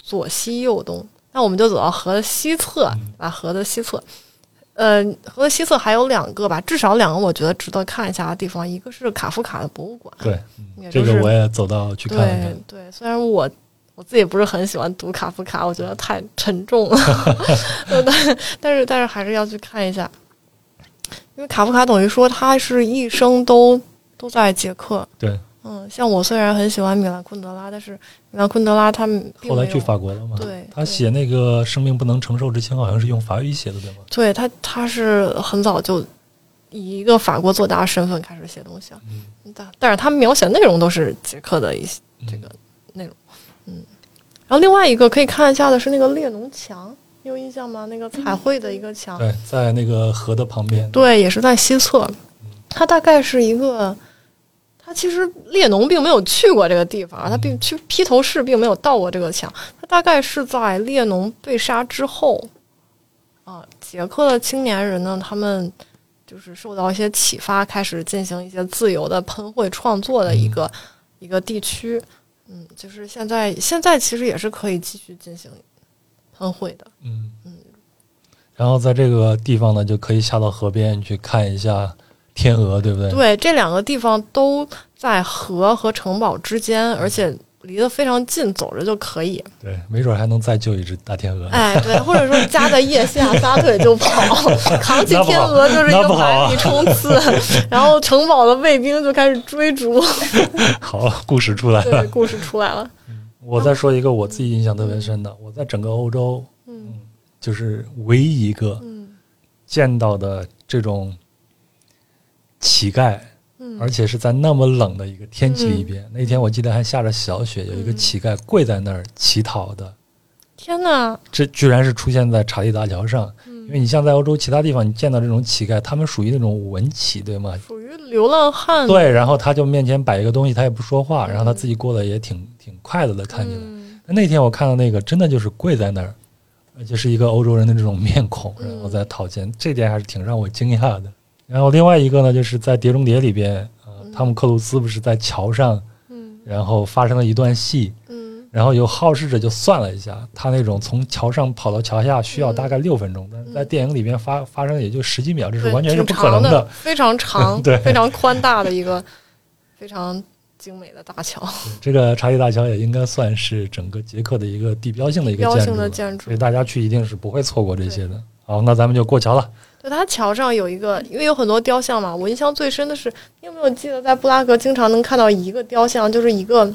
[SPEAKER 3] 左西右东。那我们就走到河的西侧，啊，河的西侧。呃，河的西侧还有两个吧，至少两个我觉得值得看一下的地方，一个是卡夫卡的博物馆，
[SPEAKER 1] 对，
[SPEAKER 3] 嗯也
[SPEAKER 1] 这
[SPEAKER 3] 就
[SPEAKER 1] 个
[SPEAKER 3] 是
[SPEAKER 1] 我也走到去看了看。
[SPEAKER 3] 对对，虽然我我自己不是很喜欢读卡夫卡，我觉
[SPEAKER 1] 嗯
[SPEAKER 3] 得太沉 重了，呃但但是但是还是要去看一下，因为卡夫卡等于说他是一生都都在捷克。
[SPEAKER 1] 对，
[SPEAKER 3] 嗯，像我虽然很喜欢米兰昆德拉，但是米兰昆德拉他们并
[SPEAKER 1] 后来
[SPEAKER 3] 没有
[SPEAKER 1] 去法国了嘛？
[SPEAKER 3] 对
[SPEAKER 1] 他
[SPEAKER 3] 对
[SPEAKER 1] 写那个《生命不能承受之轻》，好像是用法语写的，对吗？
[SPEAKER 3] 对他，他是很早就以一个法国作家身份开始写东西了，
[SPEAKER 1] 嗯
[SPEAKER 3] 但但是他描写内容都是捷克的一些这个内容，嗯。然后另外一个可以看一下的是那个列侬墙，你有印象吗？那个彩绘的一个墙，
[SPEAKER 1] 对，在那个河的旁边。
[SPEAKER 3] 对，也是在西侧。它大概是一个，它其实列侬并没有去过这个地方，他啊并去披头士并没有到过这个墙，他大概是在列侬被杀之后，啊，捷克的青年人呢，他们就是受到一些启发，开始进行一些自由的喷绘创作的一个、一个地区。嗯，就是现在，现在其实也是可以继续进行喷绘的。
[SPEAKER 1] 嗯
[SPEAKER 3] 嗯，
[SPEAKER 1] 然后在这个地方呢，就可以下到河边去看一下天鹅，对不对？
[SPEAKER 3] 对，这两个地方都在河和城堡之
[SPEAKER 1] 嗯
[SPEAKER 3] 间，而且离得非常近，走着就可以。
[SPEAKER 1] 对没准还能再救一只大天鹅。
[SPEAKER 3] 哎，对，或者说夹在腋下，撒腿就跑，扛起天鹅就是一
[SPEAKER 1] 那不
[SPEAKER 3] 个
[SPEAKER 1] 好啊
[SPEAKER 3] 百米冲刺， 然后城堡的卫兵就开始追 逐。
[SPEAKER 1] 好，故事出来
[SPEAKER 3] 对，
[SPEAKER 1] 了。
[SPEAKER 3] 故事出来了。
[SPEAKER 1] 我再说一个我自己印象特别深的，我在整个欧洲
[SPEAKER 3] 嗯
[SPEAKER 1] 就是唯一一个
[SPEAKER 3] 嗯
[SPEAKER 1] 见到的这种乞丐，
[SPEAKER 3] 嗯，
[SPEAKER 1] 而且是在那么冷的一个天气里边。那天我记得还下着小雪，有一个
[SPEAKER 3] 嗯
[SPEAKER 1] 乞丐跪在那儿乞讨的，
[SPEAKER 3] 天哪，
[SPEAKER 1] 这居然是出现在查理大桥上。因为
[SPEAKER 3] 嗯，
[SPEAKER 1] 你像在欧洲其他地方，你见到这种乞丐，他们属于那种文乞，对吗？
[SPEAKER 3] 属于流浪汉。
[SPEAKER 1] 对，然后他就面前摆一个东西，他也不说话，然后他自己过得也挺挺快乐的，看起来。
[SPEAKER 3] 嗯，
[SPEAKER 1] 那天我看到那个，真的就是跪在那儿，而且是一个欧洲人的这种面孔，
[SPEAKER 3] 嗯
[SPEAKER 1] 然后在讨钱，这点还是挺让我惊讶的。然后另外一个呢，就是在《碟中谍》里边，呃，
[SPEAKER 3] 嗯
[SPEAKER 1] 汤姆克鲁斯不是在桥上，
[SPEAKER 3] 嗯
[SPEAKER 1] 然后发生了一段戏，
[SPEAKER 3] 嗯
[SPEAKER 1] 然后有好事者就算了一下，他那种从桥上跑到桥下需要
[SPEAKER 3] 嗯
[SPEAKER 1] 大概六分钟，但是在电影里面发发生也就十几秒，这是
[SPEAKER 3] 对，
[SPEAKER 1] 完全是
[SPEAKER 3] 挺
[SPEAKER 1] 不可能
[SPEAKER 3] 长的
[SPEAKER 1] 的。，
[SPEAKER 3] 非常长，
[SPEAKER 1] 对
[SPEAKER 3] 非常宽大的一个非常精美的大桥。
[SPEAKER 1] 这个查理大桥也应该算是整个捷克的一个地标性的一个
[SPEAKER 3] 标
[SPEAKER 1] 建筑
[SPEAKER 3] 性的
[SPEAKER 1] 了，
[SPEAKER 3] 建筑
[SPEAKER 1] 所以大家去一定是不会错过这些的。好，那咱们就过桥了。
[SPEAKER 3] 对，它桥上有一个，因为有很多雕像嘛。我印象最深的是，你有没有记得在布拉格经常能看到一个雕像，就是一个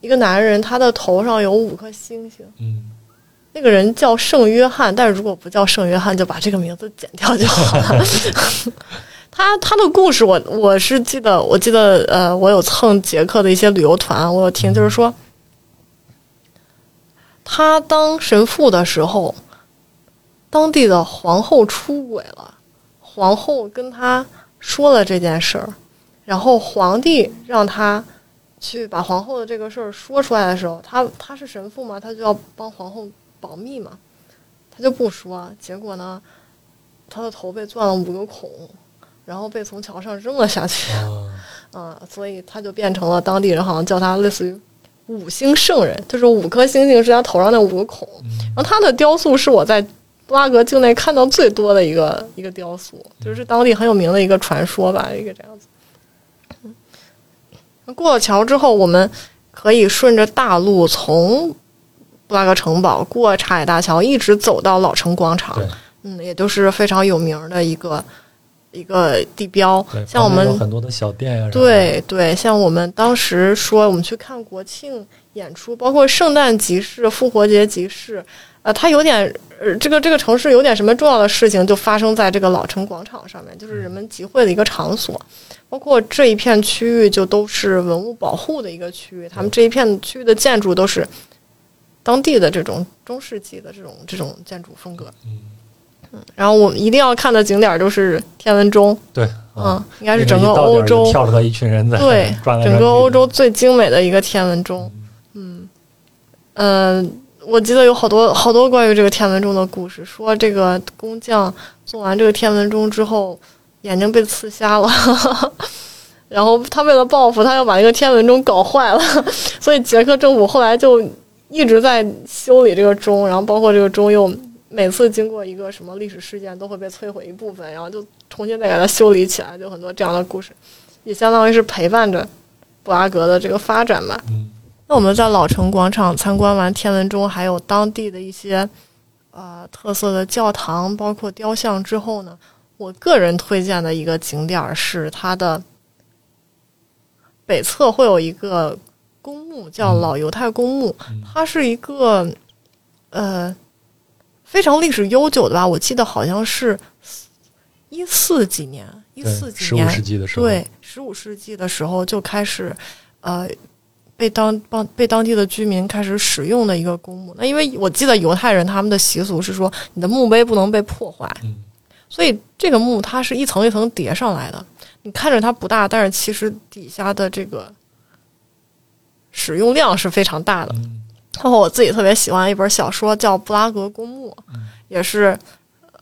[SPEAKER 3] 一个男人，他的头上有五颗星星。
[SPEAKER 1] 嗯，
[SPEAKER 3] 那个人叫圣约翰，但是如果不叫圣约翰，就把这个名字剪掉就好了。 他他的故事我，我是记得，我记得，呃，我有蹭捷克的一些旅游团，啊我有听，就是说，他当神父的时候，当地的皇后出轨了，皇后跟他说了这件事儿，然后皇帝让他去把皇后的这个事儿说出来的时候，他他是神父嘛，他就要帮皇后保密嘛，他就不说。结果呢，他的头被钻了五个孔，然后被从桥上扔了下去。
[SPEAKER 1] 啊，
[SPEAKER 3] 啊，所以他就变成了当地人好像叫他类似于五星圣人，就是五颗星星是他头上那五个孔。
[SPEAKER 1] 嗯
[SPEAKER 3] 然后他的雕塑是我在布拉格境内看到最多的一个一个雕塑，
[SPEAKER 1] 嗯
[SPEAKER 3] 就是当地很有名的一个传说吧，一个这样子。嗯过了桥之后，我们可以顺着大路从布拉格城堡过查理大桥，一直走到老城广场
[SPEAKER 1] 对。
[SPEAKER 3] 嗯，也就是非常有名的一个一个地标
[SPEAKER 1] 对，，
[SPEAKER 3] 像我
[SPEAKER 1] 旁边
[SPEAKER 3] 们
[SPEAKER 1] 有很多的小店呀、然后
[SPEAKER 3] 对对，像我们当时说，我们去看国庆演出，包括圣诞集市、复活节集市，呃，它有点，呃，这个这个城市有点什么重要的事情，就发生在这个老城广场上面，就是人们集会的一个场所。包括这一片区域就都是文物保护的一个区域，他们这一片区域的建筑都是当地的这种中世纪的这种这种建筑风格。
[SPEAKER 1] 嗯
[SPEAKER 3] 然后我们一定要看的景点儿就是天文钟，
[SPEAKER 1] 对，
[SPEAKER 3] 嗯
[SPEAKER 1] 啊，，
[SPEAKER 3] 应该是整个欧
[SPEAKER 1] 因为一到点儿
[SPEAKER 3] 洲
[SPEAKER 1] 就跳出来一群人在
[SPEAKER 3] 对
[SPEAKER 1] 转来转去
[SPEAKER 3] 整个欧洲最精美的一个天文钟。嗯，呃，我记得有好多好多关于这个天文钟的故事，说这个工匠做完这个天文钟之后，眼睛被刺瞎了。 然后他为了报复，他要把那个天文钟搞坏了，所以捷克政府后来就一直在修理这个钟，然后包括这个钟又每次经过一个什么历史事件都会被摧毁一部分，然后就重新再给它修理起来，就很多这样的故事，也相当于是陪伴着布拉格的这个发展吧。
[SPEAKER 1] 嗯
[SPEAKER 3] 那我们在老城广场参观完天文钟，还有当地的一些呃特色的教堂，包括雕像之后呢，我个人推荐的一个景点儿是它的北侧会有一个公墓，叫老犹太公墓，
[SPEAKER 1] 嗯
[SPEAKER 3] 它是一个呃非常历史悠久的吧，我记得好像是一四几年，一四几
[SPEAKER 1] 十五
[SPEAKER 3] 年
[SPEAKER 1] 世纪的时候，
[SPEAKER 3] 对，十五世纪的时候就开始，呃，被当帮被当地的居民开始使用的一个公墓。那因为我记得犹太人他们的习俗是说，你的墓碑不能被破坏，
[SPEAKER 1] 嗯
[SPEAKER 3] 所以这个墓它是一层一层叠上来的。你看着它不大，但是其实底下的这个使用量是非常大的。
[SPEAKER 1] 嗯
[SPEAKER 3] 然后我自己特别喜欢一本小说叫《布拉格公墓》，
[SPEAKER 1] 嗯
[SPEAKER 3] 也是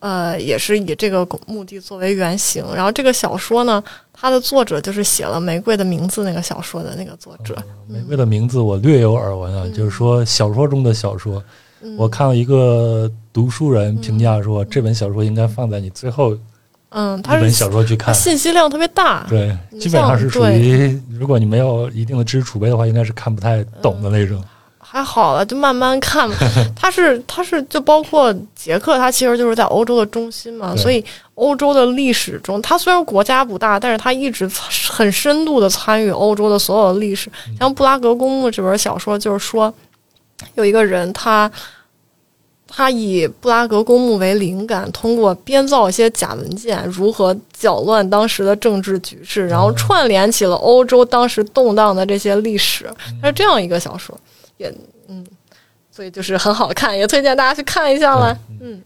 [SPEAKER 3] 呃也是以这个公墓地作为原型。然后这个小说呢，它的作者就是写了《玫瑰的名字》那个小说的那个作者。
[SPEAKER 1] 玫瑰的名字我略有耳闻啊，
[SPEAKER 3] 嗯
[SPEAKER 1] 就是说小说中的小说。
[SPEAKER 3] 嗯、
[SPEAKER 1] 我看到一个读书人评价说，这本小说应该放在你最后一
[SPEAKER 3] 嗯，它
[SPEAKER 1] 本
[SPEAKER 3] 是
[SPEAKER 1] 小说去
[SPEAKER 3] 它
[SPEAKER 1] 看。
[SPEAKER 3] 信息量特别大。
[SPEAKER 1] 对，
[SPEAKER 3] 你
[SPEAKER 1] 基本上
[SPEAKER 3] 像
[SPEAKER 1] 是属于如果你没有一定的知识储备的话，应该是看不太懂
[SPEAKER 3] 嗯
[SPEAKER 1] 的那种。
[SPEAKER 3] 还好了，就慢慢看嘛。它是它是就包括捷克，它其实就是在欧洲的中心嘛，
[SPEAKER 1] 对
[SPEAKER 3] 所以欧洲的历史中，它虽然国家不大，但是它一直很深度的参与欧洲的所有的历史。像《布拉格公墓》这本小说，就是说有一个人他。他以布拉格公墓为灵感，通过编造一些假文件，如何搅乱当时的政治局势，然后串联起了欧洲当时动荡的这些历史。它是这样一个小说。也嗯，所以就是很好看，也推荐大家去看一下了。嗯，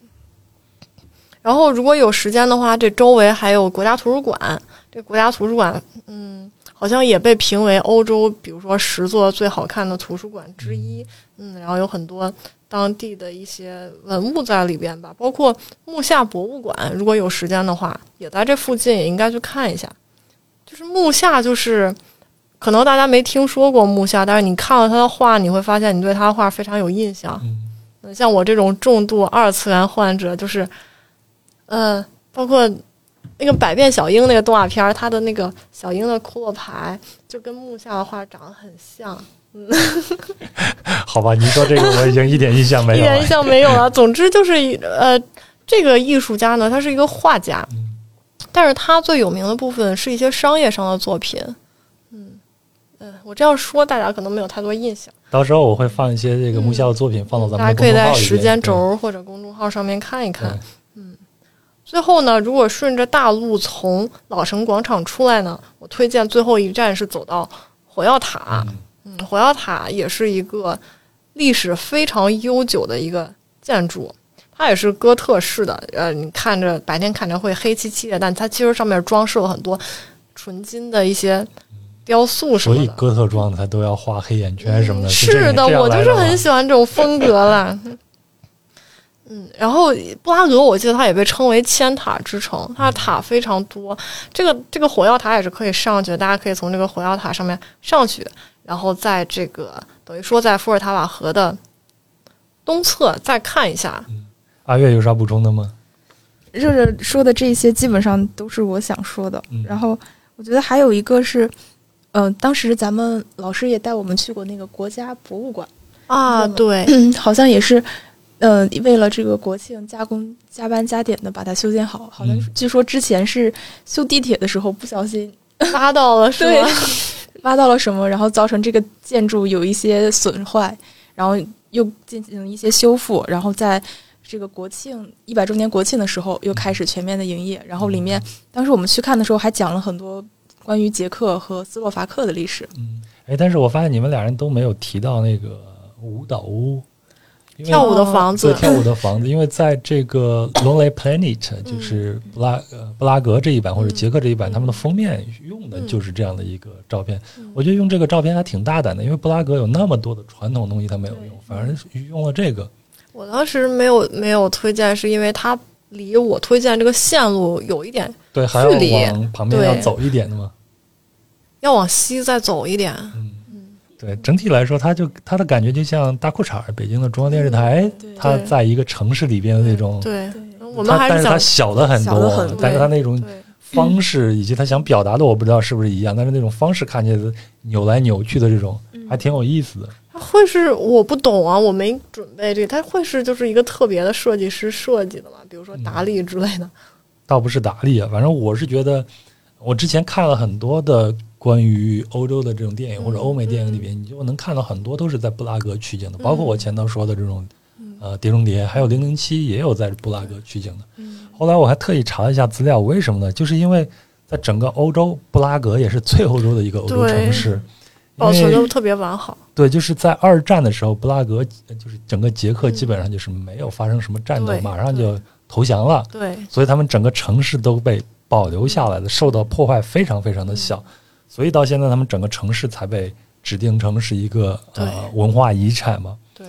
[SPEAKER 3] 然后如果有时间的话，这周围还有国家图书馆，这国家图书馆嗯，好像也被评为欧洲，比如说十座最好看的图书馆之一。嗯，然后有很多。当地的一些文物在里边吧，包括木下博物馆，如果有时间的话，也在这附近，也应该去看一下。就是木下，就是可能大家没听说过木下，但是你看了他的画，你会发现你对他的画非常有印象。
[SPEAKER 1] 嗯
[SPEAKER 3] 嗯，像我这种重度二次元患者，就是，呃，包括那个《百变小樱》那个动画片儿，它的那个小樱的骷髅牌就跟木下的画长得很像，
[SPEAKER 1] 好吧，你说这个我已经一点印象没
[SPEAKER 3] 一
[SPEAKER 1] 有
[SPEAKER 3] 点
[SPEAKER 1] 了
[SPEAKER 3] 印。象没有 了。总之就是，呃，这个艺术家呢，他是一个画家，
[SPEAKER 1] 嗯
[SPEAKER 3] 但是他最有名的部分是一些商业上的作品。嗯，呃，我这样说大家可能没有太多印象。
[SPEAKER 1] 到时候我会放一些这个木下的作品放到咱
[SPEAKER 3] 嗯大
[SPEAKER 1] 们的
[SPEAKER 3] 家可以
[SPEAKER 1] 公众
[SPEAKER 3] 在
[SPEAKER 1] 号里面
[SPEAKER 3] 时间轴
[SPEAKER 1] 对嗯
[SPEAKER 3] 儿或者公众号上面看一看。最后呢，如果顺着大路从老城广场出来呢，我推荐最后一站是走到火药塔。
[SPEAKER 1] 嗯
[SPEAKER 3] 嗯，火药塔也是一个历史非常悠久的一个建筑，它也是哥特式的。呃，你看着白天看着会黑漆漆的，但它其实上面装饰了很多纯金的一些雕塑什
[SPEAKER 1] 所
[SPEAKER 3] 么
[SPEAKER 1] 以
[SPEAKER 3] 的。
[SPEAKER 1] 哥特装它都要画黑眼圈什么的。
[SPEAKER 3] 嗯是
[SPEAKER 1] 的啊
[SPEAKER 3] 的，，我就是很喜欢这种风 格啦。嗯，然后布拉格，我记得它也被称为千塔之城，它的塔非常多。这个这个火药塔也是可以上去的，大家可以从这个火药塔上面上去，然后在这个等于说在伏尔塔瓦河的东侧再看一下。
[SPEAKER 1] 嗯阿月有啥补充的吗？
[SPEAKER 2] 热热说的这些基本上都是我想说的。
[SPEAKER 1] 嗯
[SPEAKER 2] 然后我觉得还有一个是，呃，当时咱们老师也带我们去过那个国家博物馆，
[SPEAKER 3] 啊，对，
[SPEAKER 2] 嗯， 好像也是，呃，为了这个国庆加工加班加点的把它修建好，好像
[SPEAKER 1] 嗯
[SPEAKER 2] 据说之前是修地铁的时候不小心
[SPEAKER 3] 挖到了是
[SPEAKER 2] 对
[SPEAKER 3] 吗？
[SPEAKER 2] 挖到了什么，然后造成这个建筑有一些损坏，然后又进行一些修复，然后在这个国庆一百周年国庆的时候又开始全面的营业。然后里面当时我们去看的时候还讲了很多关于捷克和斯洛伐克的历史。
[SPEAKER 1] 嗯，哎，但是我发现你们俩人都没有提到那个舞蹈屋，因为
[SPEAKER 3] 跳舞的房
[SPEAKER 1] 对
[SPEAKER 3] 子，
[SPEAKER 1] 跳舞的房子，因为在这 个 Lonely Planet，就是布拉呃布拉格这一版或者捷克这一版，
[SPEAKER 3] 嗯
[SPEAKER 1] 他们的封面用的
[SPEAKER 3] 嗯
[SPEAKER 1] 就是这样的一个照片
[SPEAKER 3] 嗯。
[SPEAKER 1] 我觉得用这个照片还挺大胆的，因为布拉格有那么多的传统东西他没有
[SPEAKER 3] 对
[SPEAKER 1] 用，反而是用了这个。
[SPEAKER 3] 我当时没有没有推荐，是因为它离我推荐这个线路有一点，
[SPEAKER 1] 对，还要
[SPEAKER 3] 距离
[SPEAKER 1] 往旁边要
[SPEAKER 3] 对
[SPEAKER 1] 走一点的嘛。
[SPEAKER 3] 要往西再走一点。
[SPEAKER 1] 嗯，对，整体来说，它就它的感觉就像大裤衩儿，北京的中央电视台，
[SPEAKER 3] 嗯
[SPEAKER 2] 对
[SPEAKER 1] 它在一个城市里边的那种，
[SPEAKER 3] 对，
[SPEAKER 2] 嗯对
[SPEAKER 3] 我们
[SPEAKER 1] 它
[SPEAKER 3] 还
[SPEAKER 1] 但是
[SPEAKER 3] 是想
[SPEAKER 1] 它小的很
[SPEAKER 2] 小
[SPEAKER 1] 多，
[SPEAKER 2] 得很多
[SPEAKER 1] 但是它那种
[SPEAKER 3] 对
[SPEAKER 1] 方式以及他想表达的，我不知道是不是一样，但是那种方式看起来扭来扭去的这种，
[SPEAKER 3] 嗯
[SPEAKER 1] 还挺有意思的。
[SPEAKER 3] 它会是我不懂啊，我没准备这个，它会是就是一个特别的设计师设计的嘛，比如说达利之
[SPEAKER 1] 嗯
[SPEAKER 3] 类的。
[SPEAKER 1] 倒不是达利啊，反正我是觉得，我之前看了很多的关于欧洲的这种电影
[SPEAKER 3] 嗯嗯
[SPEAKER 1] 或者欧美电影里边，你就能看到很多都是在布拉格取景的，包括我前头说的这种，呃，《碟中谍》还有《零零七》也有在布拉格取景的。
[SPEAKER 3] 嗯
[SPEAKER 1] 后来我还特意查了一下资料，为什么呢？就是因为在整个欧洲，布拉格也是最欧洲的一个欧洲
[SPEAKER 3] 对
[SPEAKER 1] 城市。因
[SPEAKER 3] 保存
[SPEAKER 1] 为
[SPEAKER 3] 的特别完好，
[SPEAKER 1] 对，就是在二战的时候，布拉格呃就是整个捷克基本上就是没有发生什么战斗，
[SPEAKER 3] 嗯对
[SPEAKER 1] 马上就投降了，
[SPEAKER 3] 对，
[SPEAKER 1] 所以他们整个城市都被保
[SPEAKER 3] 嗯
[SPEAKER 1] 留下来了，受到破坏非常非常的小，所以到现在他们整个城市才被指定成是一个呃
[SPEAKER 3] 对
[SPEAKER 1] 文化遗产嘛。
[SPEAKER 3] 对，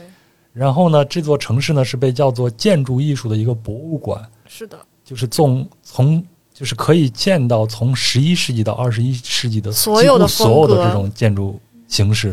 [SPEAKER 1] 然后呢，这座城市呢是被叫做建筑艺术的一个博物馆，
[SPEAKER 3] 是的，
[SPEAKER 1] 就是从从就是可以见到从十一世纪到二十一世纪的
[SPEAKER 3] 所有的
[SPEAKER 1] 几乎所有
[SPEAKER 3] 风格
[SPEAKER 1] 的这种建筑形式，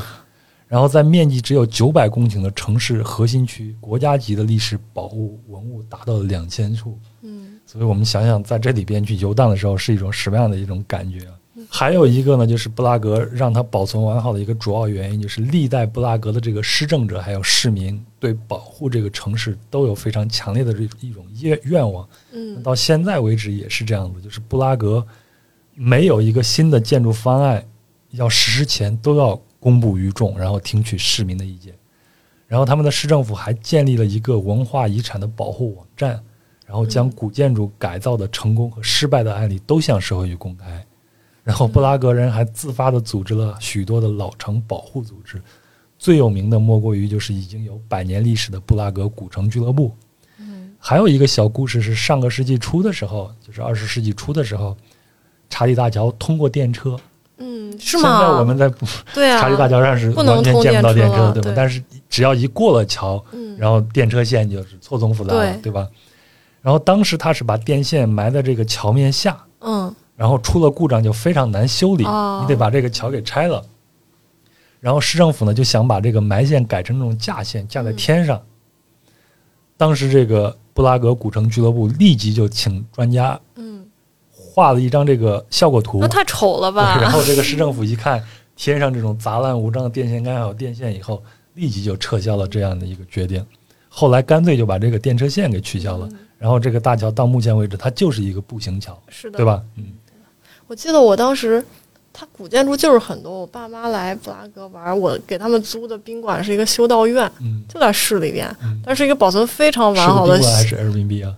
[SPEAKER 1] 然后在面积只有九百公顷的城市核心区，国家级的历史保护文物达到了两千处。
[SPEAKER 3] 嗯，
[SPEAKER 1] 所以我们想想，在这里边去游荡的时候，是一种什么样的一种感觉啊？
[SPEAKER 3] 嗯
[SPEAKER 1] 还有一个呢，就是布拉格让它保存完好的一个主要原因，就是历代布拉格的这个施政者还有市民对保护这个城市都有非常强烈的这一种愿愿望。
[SPEAKER 3] 嗯，
[SPEAKER 1] 到现在为止也是这样子，就是布拉格没有一个新的建筑方案要实施前都要公布于众，然后听取市民的意见。然后他们的市政府还建立了一个文化遗产的保护网站，然后将古建筑改造的成功和失败的案例都向社会去公开。然后布拉格人还自发地组织了许多的老城保护组织，最有名的莫过于就是已经有百年历史的布拉格古城俱乐部。还有一个小故事是上个世纪初的时候，就是二十世纪初的时候，查理大桥通过电车，
[SPEAKER 3] 嗯，是
[SPEAKER 1] 现在
[SPEAKER 3] 吗？
[SPEAKER 1] 我们在
[SPEAKER 3] 对啊，
[SPEAKER 1] 查理大桥上是
[SPEAKER 3] 不能
[SPEAKER 1] 完全
[SPEAKER 3] 通
[SPEAKER 1] 见不到
[SPEAKER 3] 电
[SPEAKER 1] 电
[SPEAKER 3] 车
[SPEAKER 1] 车，
[SPEAKER 3] 了
[SPEAKER 1] 对吧？
[SPEAKER 3] 对
[SPEAKER 1] 但是只要一过了桥，
[SPEAKER 3] 嗯，
[SPEAKER 1] 然后电车线就是错综复杂了，
[SPEAKER 3] 对
[SPEAKER 1] 对吧？然后当时他是把电线埋在这个桥面下，
[SPEAKER 3] 嗯，
[SPEAKER 1] 然后出了故障就非常难修理，
[SPEAKER 3] 哦
[SPEAKER 1] 你得把这个桥给拆了。然后市政府呢就想把这个埋线改成这种架线，架在天上。当时这个布拉格古城俱乐部立即就请专家
[SPEAKER 3] 嗯，
[SPEAKER 1] 画了一张这个效果图，
[SPEAKER 3] 那太丑了
[SPEAKER 1] 对然
[SPEAKER 3] 吧？
[SPEAKER 1] 后这个市政府一看天上这种杂乱无章的电线杆还有电线以后，立即就撤销了这样的一个决定。后来干脆就把这个电车线给取消了，
[SPEAKER 3] 嗯
[SPEAKER 1] 然后这个大桥到目前为止它就是一个步行桥，
[SPEAKER 3] 是的，
[SPEAKER 1] 对？吧？嗯，
[SPEAKER 3] 我记得我当时，它古建筑就是很多。我爸妈来布拉格玩，我给他们租的宾馆是一个修道院，
[SPEAKER 1] 嗯
[SPEAKER 3] 就在市里边，
[SPEAKER 1] 嗯。
[SPEAKER 3] 但是一个保存非常
[SPEAKER 1] 是
[SPEAKER 3] 完好
[SPEAKER 1] 个
[SPEAKER 3] 的
[SPEAKER 1] 宾馆还是 Airbnb 啊？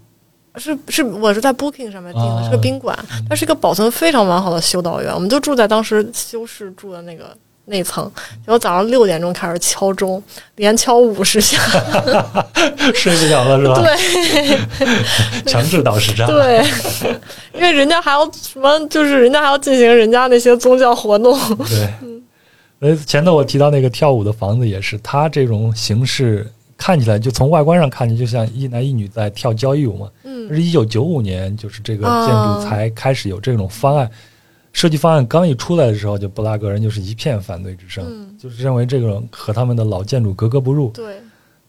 [SPEAKER 3] 是是，我是在 Booking 上面订的，
[SPEAKER 1] 啊
[SPEAKER 3] 是个宾馆，它是一个保存非常完好的修道院，我们就住在当时修士住的那个那层，然后早上六点钟开始敲钟，连敲五十 下，
[SPEAKER 1] 睡不着了是吧？
[SPEAKER 3] 对
[SPEAKER 1] 强制倒时差。
[SPEAKER 3] 对，因为人家还要什么，就是人家还要进行人家那些宗教活动，
[SPEAKER 1] 对，呃，前头我提到那个跳舞的房子也是，它这种形式看起来就从外观上看，就像一男一女在跳交谊舞嘛。这
[SPEAKER 3] 嗯，
[SPEAKER 1] 是一九九五年，就是这个建
[SPEAKER 3] 哦
[SPEAKER 1] 筑才开始有这种方案。设计方案刚一出来的时候，就布拉格人就是一片反对之声，
[SPEAKER 3] 嗯
[SPEAKER 1] 就是认为这种和他们的老建筑格格不入。
[SPEAKER 3] 对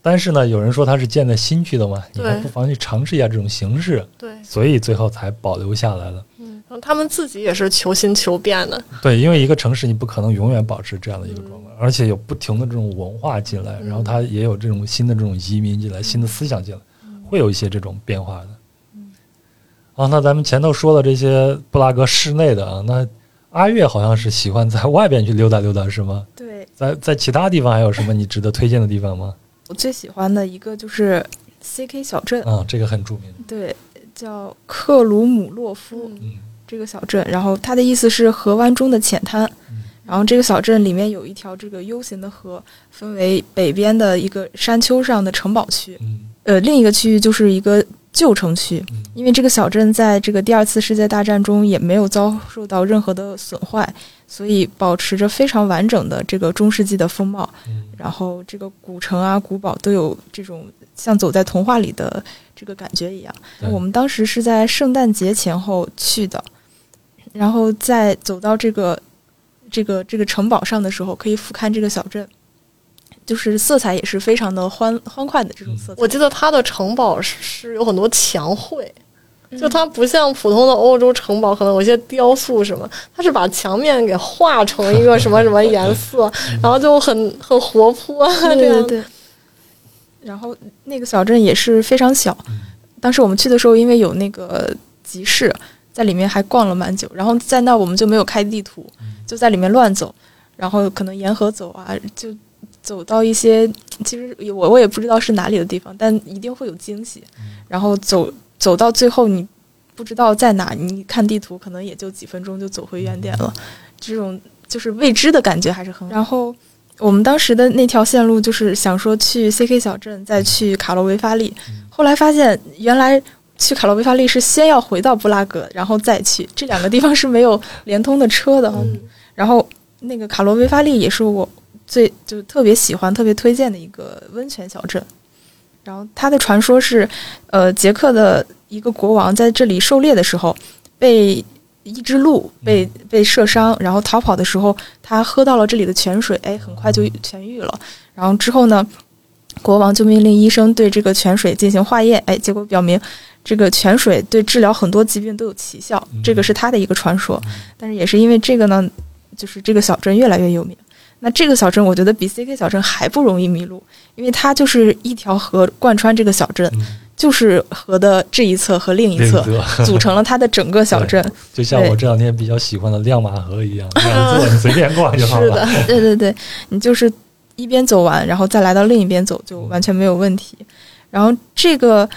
[SPEAKER 1] 但是呢，有人说它是建在新区的嘛，你还
[SPEAKER 3] 对
[SPEAKER 1] 不妨去尝试一下这种形式，
[SPEAKER 3] 对，
[SPEAKER 1] 所以最后才保留下来了。
[SPEAKER 3] 嗯，然后他们自己也是求新求变的，
[SPEAKER 1] 对，因为一个城市你不可能永远保持这样的一个状况，而且有不停的这种文化进来，然后它也有这种新的这种移民进来，新的思想进来，会有一些这种变化的。啊，那咱们前头说了这些布拉格室内的啊，那阿月好像是喜欢在外边去溜达溜达，是 吗？
[SPEAKER 2] 对
[SPEAKER 1] 在在其他地方还有什么你值得推荐的地方吗？
[SPEAKER 2] 我最喜欢的一个就是 CK 小镇，
[SPEAKER 1] 啊，这个很著名。
[SPEAKER 2] 对，叫克鲁姆洛夫
[SPEAKER 3] 嗯
[SPEAKER 1] 嗯
[SPEAKER 2] 这个小镇，然后它的意思是河湾中的浅滩
[SPEAKER 1] 嗯，
[SPEAKER 2] 然后这个小镇里面有一条这个 U 型的河，分为北边的一个山丘上的城堡区，
[SPEAKER 1] 嗯
[SPEAKER 2] 呃，另一个区域就是一个旧城区。
[SPEAKER 1] 嗯
[SPEAKER 2] 因为这个小镇在这个第二次世界大战中也没有遭受到任何的损坏，所以保持着非常完整的这个中世纪的风貌。
[SPEAKER 1] 嗯
[SPEAKER 2] 然后这个古城啊、古堡都有这种像走在童话里的这个感觉一样。
[SPEAKER 1] 对
[SPEAKER 2] 我们当时是在圣诞节前后去的，然后在走到这个这个这个城堡上的时候，可以俯瞰这个小镇，就是色彩也是非常的欢欢快的这
[SPEAKER 1] 嗯
[SPEAKER 2] 种色彩。
[SPEAKER 3] 我记得它的城堡是是有很多墙绘，
[SPEAKER 2] 嗯
[SPEAKER 3] 就它不像普通的欧洲城堡，可能有一些雕塑什么，它是把墙面给画成一个什么什么颜色，然后就很很活泼这
[SPEAKER 2] 对对
[SPEAKER 3] 样。
[SPEAKER 2] 对。然后那个小镇也是非常小
[SPEAKER 1] 嗯，
[SPEAKER 2] 当时我们去的时候，因为有那个集市，在里面还逛了蛮久。然后在那我们就没有开地图，
[SPEAKER 1] 嗯
[SPEAKER 2] 就在里面乱走，然后可能沿河走啊，就走到一些其实也我我也不知道是哪里的地方，但一定会有惊喜。然后走走到最后，你不知道在哪，你看地图可能也就几分钟就走回原点了，这种就是未知的感觉还是很好。然后我们当时的那条线路就是想说去 CK 小镇，再去卡洛维发利
[SPEAKER 1] 嗯，
[SPEAKER 2] 后来发现原来。去卡洛维发利是先要回到布拉格，然后再去这两个地方是没有连通的车的。
[SPEAKER 3] 嗯
[SPEAKER 2] 然后那个卡罗维发利也是我最就特别喜欢、特别推荐的一个温泉小镇。然后它的传说是，呃，捷克的一个国王在这里狩猎的时候，被一只鹿被被射伤，然后逃跑的时候，他喝到了这里的泉水，哎，很快就痊愈了。然后之后呢，国王就命令医生对这个泉水进行化验，哎，结果表明这个泉水对治疗很多疾病都有奇效，
[SPEAKER 1] 嗯
[SPEAKER 2] 这个是他的一个传说
[SPEAKER 1] 嗯。
[SPEAKER 2] 但是也是因为这个呢，就是这个小镇越来越有名。那这个小镇，我觉得比 CK 小镇还不容易迷路，因为它就是一条河贯穿这个小镇，
[SPEAKER 1] 嗯，
[SPEAKER 2] 就是河的这一侧和另一
[SPEAKER 1] 另一
[SPEAKER 2] 侧
[SPEAKER 1] 侧
[SPEAKER 2] 组成了它的整个 小镇。
[SPEAKER 1] 就像
[SPEAKER 2] 对
[SPEAKER 1] 我这两天比较喜欢的亮马河一样，两座你随便逛就好
[SPEAKER 3] 是的
[SPEAKER 1] 了。，
[SPEAKER 2] 对对对，你就是一边走完，然后再来到另一边走，就完全没有问题。然后这个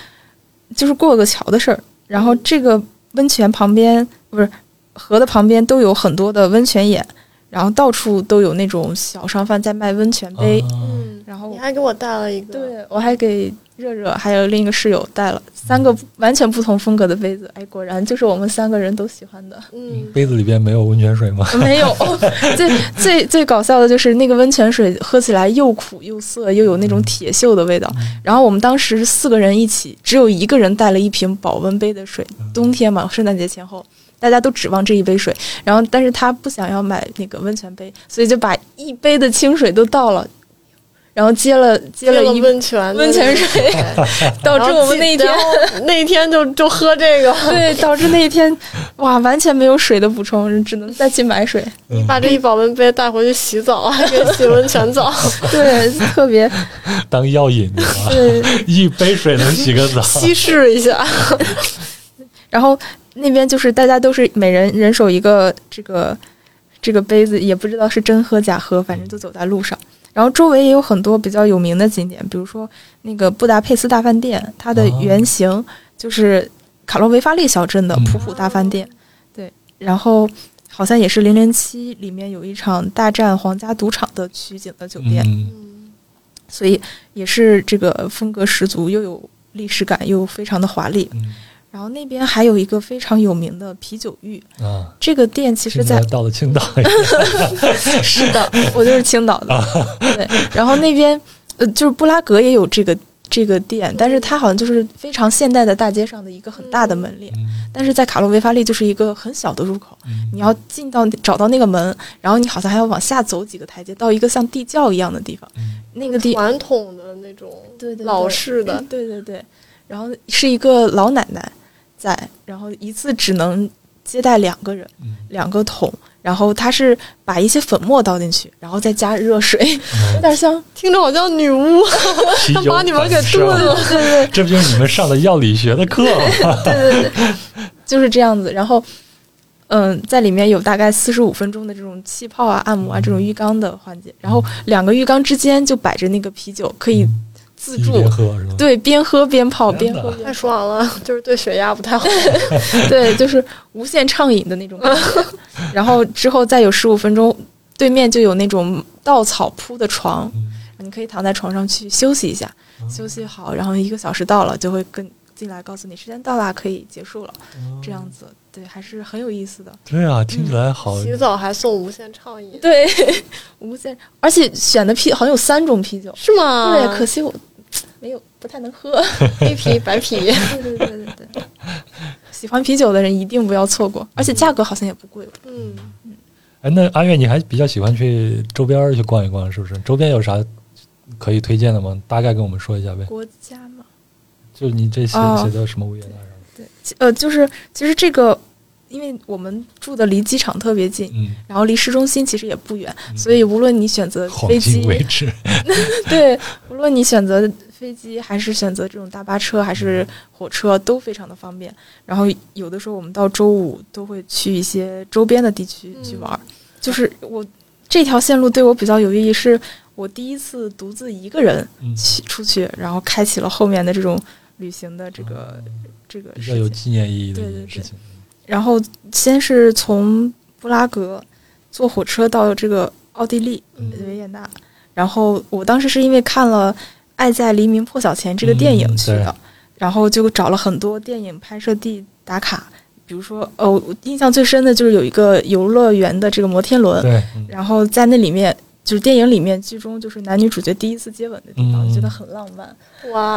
[SPEAKER 2] 就是过个桥的事儿。然后这个温泉旁边不是河的旁边都有很多的温泉眼，然后到处都有那种小商贩在卖温泉杯。
[SPEAKER 1] 啊
[SPEAKER 3] 嗯，
[SPEAKER 2] 然后
[SPEAKER 3] 你还给我带了一个，
[SPEAKER 2] 对我还给热热还有另一个室友带了三
[SPEAKER 3] 嗯
[SPEAKER 2] 个完全不同风格的杯子，哎，果然就是我们三个人都喜欢 的。
[SPEAKER 3] 嗯，
[SPEAKER 1] 杯子里边没有温泉水吗？
[SPEAKER 2] 没有， 最最最搞笑的就是那个温泉水喝起来又苦又涩，又有那种铁锈的味道。
[SPEAKER 3] 嗯
[SPEAKER 2] 然后我们当时四个人一起，只有一个人带了一瓶保温杯的水。
[SPEAKER 3] 嗯
[SPEAKER 2] 冬天嘛，圣诞节前后，大家都指望这一杯水。然后，但是他不想要买那个温泉杯，所以就把一杯的清水都倒了，然后接了接
[SPEAKER 3] 接
[SPEAKER 2] 了
[SPEAKER 3] 了
[SPEAKER 2] 一
[SPEAKER 3] 温泉
[SPEAKER 2] 温泉水，导致我们那一天
[SPEAKER 3] 然后记然后那一天 就就喝这个，
[SPEAKER 2] 对导致那一天哇完全没有水的补充，只能再去买水。
[SPEAKER 1] 嗯
[SPEAKER 3] 把这一保温杯带回去洗澡，还给洗温泉 澡。
[SPEAKER 2] 对，特别
[SPEAKER 1] 当药引的吗？
[SPEAKER 2] 对。
[SPEAKER 1] 一杯水能洗个澡？
[SPEAKER 3] 稀释一下，
[SPEAKER 2] 然后那边就是大家都是每人人手一个这个这个杯子，也不知道是真喝假喝，反正就走在路上。然后周围也有很多比较有名的景点，比如说那个布达佩斯大饭店，它的
[SPEAKER 1] 哦
[SPEAKER 2] 原型就是卡洛维发利小镇的
[SPEAKER 1] 嗯
[SPEAKER 2] 普普大饭店。对，然后好像也是《零零七》里面有一场大战皇家赌场的取景的酒店，
[SPEAKER 1] 嗯，
[SPEAKER 3] 嗯
[SPEAKER 2] 所以也是这个风格十足，又有历史感，又非常的华丽。
[SPEAKER 1] 嗯
[SPEAKER 2] 然后那边还有一个非常有名的啤酒浴，
[SPEAKER 1] 啊，
[SPEAKER 2] 这个店其实
[SPEAKER 1] 现
[SPEAKER 2] 在
[SPEAKER 1] 在到了青岛，
[SPEAKER 2] 是的，我就是青岛的，对。然后那边呃，就是布拉格也有这个这个店，但是它好像就是非常现代的大街上的一个很大的门脸，
[SPEAKER 1] 嗯
[SPEAKER 2] 但是在卡洛维发利就是一个很小的入口，
[SPEAKER 1] 嗯
[SPEAKER 2] 你要进到找到那个门，然后你好像还要往下走几个台阶，到一个像地窖一样的地方，
[SPEAKER 1] 嗯
[SPEAKER 2] 那个地
[SPEAKER 3] 传统的那种
[SPEAKER 2] 对对对
[SPEAKER 3] 老式的，
[SPEAKER 2] 对对对，然后是一个老奶奶在，然后一次只能接待两个人，
[SPEAKER 1] 嗯
[SPEAKER 2] 两个桶，然后她是把一些粉末倒进去，然后再加热水， 有
[SPEAKER 1] 嗯
[SPEAKER 2] 点像
[SPEAKER 3] 听着好像女巫。
[SPEAKER 1] 啤酒
[SPEAKER 3] 把你们给
[SPEAKER 1] 反射
[SPEAKER 3] 炖了
[SPEAKER 2] 对对对
[SPEAKER 1] 这不就是你们上的药理学的课吗？
[SPEAKER 2] 对对对，就是这样子。然后，嗯，在里面有大概四十五分钟的这种气泡啊、按摩啊这种浴缸的环节，然后两个浴缸之间就摆着那个啤酒，可以自
[SPEAKER 1] 一
[SPEAKER 2] 助
[SPEAKER 1] 边。喝是吧？
[SPEAKER 2] 对，边喝边泡，边
[SPEAKER 1] 天哪
[SPEAKER 2] 喝边
[SPEAKER 3] 太爽了，就是对血压不太好。
[SPEAKER 2] 对，就是无限畅饮的那种感觉。然后之后再有十五分钟对面就有那种稻草铺的床，
[SPEAKER 1] 嗯
[SPEAKER 2] 你可以躺在床上去休息一下，休息好，然后一个小时到了就会跟进来告诉你时间到了，可以结束了，
[SPEAKER 1] 嗯
[SPEAKER 2] 这样子，对，还是很有意思的。
[SPEAKER 1] 对啊，听起来好，
[SPEAKER 3] 洗澡还送无限畅饮，
[SPEAKER 2] 对， 无限，而且选的啤好像有三种啤酒，
[SPEAKER 3] 是吗？
[SPEAKER 2] 对，可惜我没有不太能喝。
[SPEAKER 3] 黑啤、白 啤，
[SPEAKER 2] 对对对对对，喜欢啤酒的人一定不要错过，而且价格好像也不贵。
[SPEAKER 3] 嗯，
[SPEAKER 1] 哎，那阿月你还比较喜欢去周边儿去逛一逛，是不是？周边有啥可以推荐的吗？大概跟我们说一下呗。
[SPEAKER 2] 国家嘛，
[SPEAKER 1] 就是你这写
[SPEAKER 2] 哦
[SPEAKER 1] 写的什么维也纳什么的，
[SPEAKER 2] 对，其呃，就是其实这个，因为我们住的离机场特别近，
[SPEAKER 1] 嗯，
[SPEAKER 2] 然后离市中心其实也不远，
[SPEAKER 1] 嗯
[SPEAKER 2] 所以无论你选择
[SPEAKER 1] 黄
[SPEAKER 2] 飞
[SPEAKER 1] 金
[SPEAKER 2] 机，
[SPEAKER 1] 位 置，
[SPEAKER 2] 对，无论你选择飞机还是选择这种大巴车还是
[SPEAKER 1] 嗯
[SPEAKER 2] 火车，都非常的方便。然后有的时候我们到周五都会去一些周边的地区
[SPEAKER 3] 嗯
[SPEAKER 2] 去玩儿，就是我这条线路对我比较有意义，是我第一次独自一个人
[SPEAKER 1] 嗯，
[SPEAKER 2] 去出去，然后开启了后面的这种旅行的这个、这个
[SPEAKER 1] 比较
[SPEAKER 2] 事
[SPEAKER 1] 有
[SPEAKER 2] 情。
[SPEAKER 1] 纪念意义的
[SPEAKER 2] 对
[SPEAKER 1] 一件
[SPEAKER 2] 对
[SPEAKER 1] 事情。
[SPEAKER 2] 然后先是从布拉格坐火车到这个奥地利，
[SPEAKER 3] 嗯
[SPEAKER 2] 维也纳。然后我当时是因为看了《爱在黎明破晓前》这个电影去的，
[SPEAKER 1] 嗯对
[SPEAKER 2] 然后就找了很多电影拍摄地打卡，比如说，呃，我印象最深的就是有一个游乐园的这个摩天轮，
[SPEAKER 1] 对，嗯
[SPEAKER 2] 然后在那里面。就是电影里面剧中就是男女主角第一次接吻的地方，
[SPEAKER 1] 嗯
[SPEAKER 2] 就觉得很浪漫。
[SPEAKER 3] 哇，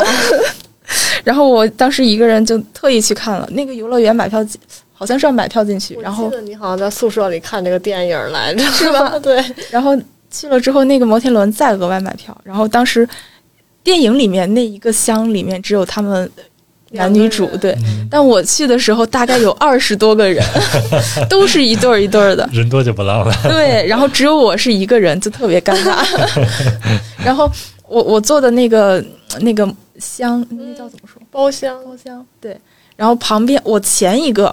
[SPEAKER 2] 然后我当时一个人就特意去看了那个游乐园，买票进好像是要买票进去，然
[SPEAKER 3] 我
[SPEAKER 2] 后
[SPEAKER 3] 记得你好像在宿舍里看这个电影来着，
[SPEAKER 2] 是吧
[SPEAKER 3] 对，
[SPEAKER 2] 然后去了之后，那个摩天轮再额外买票。然后当时电影里面那一个箱里面只有他们男女主
[SPEAKER 3] 两个人
[SPEAKER 2] 对，
[SPEAKER 1] 嗯，
[SPEAKER 2] 但我去的时候大概 有二十多个人，都是一对儿一对儿的
[SPEAKER 1] 人多就不浪了。
[SPEAKER 2] 对。然后只有我是一个人，就特别尴尬。 然后我我坐的那个那个箱，那叫怎么说？
[SPEAKER 3] 包厢，
[SPEAKER 2] 包厢对。然后旁边我前一个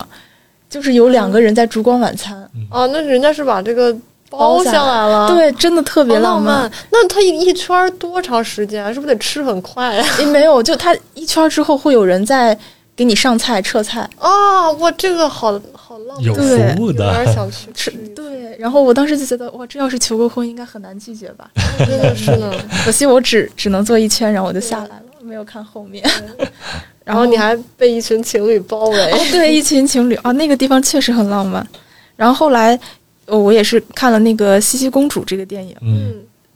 [SPEAKER 2] 就是有两个人在烛光晚餐，
[SPEAKER 3] 哦，那人家是把这个包下来了，
[SPEAKER 2] 对，真的特
[SPEAKER 3] 啊好
[SPEAKER 2] 别浪
[SPEAKER 3] 浪
[SPEAKER 2] 漫。。
[SPEAKER 3] 那他一一圈儿多长时间啊？是不是得吃很快啊呀、
[SPEAKER 2] 也没有，就他一圈儿之后会有人在给你上菜撤菜。
[SPEAKER 3] 哦，哇，这个好好浪漫，
[SPEAKER 1] 有
[SPEAKER 2] 对
[SPEAKER 1] 服务
[SPEAKER 3] 有点
[SPEAKER 1] 的，
[SPEAKER 3] 想去吃
[SPEAKER 2] 是，嗯对，然后我当时就觉得，哇，这要是求个婚，应该很难拒绝吧？
[SPEAKER 3] 真的是呢。
[SPEAKER 2] 可惜我只只能坐一圈，然后我就下来了，没有看后面。
[SPEAKER 3] 然后你还被一群情侣包围，
[SPEAKER 2] 哦， 对，一群情侣啊，那个地方确实很浪漫。然后后来，呃我也是看了那个《茜茜公主》这个电影，
[SPEAKER 1] 嗯，
[SPEAKER 3] 嗯，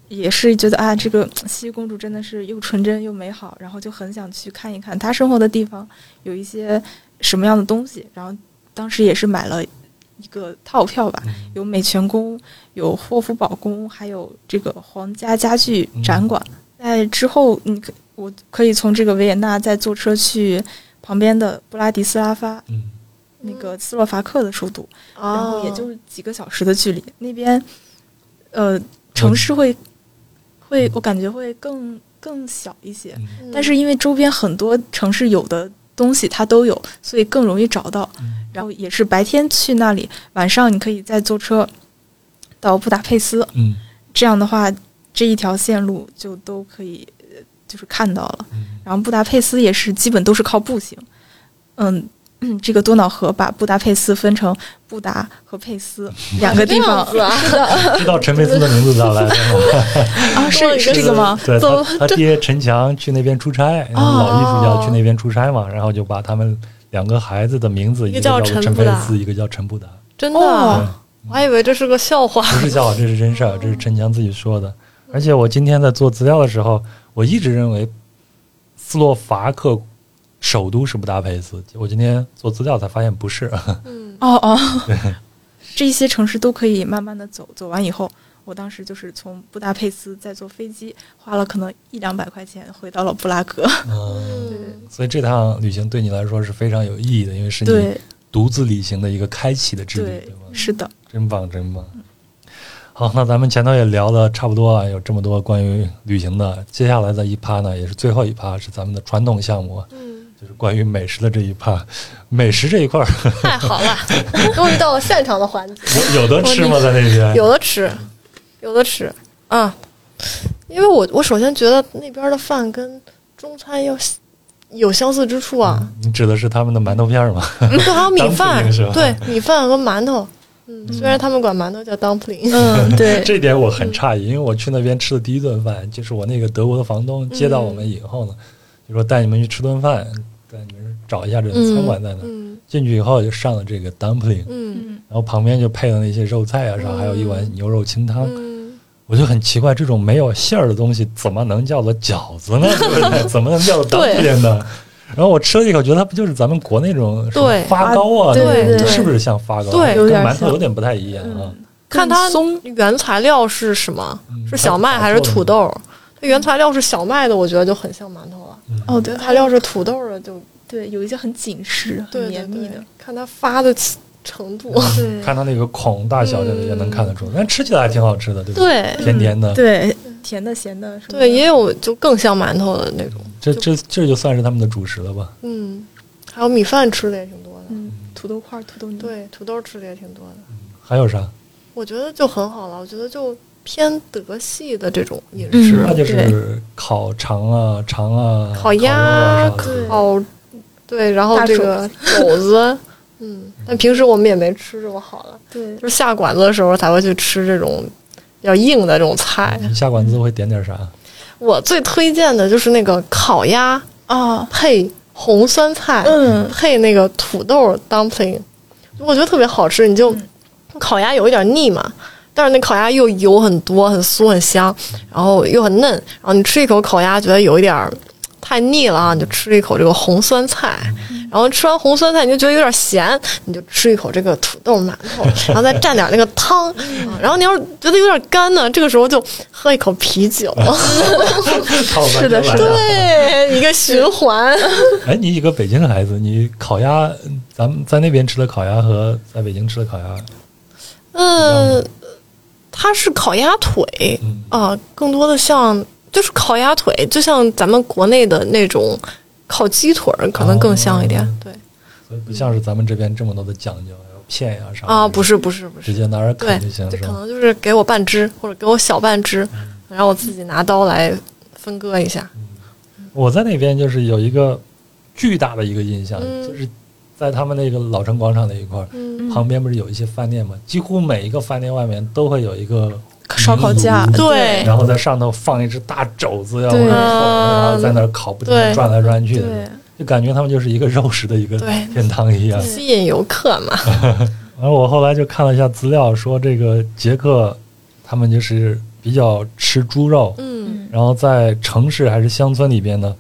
[SPEAKER 2] 也是觉得啊，这个茜茜公主真的是又纯真又美好，然后就很想去看一看她生活的地方有一些什么样的东西。然后当时也是买了一个套票吧，
[SPEAKER 1] 嗯
[SPEAKER 2] 有美泉宫，有霍夫堡宫，还有这个皇家家具展馆。在之后，你可我可以从这个维也纳再坐车去旁边的布拉迪斯拉发，
[SPEAKER 1] 嗯，
[SPEAKER 2] 那个斯洛伐克的首都，
[SPEAKER 3] 啊，
[SPEAKER 2] 然后也就是几个小时的距离。那边，呃，城市会会我感觉会更更小一些，
[SPEAKER 1] 嗯
[SPEAKER 3] 嗯，
[SPEAKER 2] 但是因为周边很多城市有的东西它都有，所以更容易找到。
[SPEAKER 1] 嗯
[SPEAKER 2] 然后也是白天去那里，晚上你可以再坐车到布达佩斯，
[SPEAKER 1] 嗯
[SPEAKER 2] 这样的话这一条线路就都可以呃就是看到了。
[SPEAKER 1] 嗯
[SPEAKER 2] 然后布达佩斯也是基本都是靠步行，嗯。 嗯这个多瑙河把布达佩斯分成布达和佩斯两个地方
[SPEAKER 3] 这样子啊
[SPEAKER 2] 是的
[SPEAKER 1] 知道陈佩斯的名字咋来的吗？
[SPEAKER 2] 啊，是是这个吗？
[SPEAKER 1] 对
[SPEAKER 3] 怎么
[SPEAKER 1] 他，他爹陈强去那边出差，然后老艺术家去那边出差嘛，然后就把他们两个孩子的名字，一
[SPEAKER 3] 一
[SPEAKER 1] 个
[SPEAKER 3] 个
[SPEAKER 1] 叫
[SPEAKER 3] 叫
[SPEAKER 1] 陈
[SPEAKER 3] 陈
[SPEAKER 1] 佩
[SPEAKER 3] 布达
[SPEAKER 1] 斯，一个叫陈布达，
[SPEAKER 3] 真的，
[SPEAKER 2] 哦
[SPEAKER 1] 嗯
[SPEAKER 3] 我还以为这是个笑话。
[SPEAKER 1] 不是笑话，这是真事儿，这是陈强自己说的。而且我今天在做资料的时候，我一直认为斯洛伐克首都是布达佩斯，我今天做资料才发现不是。
[SPEAKER 3] 嗯，
[SPEAKER 2] 哦哦，这些城市都可以慢慢的走，走完以后，我当时就是从布达佩斯再坐飞机，花了可能一两百块钱回到了布拉格。
[SPEAKER 1] 嗯，
[SPEAKER 3] 嗯
[SPEAKER 1] 所以这趟旅行对你来说是非常有意义的，因为是你
[SPEAKER 2] 对
[SPEAKER 1] 独自旅行的一个开启的之旅，
[SPEAKER 2] 对
[SPEAKER 1] 对吧，？
[SPEAKER 2] 是的，
[SPEAKER 1] 真棒，真棒。好，那咱们前头也聊的差不多啊，有这么多关于旅行的。接下来的一趴呢，也是最后一趴，是咱们的传统项目，啊
[SPEAKER 3] 嗯，
[SPEAKER 1] 就是关于美食的这一趴。美食这一块儿，
[SPEAKER 3] 太好了， 终于到了擅长的环节。
[SPEAKER 1] 有有的吃吗？在那边
[SPEAKER 3] 有的吃，有的吃啊，因为我我首先觉得那边的饭跟中餐要有相似之处啊，
[SPEAKER 1] 你指的是他们的馒头片儿吗？
[SPEAKER 3] 对，还有
[SPEAKER 1] 嗯
[SPEAKER 3] 米
[SPEAKER 1] 当地那
[SPEAKER 3] 饭
[SPEAKER 1] 个是吧，
[SPEAKER 3] 对，米饭和馒头，嗯，虽然他们管馒头叫 dumpling，
[SPEAKER 2] 嗯， 对，
[SPEAKER 1] 这一点我很诧异，因为我去那边吃的第一顿饭，就是我那个德国的房东接到我们以后呢，就说带你们去吃顿饭，带你们找一下这个餐馆在哪。
[SPEAKER 3] 嗯
[SPEAKER 1] 进去以后就上了这个 dumpling，
[SPEAKER 3] 嗯
[SPEAKER 2] 嗯
[SPEAKER 1] 然后旁边就配了那些肉菜啊啥，
[SPEAKER 3] 嗯
[SPEAKER 1] 还有一碗牛肉清汤。
[SPEAKER 3] 嗯，
[SPEAKER 1] 我就很奇怪，这种没有馅儿的东西怎么能叫做饺子 呢？对不对？怎么能叫做 dumpling 呢？然后我吃了一口，觉得它不就是咱们国内那种什么
[SPEAKER 3] 对
[SPEAKER 1] 发糕啊？
[SPEAKER 2] 对
[SPEAKER 1] 那种
[SPEAKER 2] 对
[SPEAKER 1] 是不是像发糕？
[SPEAKER 3] 对
[SPEAKER 1] 跟
[SPEAKER 2] 有点
[SPEAKER 1] 馒头
[SPEAKER 2] 像
[SPEAKER 1] 有点不太一样啊。
[SPEAKER 3] 看它
[SPEAKER 2] 嗯松
[SPEAKER 3] 原材料是什么？
[SPEAKER 1] 嗯
[SPEAKER 3] 是小麦还是土？豆？它原材料是小麦的，我觉得就很像馒头了。
[SPEAKER 1] 它嗯
[SPEAKER 2] 哦，对，
[SPEAKER 3] 原材料是土豆的，就
[SPEAKER 2] 对，有一些很紧实、
[SPEAKER 3] 对
[SPEAKER 2] 很绵密的，，
[SPEAKER 3] 看它发的程度。
[SPEAKER 2] 对
[SPEAKER 1] 嗯看它那个孔大小就也能看得出，但吃起来还挺好吃的，对不对？
[SPEAKER 3] 嗯对
[SPEAKER 1] 甜甜的，
[SPEAKER 2] 对，甜的、咸的，
[SPEAKER 3] 对，也有就更像馒头的那种。
[SPEAKER 1] 这这这就算是他们的主食了吧？
[SPEAKER 3] 嗯，还有米饭吃的也挺多的。
[SPEAKER 2] 嗯，土豆块、土豆泥，
[SPEAKER 3] 对，土豆吃的也挺多的。
[SPEAKER 1] 还有啥？
[SPEAKER 3] 我觉得就很好了。我觉得就偏德系的这种饮
[SPEAKER 2] 嗯
[SPEAKER 3] 食，
[SPEAKER 1] 那就是烤肠啊、肠啊、
[SPEAKER 3] 烤
[SPEAKER 1] 肉
[SPEAKER 3] 鸭
[SPEAKER 1] 啊啥的。
[SPEAKER 3] 哦，对，然后
[SPEAKER 2] 大
[SPEAKER 3] 这个 肘子，嗯，但平时我们也没吃这么好的，
[SPEAKER 2] 对，
[SPEAKER 3] 就是下馆子的时候才会去吃这种比较硬的这种菜。
[SPEAKER 1] 你下馆子会点 点啥？
[SPEAKER 3] 我最推荐的就是那个烤鸭
[SPEAKER 2] 啊，
[SPEAKER 3] 配红酸菜，
[SPEAKER 2] 嗯，
[SPEAKER 3] 配那个土豆 dumpling，我觉得特别好吃。你就烤鸭有一点腻嘛，但是那烤鸭又油很多、很酥、很香，然后又很嫩。然后你吃一口烤鸭，觉得有一点儿太腻了啊，你就吃一口这个红酸菜。然后吃完红酸菜，你就觉得有点咸，你就吃一口这个土豆馒头，然后再蘸点那个汤。啊然后你要是觉得有点干呢，这个时候就 喝一口啤酒，
[SPEAKER 1] 烤饭
[SPEAKER 2] 是 的
[SPEAKER 1] 就完
[SPEAKER 2] 是
[SPEAKER 1] 了。
[SPEAKER 3] 对，一个循环。
[SPEAKER 1] 哎，你一个北京的孩子，你烤鸭，嗯咱们在那边吃的烤鸭和在北京吃的烤鸭，
[SPEAKER 3] 嗯，它是烤鸭腿
[SPEAKER 1] 嗯，
[SPEAKER 3] 啊、更多的像就是烤鸭腿，就像咱们国内的那种烤鸡腿儿，可能更像一点。
[SPEAKER 1] 哦
[SPEAKER 3] 对
[SPEAKER 1] 所以不像是咱们这边这么多的讲究，还有片呀啥的
[SPEAKER 3] 啊，不，是不是不
[SPEAKER 1] 直
[SPEAKER 3] 是，
[SPEAKER 1] 接拿着
[SPEAKER 3] 对
[SPEAKER 1] 啃就行，，
[SPEAKER 3] 这
[SPEAKER 1] 是
[SPEAKER 3] 可
[SPEAKER 1] 吧？
[SPEAKER 3] 能就是给我半只或者给我小半只，然后我自己拿刀来分割一下。
[SPEAKER 1] 我在那边就是有一个巨大的一个印象，
[SPEAKER 3] 嗯
[SPEAKER 1] 就是在他们那个老城广场那一块儿，
[SPEAKER 3] 嗯，
[SPEAKER 1] 旁边不是有一些饭店嘛，几乎每一个饭店外面都会有一个
[SPEAKER 2] 烧烤架
[SPEAKER 1] 明炉
[SPEAKER 3] 对
[SPEAKER 1] 然后在上头放一只大肘子呀，或
[SPEAKER 2] 对
[SPEAKER 1] 者烤然后在那儿烤，不停的
[SPEAKER 3] 对
[SPEAKER 1] 转来转去的，
[SPEAKER 2] 对，
[SPEAKER 1] 就感觉他们就是一个肉食的一个
[SPEAKER 3] 对
[SPEAKER 1] 天堂一样。
[SPEAKER 3] 吸引游客嘛。
[SPEAKER 1] 然后我后来就看了一下资料，说这个捷克他们就是比较吃猪肉，
[SPEAKER 3] 嗯
[SPEAKER 2] 嗯，
[SPEAKER 1] 然后在城市还是乡村里边呢，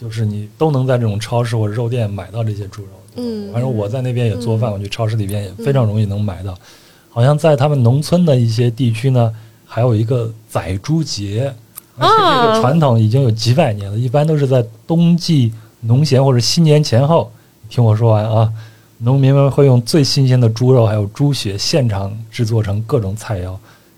[SPEAKER 1] 就是你都能在这种超市或者肉店买到这些猪肉。对吧
[SPEAKER 3] 嗯
[SPEAKER 1] 反正我在那边也做饭，
[SPEAKER 3] 嗯
[SPEAKER 1] 我去超市里边也非常容易能买到。好像在他们农村的一些地区呢，还有一个宰猪节，
[SPEAKER 3] 啊
[SPEAKER 1] 而且这个传统已经有几百年了，一般都是在冬季农闲或者新年前后。听我说完啊，农民们会用最新鲜的猪肉还有猪血现场制作成各种菜肴，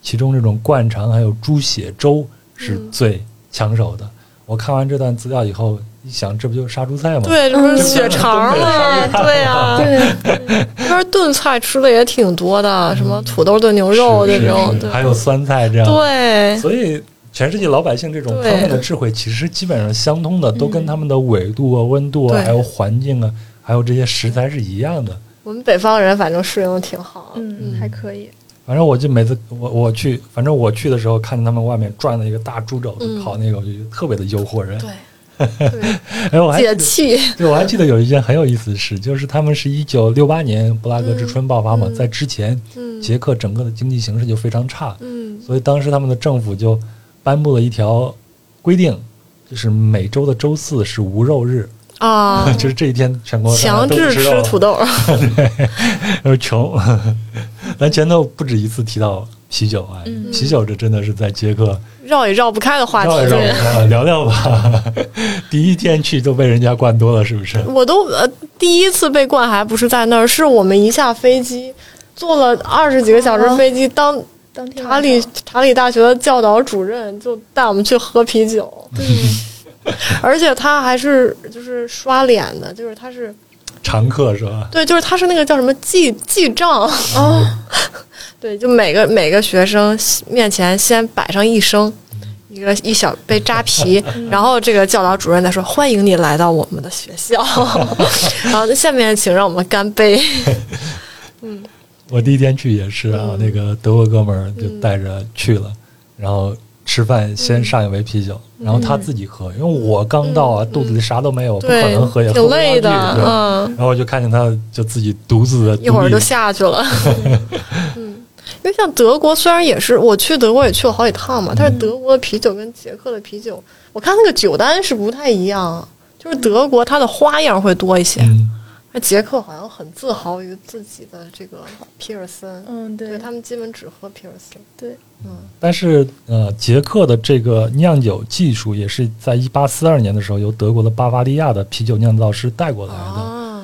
[SPEAKER 1] 其中这种灌肠还有猪血粥是
[SPEAKER 3] 嗯
[SPEAKER 1] 最抢手的。我看完这段资料以后，一想这不就是杀猪菜吗？
[SPEAKER 3] 对，这不是血肠儿吗？对啊，
[SPEAKER 2] 嗯 对，
[SPEAKER 3] 这边炖菜吃的也挺多的，什么土豆炖牛肉
[SPEAKER 1] 是
[SPEAKER 3] 这
[SPEAKER 1] 是
[SPEAKER 3] 种，
[SPEAKER 1] 是
[SPEAKER 3] 对
[SPEAKER 1] 还有酸菜这样。
[SPEAKER 3] 对，
[SPEAKER 1] 所以全世界老百姓这种
[SPEAKER 3] 对嗯
[SPEAKER 1] 他们的智慧其实基本上相通的，都跟他们的纬度啊、温度啊，
[SPEAKER 3] 对
[SPEAKER 1] 还有环境啊，还有这些食材是一样的。
[SPEAKER 3] 我们北方人反正适应的挺好。
[SPEAKER 2] 嗯，还可以，
[SPEAKER 1] 反正我就每次我我去，反正我去的时候看见他们外面转了一个大猪肘子
[SPEAKER 3] 嗯
[SPEAKER 1] 烤那个，我就觉得特别的诱惑人。
[SPEAKER 3] 对，
[SPEAKER 1] 哎，我还记
[SPEAKER 3] 解
[SPEAKER 1] 得
[SPEAKER 3] 气。
[SPEAKER 1] 对，我还记得有一件很有意思的事，就是他们是一九六八年布拉格之春爆发嘛，
[SPEAKER 3] 嗯嗯
[SPEAKER 1] 在之前
[SPEAKER 3] 嗯
[SPEAKER 1] 捷克整个的经济形势就非常差，
[SPEAKER 3] 嗯
[SPEAKER 1] 所以当时他们的政府就颁布了一条规定，就是每周的周四是无肉日，
[SPEAKER 3] 啊，
[SPEAKER 1] 就是这一天全国大家
[SPEAKER 3] 强
[SPEAKER 1] 都
[SPEAKER 3] 制
[SPEAKER 1] 不肉
[SPEAKER 3] 吃
[SPEAKER 1] 了
[SPEAKER 3] 土，豆。
[SPEAKER 1] 就是穷。咱前头不止一次提到啤酒啊，
[SPEAKER 2] 嗯
[SPEAKER 1] 啤酒这真的是在捷克
[SPEAKER 3] 绕也绕不开的话题
[SPEAKER 1] 绕。一绕啊，聊聊吧。 第一天去就被人家灌多了，是不是？
[SPEAKER 3] 我都呃第一次被灌还不是在那儿，是我们一下飞机，坐了二十几个小
[SPEAKER 1] 哦
[SPEAKER 3] 时飞机，当
[SPEAKER 2] 当天
[SPEAKER 3] 查理查理大学的教导主任就带我们去喝啤酒，
[SPEAKER 1] 嗯
[SPEAKER 3] 而且他还是就是刷脸的，就是他是
[SPEAKER 1] 常客是吧？
[SPEAKER 3] 对，就是他是那个叫什么记记账，
[SPEAKER 2] 哦，
[SPEAKER 3] 对，就每个每个学生面前先摆上一升，一个一小杯扎啤，
[SPEAKER 1] 嗯
[SPEAKER 3] 然后这个教导主任再说：“欢迎你来到我们的 学校。”然后下面请让我们干杯。
[SPEAKER 1] 我第一天去也是啊，
[SPEAKER 3] 嗯
[SPEAKER 1] 那个德国哥们儿就带着去了，然后吃饭先上一围啤酒，然后他自己喝，因为我刚到啊，
[SPEAKER 3] 嗯
[SPEAKER 1] 肚子里啥都没有，不可
[SPEAKER 3] 对
[SPEAKER 1] 能喝也，喝
[SPEAKER 3] 挺
[SPEAKER 1] 不下
[SPEAKER 3] 累
[SPEAKER 1] 去
[SPEAKER 3] 的，
[SPEAKER 1] 对
[SPEAKER 3] 嗯，
[SPEAKER 1] 然后我就看见他就自己独自的，
[SPEAKER 3] 一会儿就下去了。 嗯，因为像德国虽然也是我去德国也去了好几趟嘛，但
[SPEAKER 1] 嗯
[SPEAKER 3] 是德国的啤酒跟捷克的啤酒，我看那个酒单是不太一样，啊就是德国它的花样会多一些，
[SPEAKER 1] 嗯，
[SPEAKER 3] 那捷克好像很自豪于自己的这个皮尔森，
[SPEAKER 2] 嗯，
[SPEAKER 3] 对
[SPEAKER 2] 对，
[SPEAKER 3] 他们基本只喝皮尔森。
[SPEAKER 2] 对，
[SPEAKER 3] 嗯，
[SPEAKER 1] 但是呃，捷克的这个酿酒技术也是在一八四二年的时候由德国的巴伐利亚的啤酒酿造师带过来的。
[SPEAKER 3] 啊，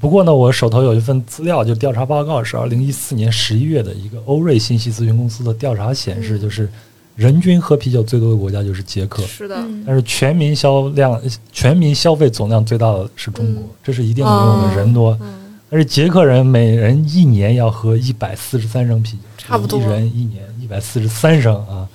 [SPEAKER 1] 不过呢，我手头有一份资料，就调查报告，是二零一四年十一月的一个欧瑞信息咨询公司的调查显示，
[SPEAKER 3] 嗯
[SPEAKER 1] 就是人均喝啤酒最多的国家就是捷克，
[SPEAKER 3] 是的，
[SPEAKER 2] 嗯
[SPEAKER 1] 但是全民销量、全民消费总量最大的是中国
[SPEAKER 3] 嗯，
[SPEAKER 1] 这是一定比我们人多。
[SPEAKER 3] 嗯，
[SPEAKER 1] 但是捷克人每人一年要喝一百四十三升啤酒，
[SPEAKER 3] 差不多
[SPEAKER 1] 一人一年一百四十三升啊。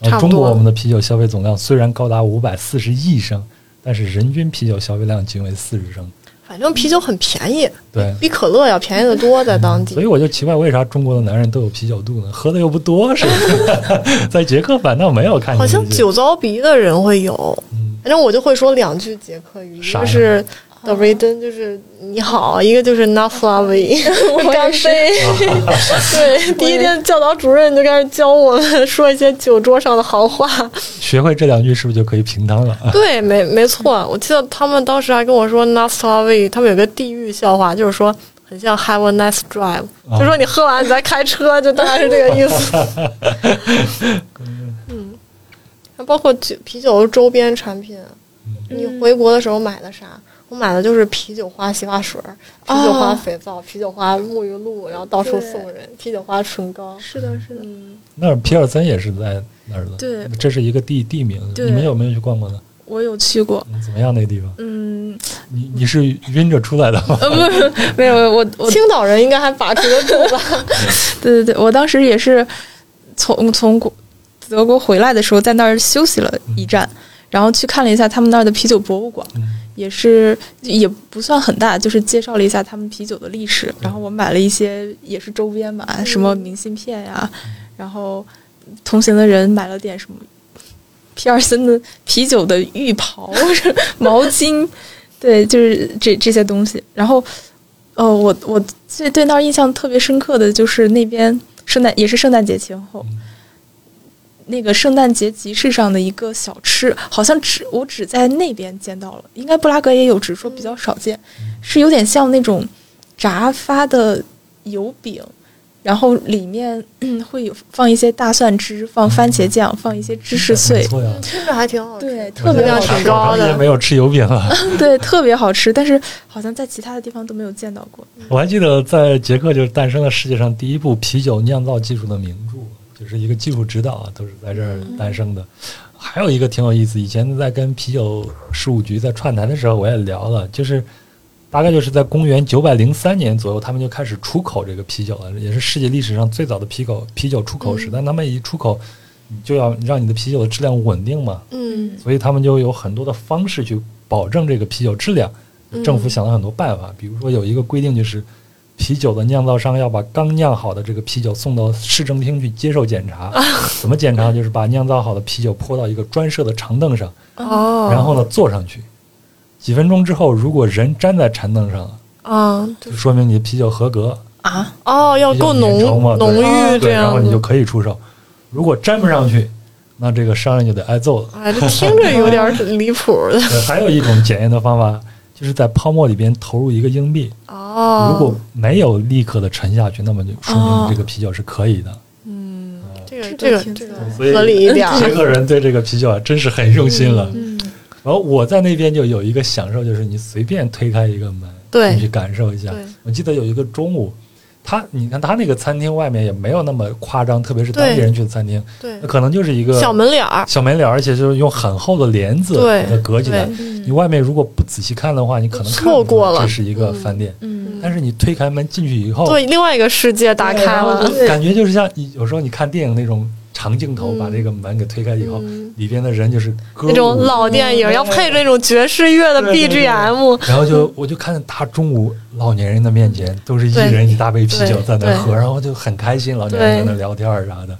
[SPEAKER 1] 呃
[SPEAKER 3] 差不
[SPEAKER 1] 中
[SPEAKER 3] 多
[SPEAKER 1] 国我们的啤酒消费总量虽然高达五百四十亿升，但是人均啤酒消费量仅为四十升。
[SPEAKER 3] 反正啤酒很便宜，
[SPEAKER 1] 对，
[SPEAKER 3] 比可乐要便宜的多，在当
[SPEAKER 1] 所以
[SPEAKER 3] 地。
[SPEAKER 1] 我就奇怪，为啥中国的男人都有啤酒肚呢？喝的又不多，是不是？ 在捷克反倒没有看见这
[SPEAKER 3] 好
[SPEAKER 1] 些。
[SPEAKER 3] 像酒糟鼻的人会有，
[SPEAKER 1] 嗯，
[SPEAKER 3] 反正我就会说两句捷克语，一
[SPEAKER 1] 啥呀
[SPEAKER 3] 个是 d r i d e n 就是你好，一个就是 n a s l a v i 干杯。对，第一天教导主任就开始教我们说一些酒桌上的行话。
[SPEAKER 1] 学会这两句是不是就可以平摊了 啊？
[SPEAKER 3] 对，没没错，我记得他们当时还跟我说 n a s l a v i 他们有个地域笑话，就是说很像 Have a nice drive，、
[SPEAKER 1] 啊
[SPEAKER 3] 就说你喝完你再开车，就大概是这个 意思。嗯，还包括酒啤酒周边产品，
[SPEAKER 2] 嗯
[SPEAKER 3] 你回国的时候买的啥？我买的就是啤酒花洗发水、啤酒花
[SPEAKER 2] 啊
[SPEAKER 3] 肥皂、啤酒花沐浴露，然后到处
[SPEAKER 2] 对
[SPEAKER 3] 送人啤酒花唇膏。
[SPEAKER 2] 是的，是的，
[SPEAKER 3] 嗯，
[SPEAKER 1] 那儿皮尔森也是在那儿的，
[SPEAKER 2] 对
[SPEAKER 1] 这是一个地地名。
[SPEAKER 2] 对
[SPEAKER 1] 你们有没有去逛过呢？
[SPEAKER 2] 我有去过，
[SPEAKER 1] 嗯怎么样那个地方？
[SPEAKER 2] 嗯，
[SPEAKER 1] 你你是晕着出来的 吗？
[SPEAKER 2] 呃，不是，没有，我我
[SPEAKER 3] 青岛人应该还把持 得住吧？
[SPEAKER 2] 对对对，我当时也是从从国德国回来的时候，在那儿休息了一站，然后去看了一下他们那儿的啤酒博物馆，
[SPEAKER 1] 嗯
[SPEAKER 2] 也是也不算很大，就是介绍了一下他们啤酒的历史。然后我买了一些也是周边嘛，什么明信片呀、然后同行的人买了点什么皮尔森的啤酒的浴袍、毛巾，对，就是这这些东西。然后，呃，我我最对那儿印象特别深刻的就是那边圣诞也是圣诞节前后
[SPEAKER 1] 嗯，
[SPEAKER 2] 那个圣诞节集市上的一个小吃，好像只我只在那边见到了，应该布拉格也有，只是说比较少见，
[SPEAKER 3] 嗯
[SPEAKER 2] 是有点像那种炸发的油饼。然后里面 嗯会有放一些大蒜汁，放番茄酱，放一些芝士
[SPEAKER 1] 不
[SPEAKER 2] 碎，
[SPEAKER 1] 错呀，
[SPEAKER 3] 听着还挺好吃。
[SPEAKER 2] 对，
[SPEAKER 1] 我
[SPEAKER 2] 特别
[SPEAKER 1] 在
[SPEAKER 3] 量
[SPEAKER 2] 好
[SPEAKER 3] 挺
[SPEAKER 1] 长
[SPEAKER 2] 吃，
[SPEAKER 3] 高
[SPEAKER 1] 长时间
[SPEAKER 3] 的
[SPEAKER 1] 没有吃油饼了。
[SPEAKER 3] 嗯
[SPEAKER 2] 对，特别好吃，但是好像在其他的地方都没有见到过。
[SPEAKER 1] 我还记得在捷克就诞生了世界上第一部啤酒酿造技术的名著，就是一个技术指导啊，都是在这儿诞生的。还有一个挺有意思，以前在跟啤酒事务局在串台的时候，我也聊了，就是大概就是在公元九百零三年左右，他们就开始出口这个啤酒了，也是世界历史上最早的啤酒啤酒出口史。但他们一出口，你就要让你的啤酒的质量稳定嘛，
[SPEAKER 3] 嗯，
[SPEAKER 1] 所以他们就有很多的方式去保证这个啤酒质量。
[SPEAKER 3] 嗯
[SPEAKER 1] 政府想了很多办法，比如说有一个规定就是，啤酒的酿造商要把刚酿好的这个啤酒送到市政厅去接受检查。
[SPEAKER 3] 啊
[SPEAKER 1] 怎么检查？就是把酿造好的啤酒泼到一个专设的长凳上，
[SPEAKER 2] 嗯
[SPEAKER 3] 哦，
[SPEAKER 1] 然后呢坐上去。几分钟之后，如果人粘在长凳上了，
[SPEAKER 3] 啊，
[SPEAKER 1] 就说明你的啤酒合格，
[SPEAKER 2] 啊，
[SPEAKER 3] 哦，要
[SPEAKER 1] 比较
[SPEAKER 3] 够浓
[SPEAKER 1] 粘稠嘛
[SPEAKER 3] 浓
[SPEAKER 1] 对
[SPEAKER 3] 郁这
[SPEAKER 1] 哦对，然
[SPEAKER 3] 样
[SPEAKER 1] 后你就
[SPEAKER 3] 子。
[SPEAKER 1] 可以出售。如果粘不上去，那这个商人就得挨揍了。
[SPEAKER 3] 哎，这听着有点儿 离谱的。
[SPEAKER 1] 对呃还有一种检验的方法，就是在泡沫里边投入一个硬币，
[SPEAKER 3] 哦，
[SPEAKER 1] 如果没有立刻的沉下去，那么就说明这个啤酒是可以的。
[SPEAKER 3] 嗯，这个这
[SPEAKER 2] 这
[SPEAKER 3] 个
[SPEAKER 2] 个挺
[SPEAKER 3] 这个
[SPEAKER 2] 自
[SPEAKER 1] 所以
[SPEAKER 3] 合理啊一点儿。
[SPEAKER 1] 捷克人对这个啤酒啊，真是很用心了。
[SPEAKER 2] 嗯，
[SPEAKER 1] 然后我在那边就有一个享受，就是你随便推开一个门，
[SPEAKER 3] 对
[SPEAKER 1] 你去感受一下
[SPEAKER 3] 对。
[SPEAKER 1] 我记得有一个中午，他你看他那个餐厅外面也没有那么夸张，特别是当地人去的餐厅，
[SPEAKER 3] 对
[SPEAKER 1] 那，可能就是一个
[SPEAKER 3] 小门脸儿，
[SPEAKER 1] 小门脸，而且就是用很厚的帘子
[SPEAKER 3] 对
[SPEAKER 1] 给它隔起来
[SPEAKER 2] 嗯
[SPEAKER 3] 对。
[SPEAKER 1] 你外面如果不仔细看的话，你可能看
[SPEAKER 3] 错
[SPEAKER 1] 不出来
[SPEAKER 3] 过了
[SPEAKER 1] 这是一个饭店。
[SPEAKER 2] 嗯，
[SPEAKER 1] 但是你推开门进去以后，
[SPEAKER 3] 对，另外一个世界打开了。
[SPEAKER 1] 感觉就是像你有时候你看电影那种长镜头把这个门给推开以后，
[SPEAKER 3] 嗯
[SPEAKER 1] 里边的人就是歌舞
[SPEAKER 3] 那种老电影要配着那种爵士乐的
[SPEAKER 1] 对对对
[SPEAKER 3] BGM，
[SPEAKER 1] 然后就我就看见大中午老年人的面前都是一
[SPEAKER 3] 对
[SPEAKER 1] 人一大杯啤酒
[SPEAKER 3] 对
[SPEAKER 1] 在那
[SPEAKER 3] 对
[SPEAKER 1] 喝，然后就很开心，老年人在那聊天儿啥的。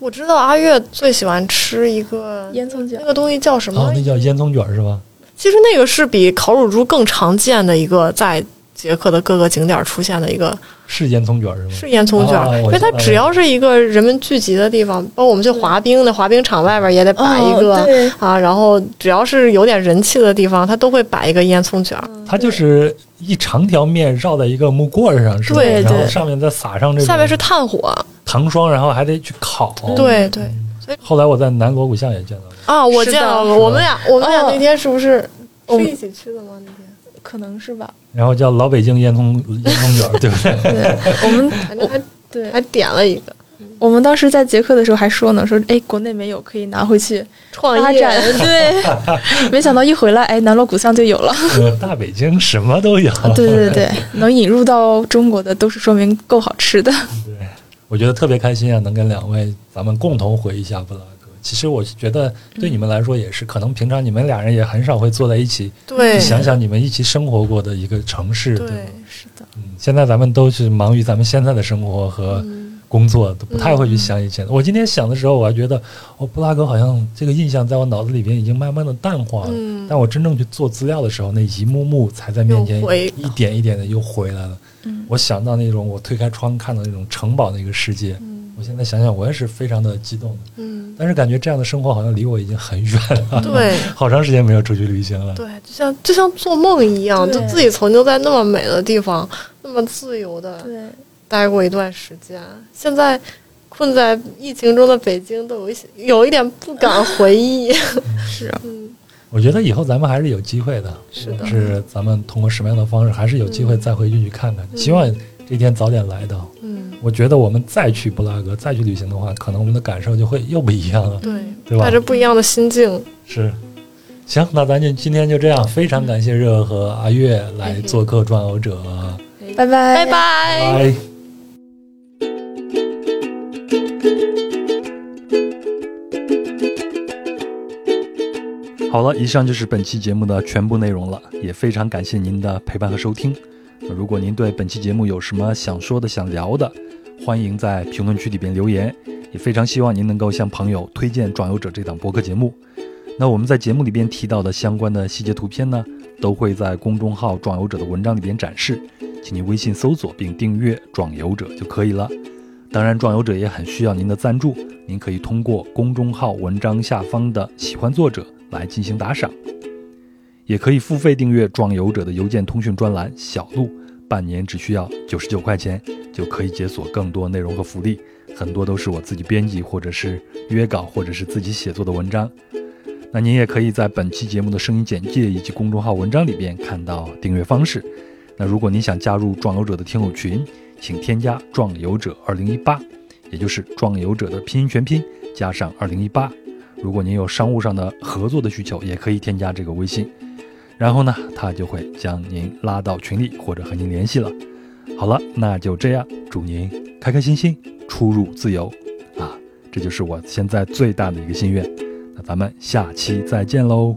[SPEAKER 3] 我知道阿月最喜欢吃一个
[SPEAKER 2] 烟囱卷
[SPEAKER 3] 那个东西叫什
[SPEAKER 1] 然后哦
[SPEAKER 3] 么？
[SPEAKER 1] 那叫烟囱卷儿是吧？
[SPEAKER 3] 其实那个是比烤乳猪更常见的一个在捷克的各个景点出现的一个
[SPEAKER 1] 是烟囱卷儿是吗？
[SPEAKER 3] 是烟囱卷
[SPEAKER 1] 哦
[SPEAKER 3] 儿，
[SPEAKER 1] 我
[SPEAKER 3] 因为它
[SPEAKER 1] 知道
[SPEAKER 3] 只
[SPEAKER 2] 哎
[SPEAKER 3] 要是一个人们聚集的地方，哦包括我们去滑冰的滑冰场外边也得摆一
[SPEAKER 2] 哦
[SPEAKER 3] 个
[SPEAKER 2] 对
[SPEAKER 3] 啊，然后只要是有点人气的地方，它都会摆一个烟囱卷儿，
[SPEAKER 2] 嗯
[SPEAKER 1] 它就是一长条面绕在一个木棍儿上，是吧？
[SPEAKER 3] 对
[SPEAKER 1] 然后
[SPEAKER 3] 对
[SPEAKER 1] 上面再撒上这
[SPEAKER 3] 下面
[SPEAKER 1] 种
[SPEAKER 3] 是炭火，
[SPEAKER 1] 糖霜，然后还得去烤。
[SPEAKER 3] 对对所以
[SPEAKER 1] 后来我在南锣鼓巷也见到了，
[SPEAKER 3] 啊，我
[SPEAKER 2] 是
[SPEAKER 3] 见
[SPEAKER 2] 的
[SPEAKER 3] 到
[SPEAKER 2] 是
[SPEAKER 3] 了，
[SPEAKER 1] 的
[SPEAKER 3] 我们俩我们俩
[SPEAKER 2] 哦
[SPEAKER 3] 那天是不是
[SPEAKER 2] 我
[SPEAKER 3] 是
[SPEAKER 2] 们
[SPEAKER 3] 一起去的吗？那天
[SPEAKER 2] 可能是吧。
[SPEAKER 1] 然后叫老北京烟囱烟囱卷儿， 对不对？
[SPEAKER 2] 我们
[SPEAKER 3] 反正还
[SPEAKER 2] 对
[SPEAKER 3] 还点了一个
[SPEAKER 2] 我们当时在捷克的时候还说呢，说哎，国内没有可以拿回去
[SPEAKER 3] 创
[SPEAKER 2] 发
[SPEAKER 3] 业，
[SPEAKER 2] 展。 对，没想到一回来，哎，南锣鼓巷就有了。
[SPEAKER 1] 呃大北京什么都有。
[SPEAKER 2] 对对对， 能引入到中国的都是说明够好吃的。
[SPEAKER 1] 对，我觉得特别开心啊，能跟两位咱们共同回忆一下布拉格。其实我觉得对你们来说也是，可能平常你们俩人也很少会坐在一起，
[SPEAKER 3] 对
[SPEAKER 1] 想想你们一起生活过的一个城市，对吧？
[SPEAKER 2] 是的，
[SPEAKER 1] 嗯，现在咱们都是忙于咱们现在的生活和
[SPEAKER 3] 嗯
[SPEAKER 1] 工作，都不太会去想以前的。我今天想的时候，我还觉得，哦，布拉格好像这个印象在我脑子里边已经慢慢的淡化了。
[SPEAKER 3] 嗯
[SPEAKER 1] 但我真正去做资料的时候，那一幕幕才在面前
[SPEAKER 3] 又回
[SPEAKER 1] 一点一点的又回来了。
[SPEAKER 2] 嗯
[SPEAKER 1] 我想到那种我推开窗看到那种城堡那个世界，
[SPEAKER 2] 嗯
[SPEAKER 1] 我现在想想我也是非常的激动的。
[SPEAKER 3] 嗯，
[SPEAKER 1] 但是感觉这样的生活好像离我已经很远 了，
[SPEAKER 3] 对。
[SPEAKER 1] 好长时间没有出去旅行了。
[SPEAKER 3] 对，就像就像做梦一样，就
[SPEAKER 2] 对
[SPEAKER 3] 自己曾经在那么美的地方，那么自由的
[SPEAKER 2] 对，
[SPEAKER 3] 待过一段时间，现在困在疫情中的北京，都有一些有一点不敢回忆。
[SPEAKER 2] 是啊
[SPEAKER 3] 嗯，
[SPEAKER 1] 我觉得以后咱们还是有机会的，
[SPEAKER 3] 是的
[SPEAKER 1] 是咱们通过什么样的方式，还是有机会再回去去看看。
[SPEAKER 3] 嗯
[SPEAKER 1] 希望这一天早点来到。
[SPEAKER 3] 嗯，
[SPEAKER 1] 我觉得我们再去布拉格再去旅行的话，可能我们的感受就会又不一样了，
[SPEAKER 3] 对，
[SPEAKER 1] 对吧
[SPEAKER 3] 带？着不一样的心境。
[SPEAKER 1] 是。行，那咱就今天就这样。非常感谢热和阿月
[SPEAKER 3] 嗯
[SPEAKER 1] 来做客《转游者》
[SPEAKER 2] 拜拜
[SPEAKER 3] 拜拜。
[SPEAKER 1] 拜。好了，以上就是本期节目的全部内容了，也非常感谢您的陪伴和收听。那如果您对本期节目有什么想说的、想聊的，欢迎在评论区里边留言。也非常希望您能够向朋友推荐《壮游者》这档播客节目。那我们在节目里边提到的相关的细节图片呢，都会在公众号“壮游者”的文章里边展示，请您微信搜索并订阅“壮游者”就可以了。当然，壮游者也很需要您的赞助，您可以通过公众号文章下方的“喜欢作者”来进行打赏，也可以付费订阅壮游者的邮件通讯专栏“小鹿”，半年只需要九十九块钱就可以解锁更多内容和福利，很多都是我自己编辑或者是约稿或者是自己写作的文章。那您也可以在本期节目的声音简介以及公众号文章里边看到订阅方式。那如果您想加入壮游者的听友群，请添加“壮游者二零一八”，也就是“壮游者”的拼音全拼加上二零一八。如果您有商务上的合作的需求，也可以添加这个微信，然后呢，他就会将您拉到群里或者和您联系了。好了，那就这样，祝您开开心心，出入自由啊！这就是我现在最大的一个心愿。那咱们下期再见喽。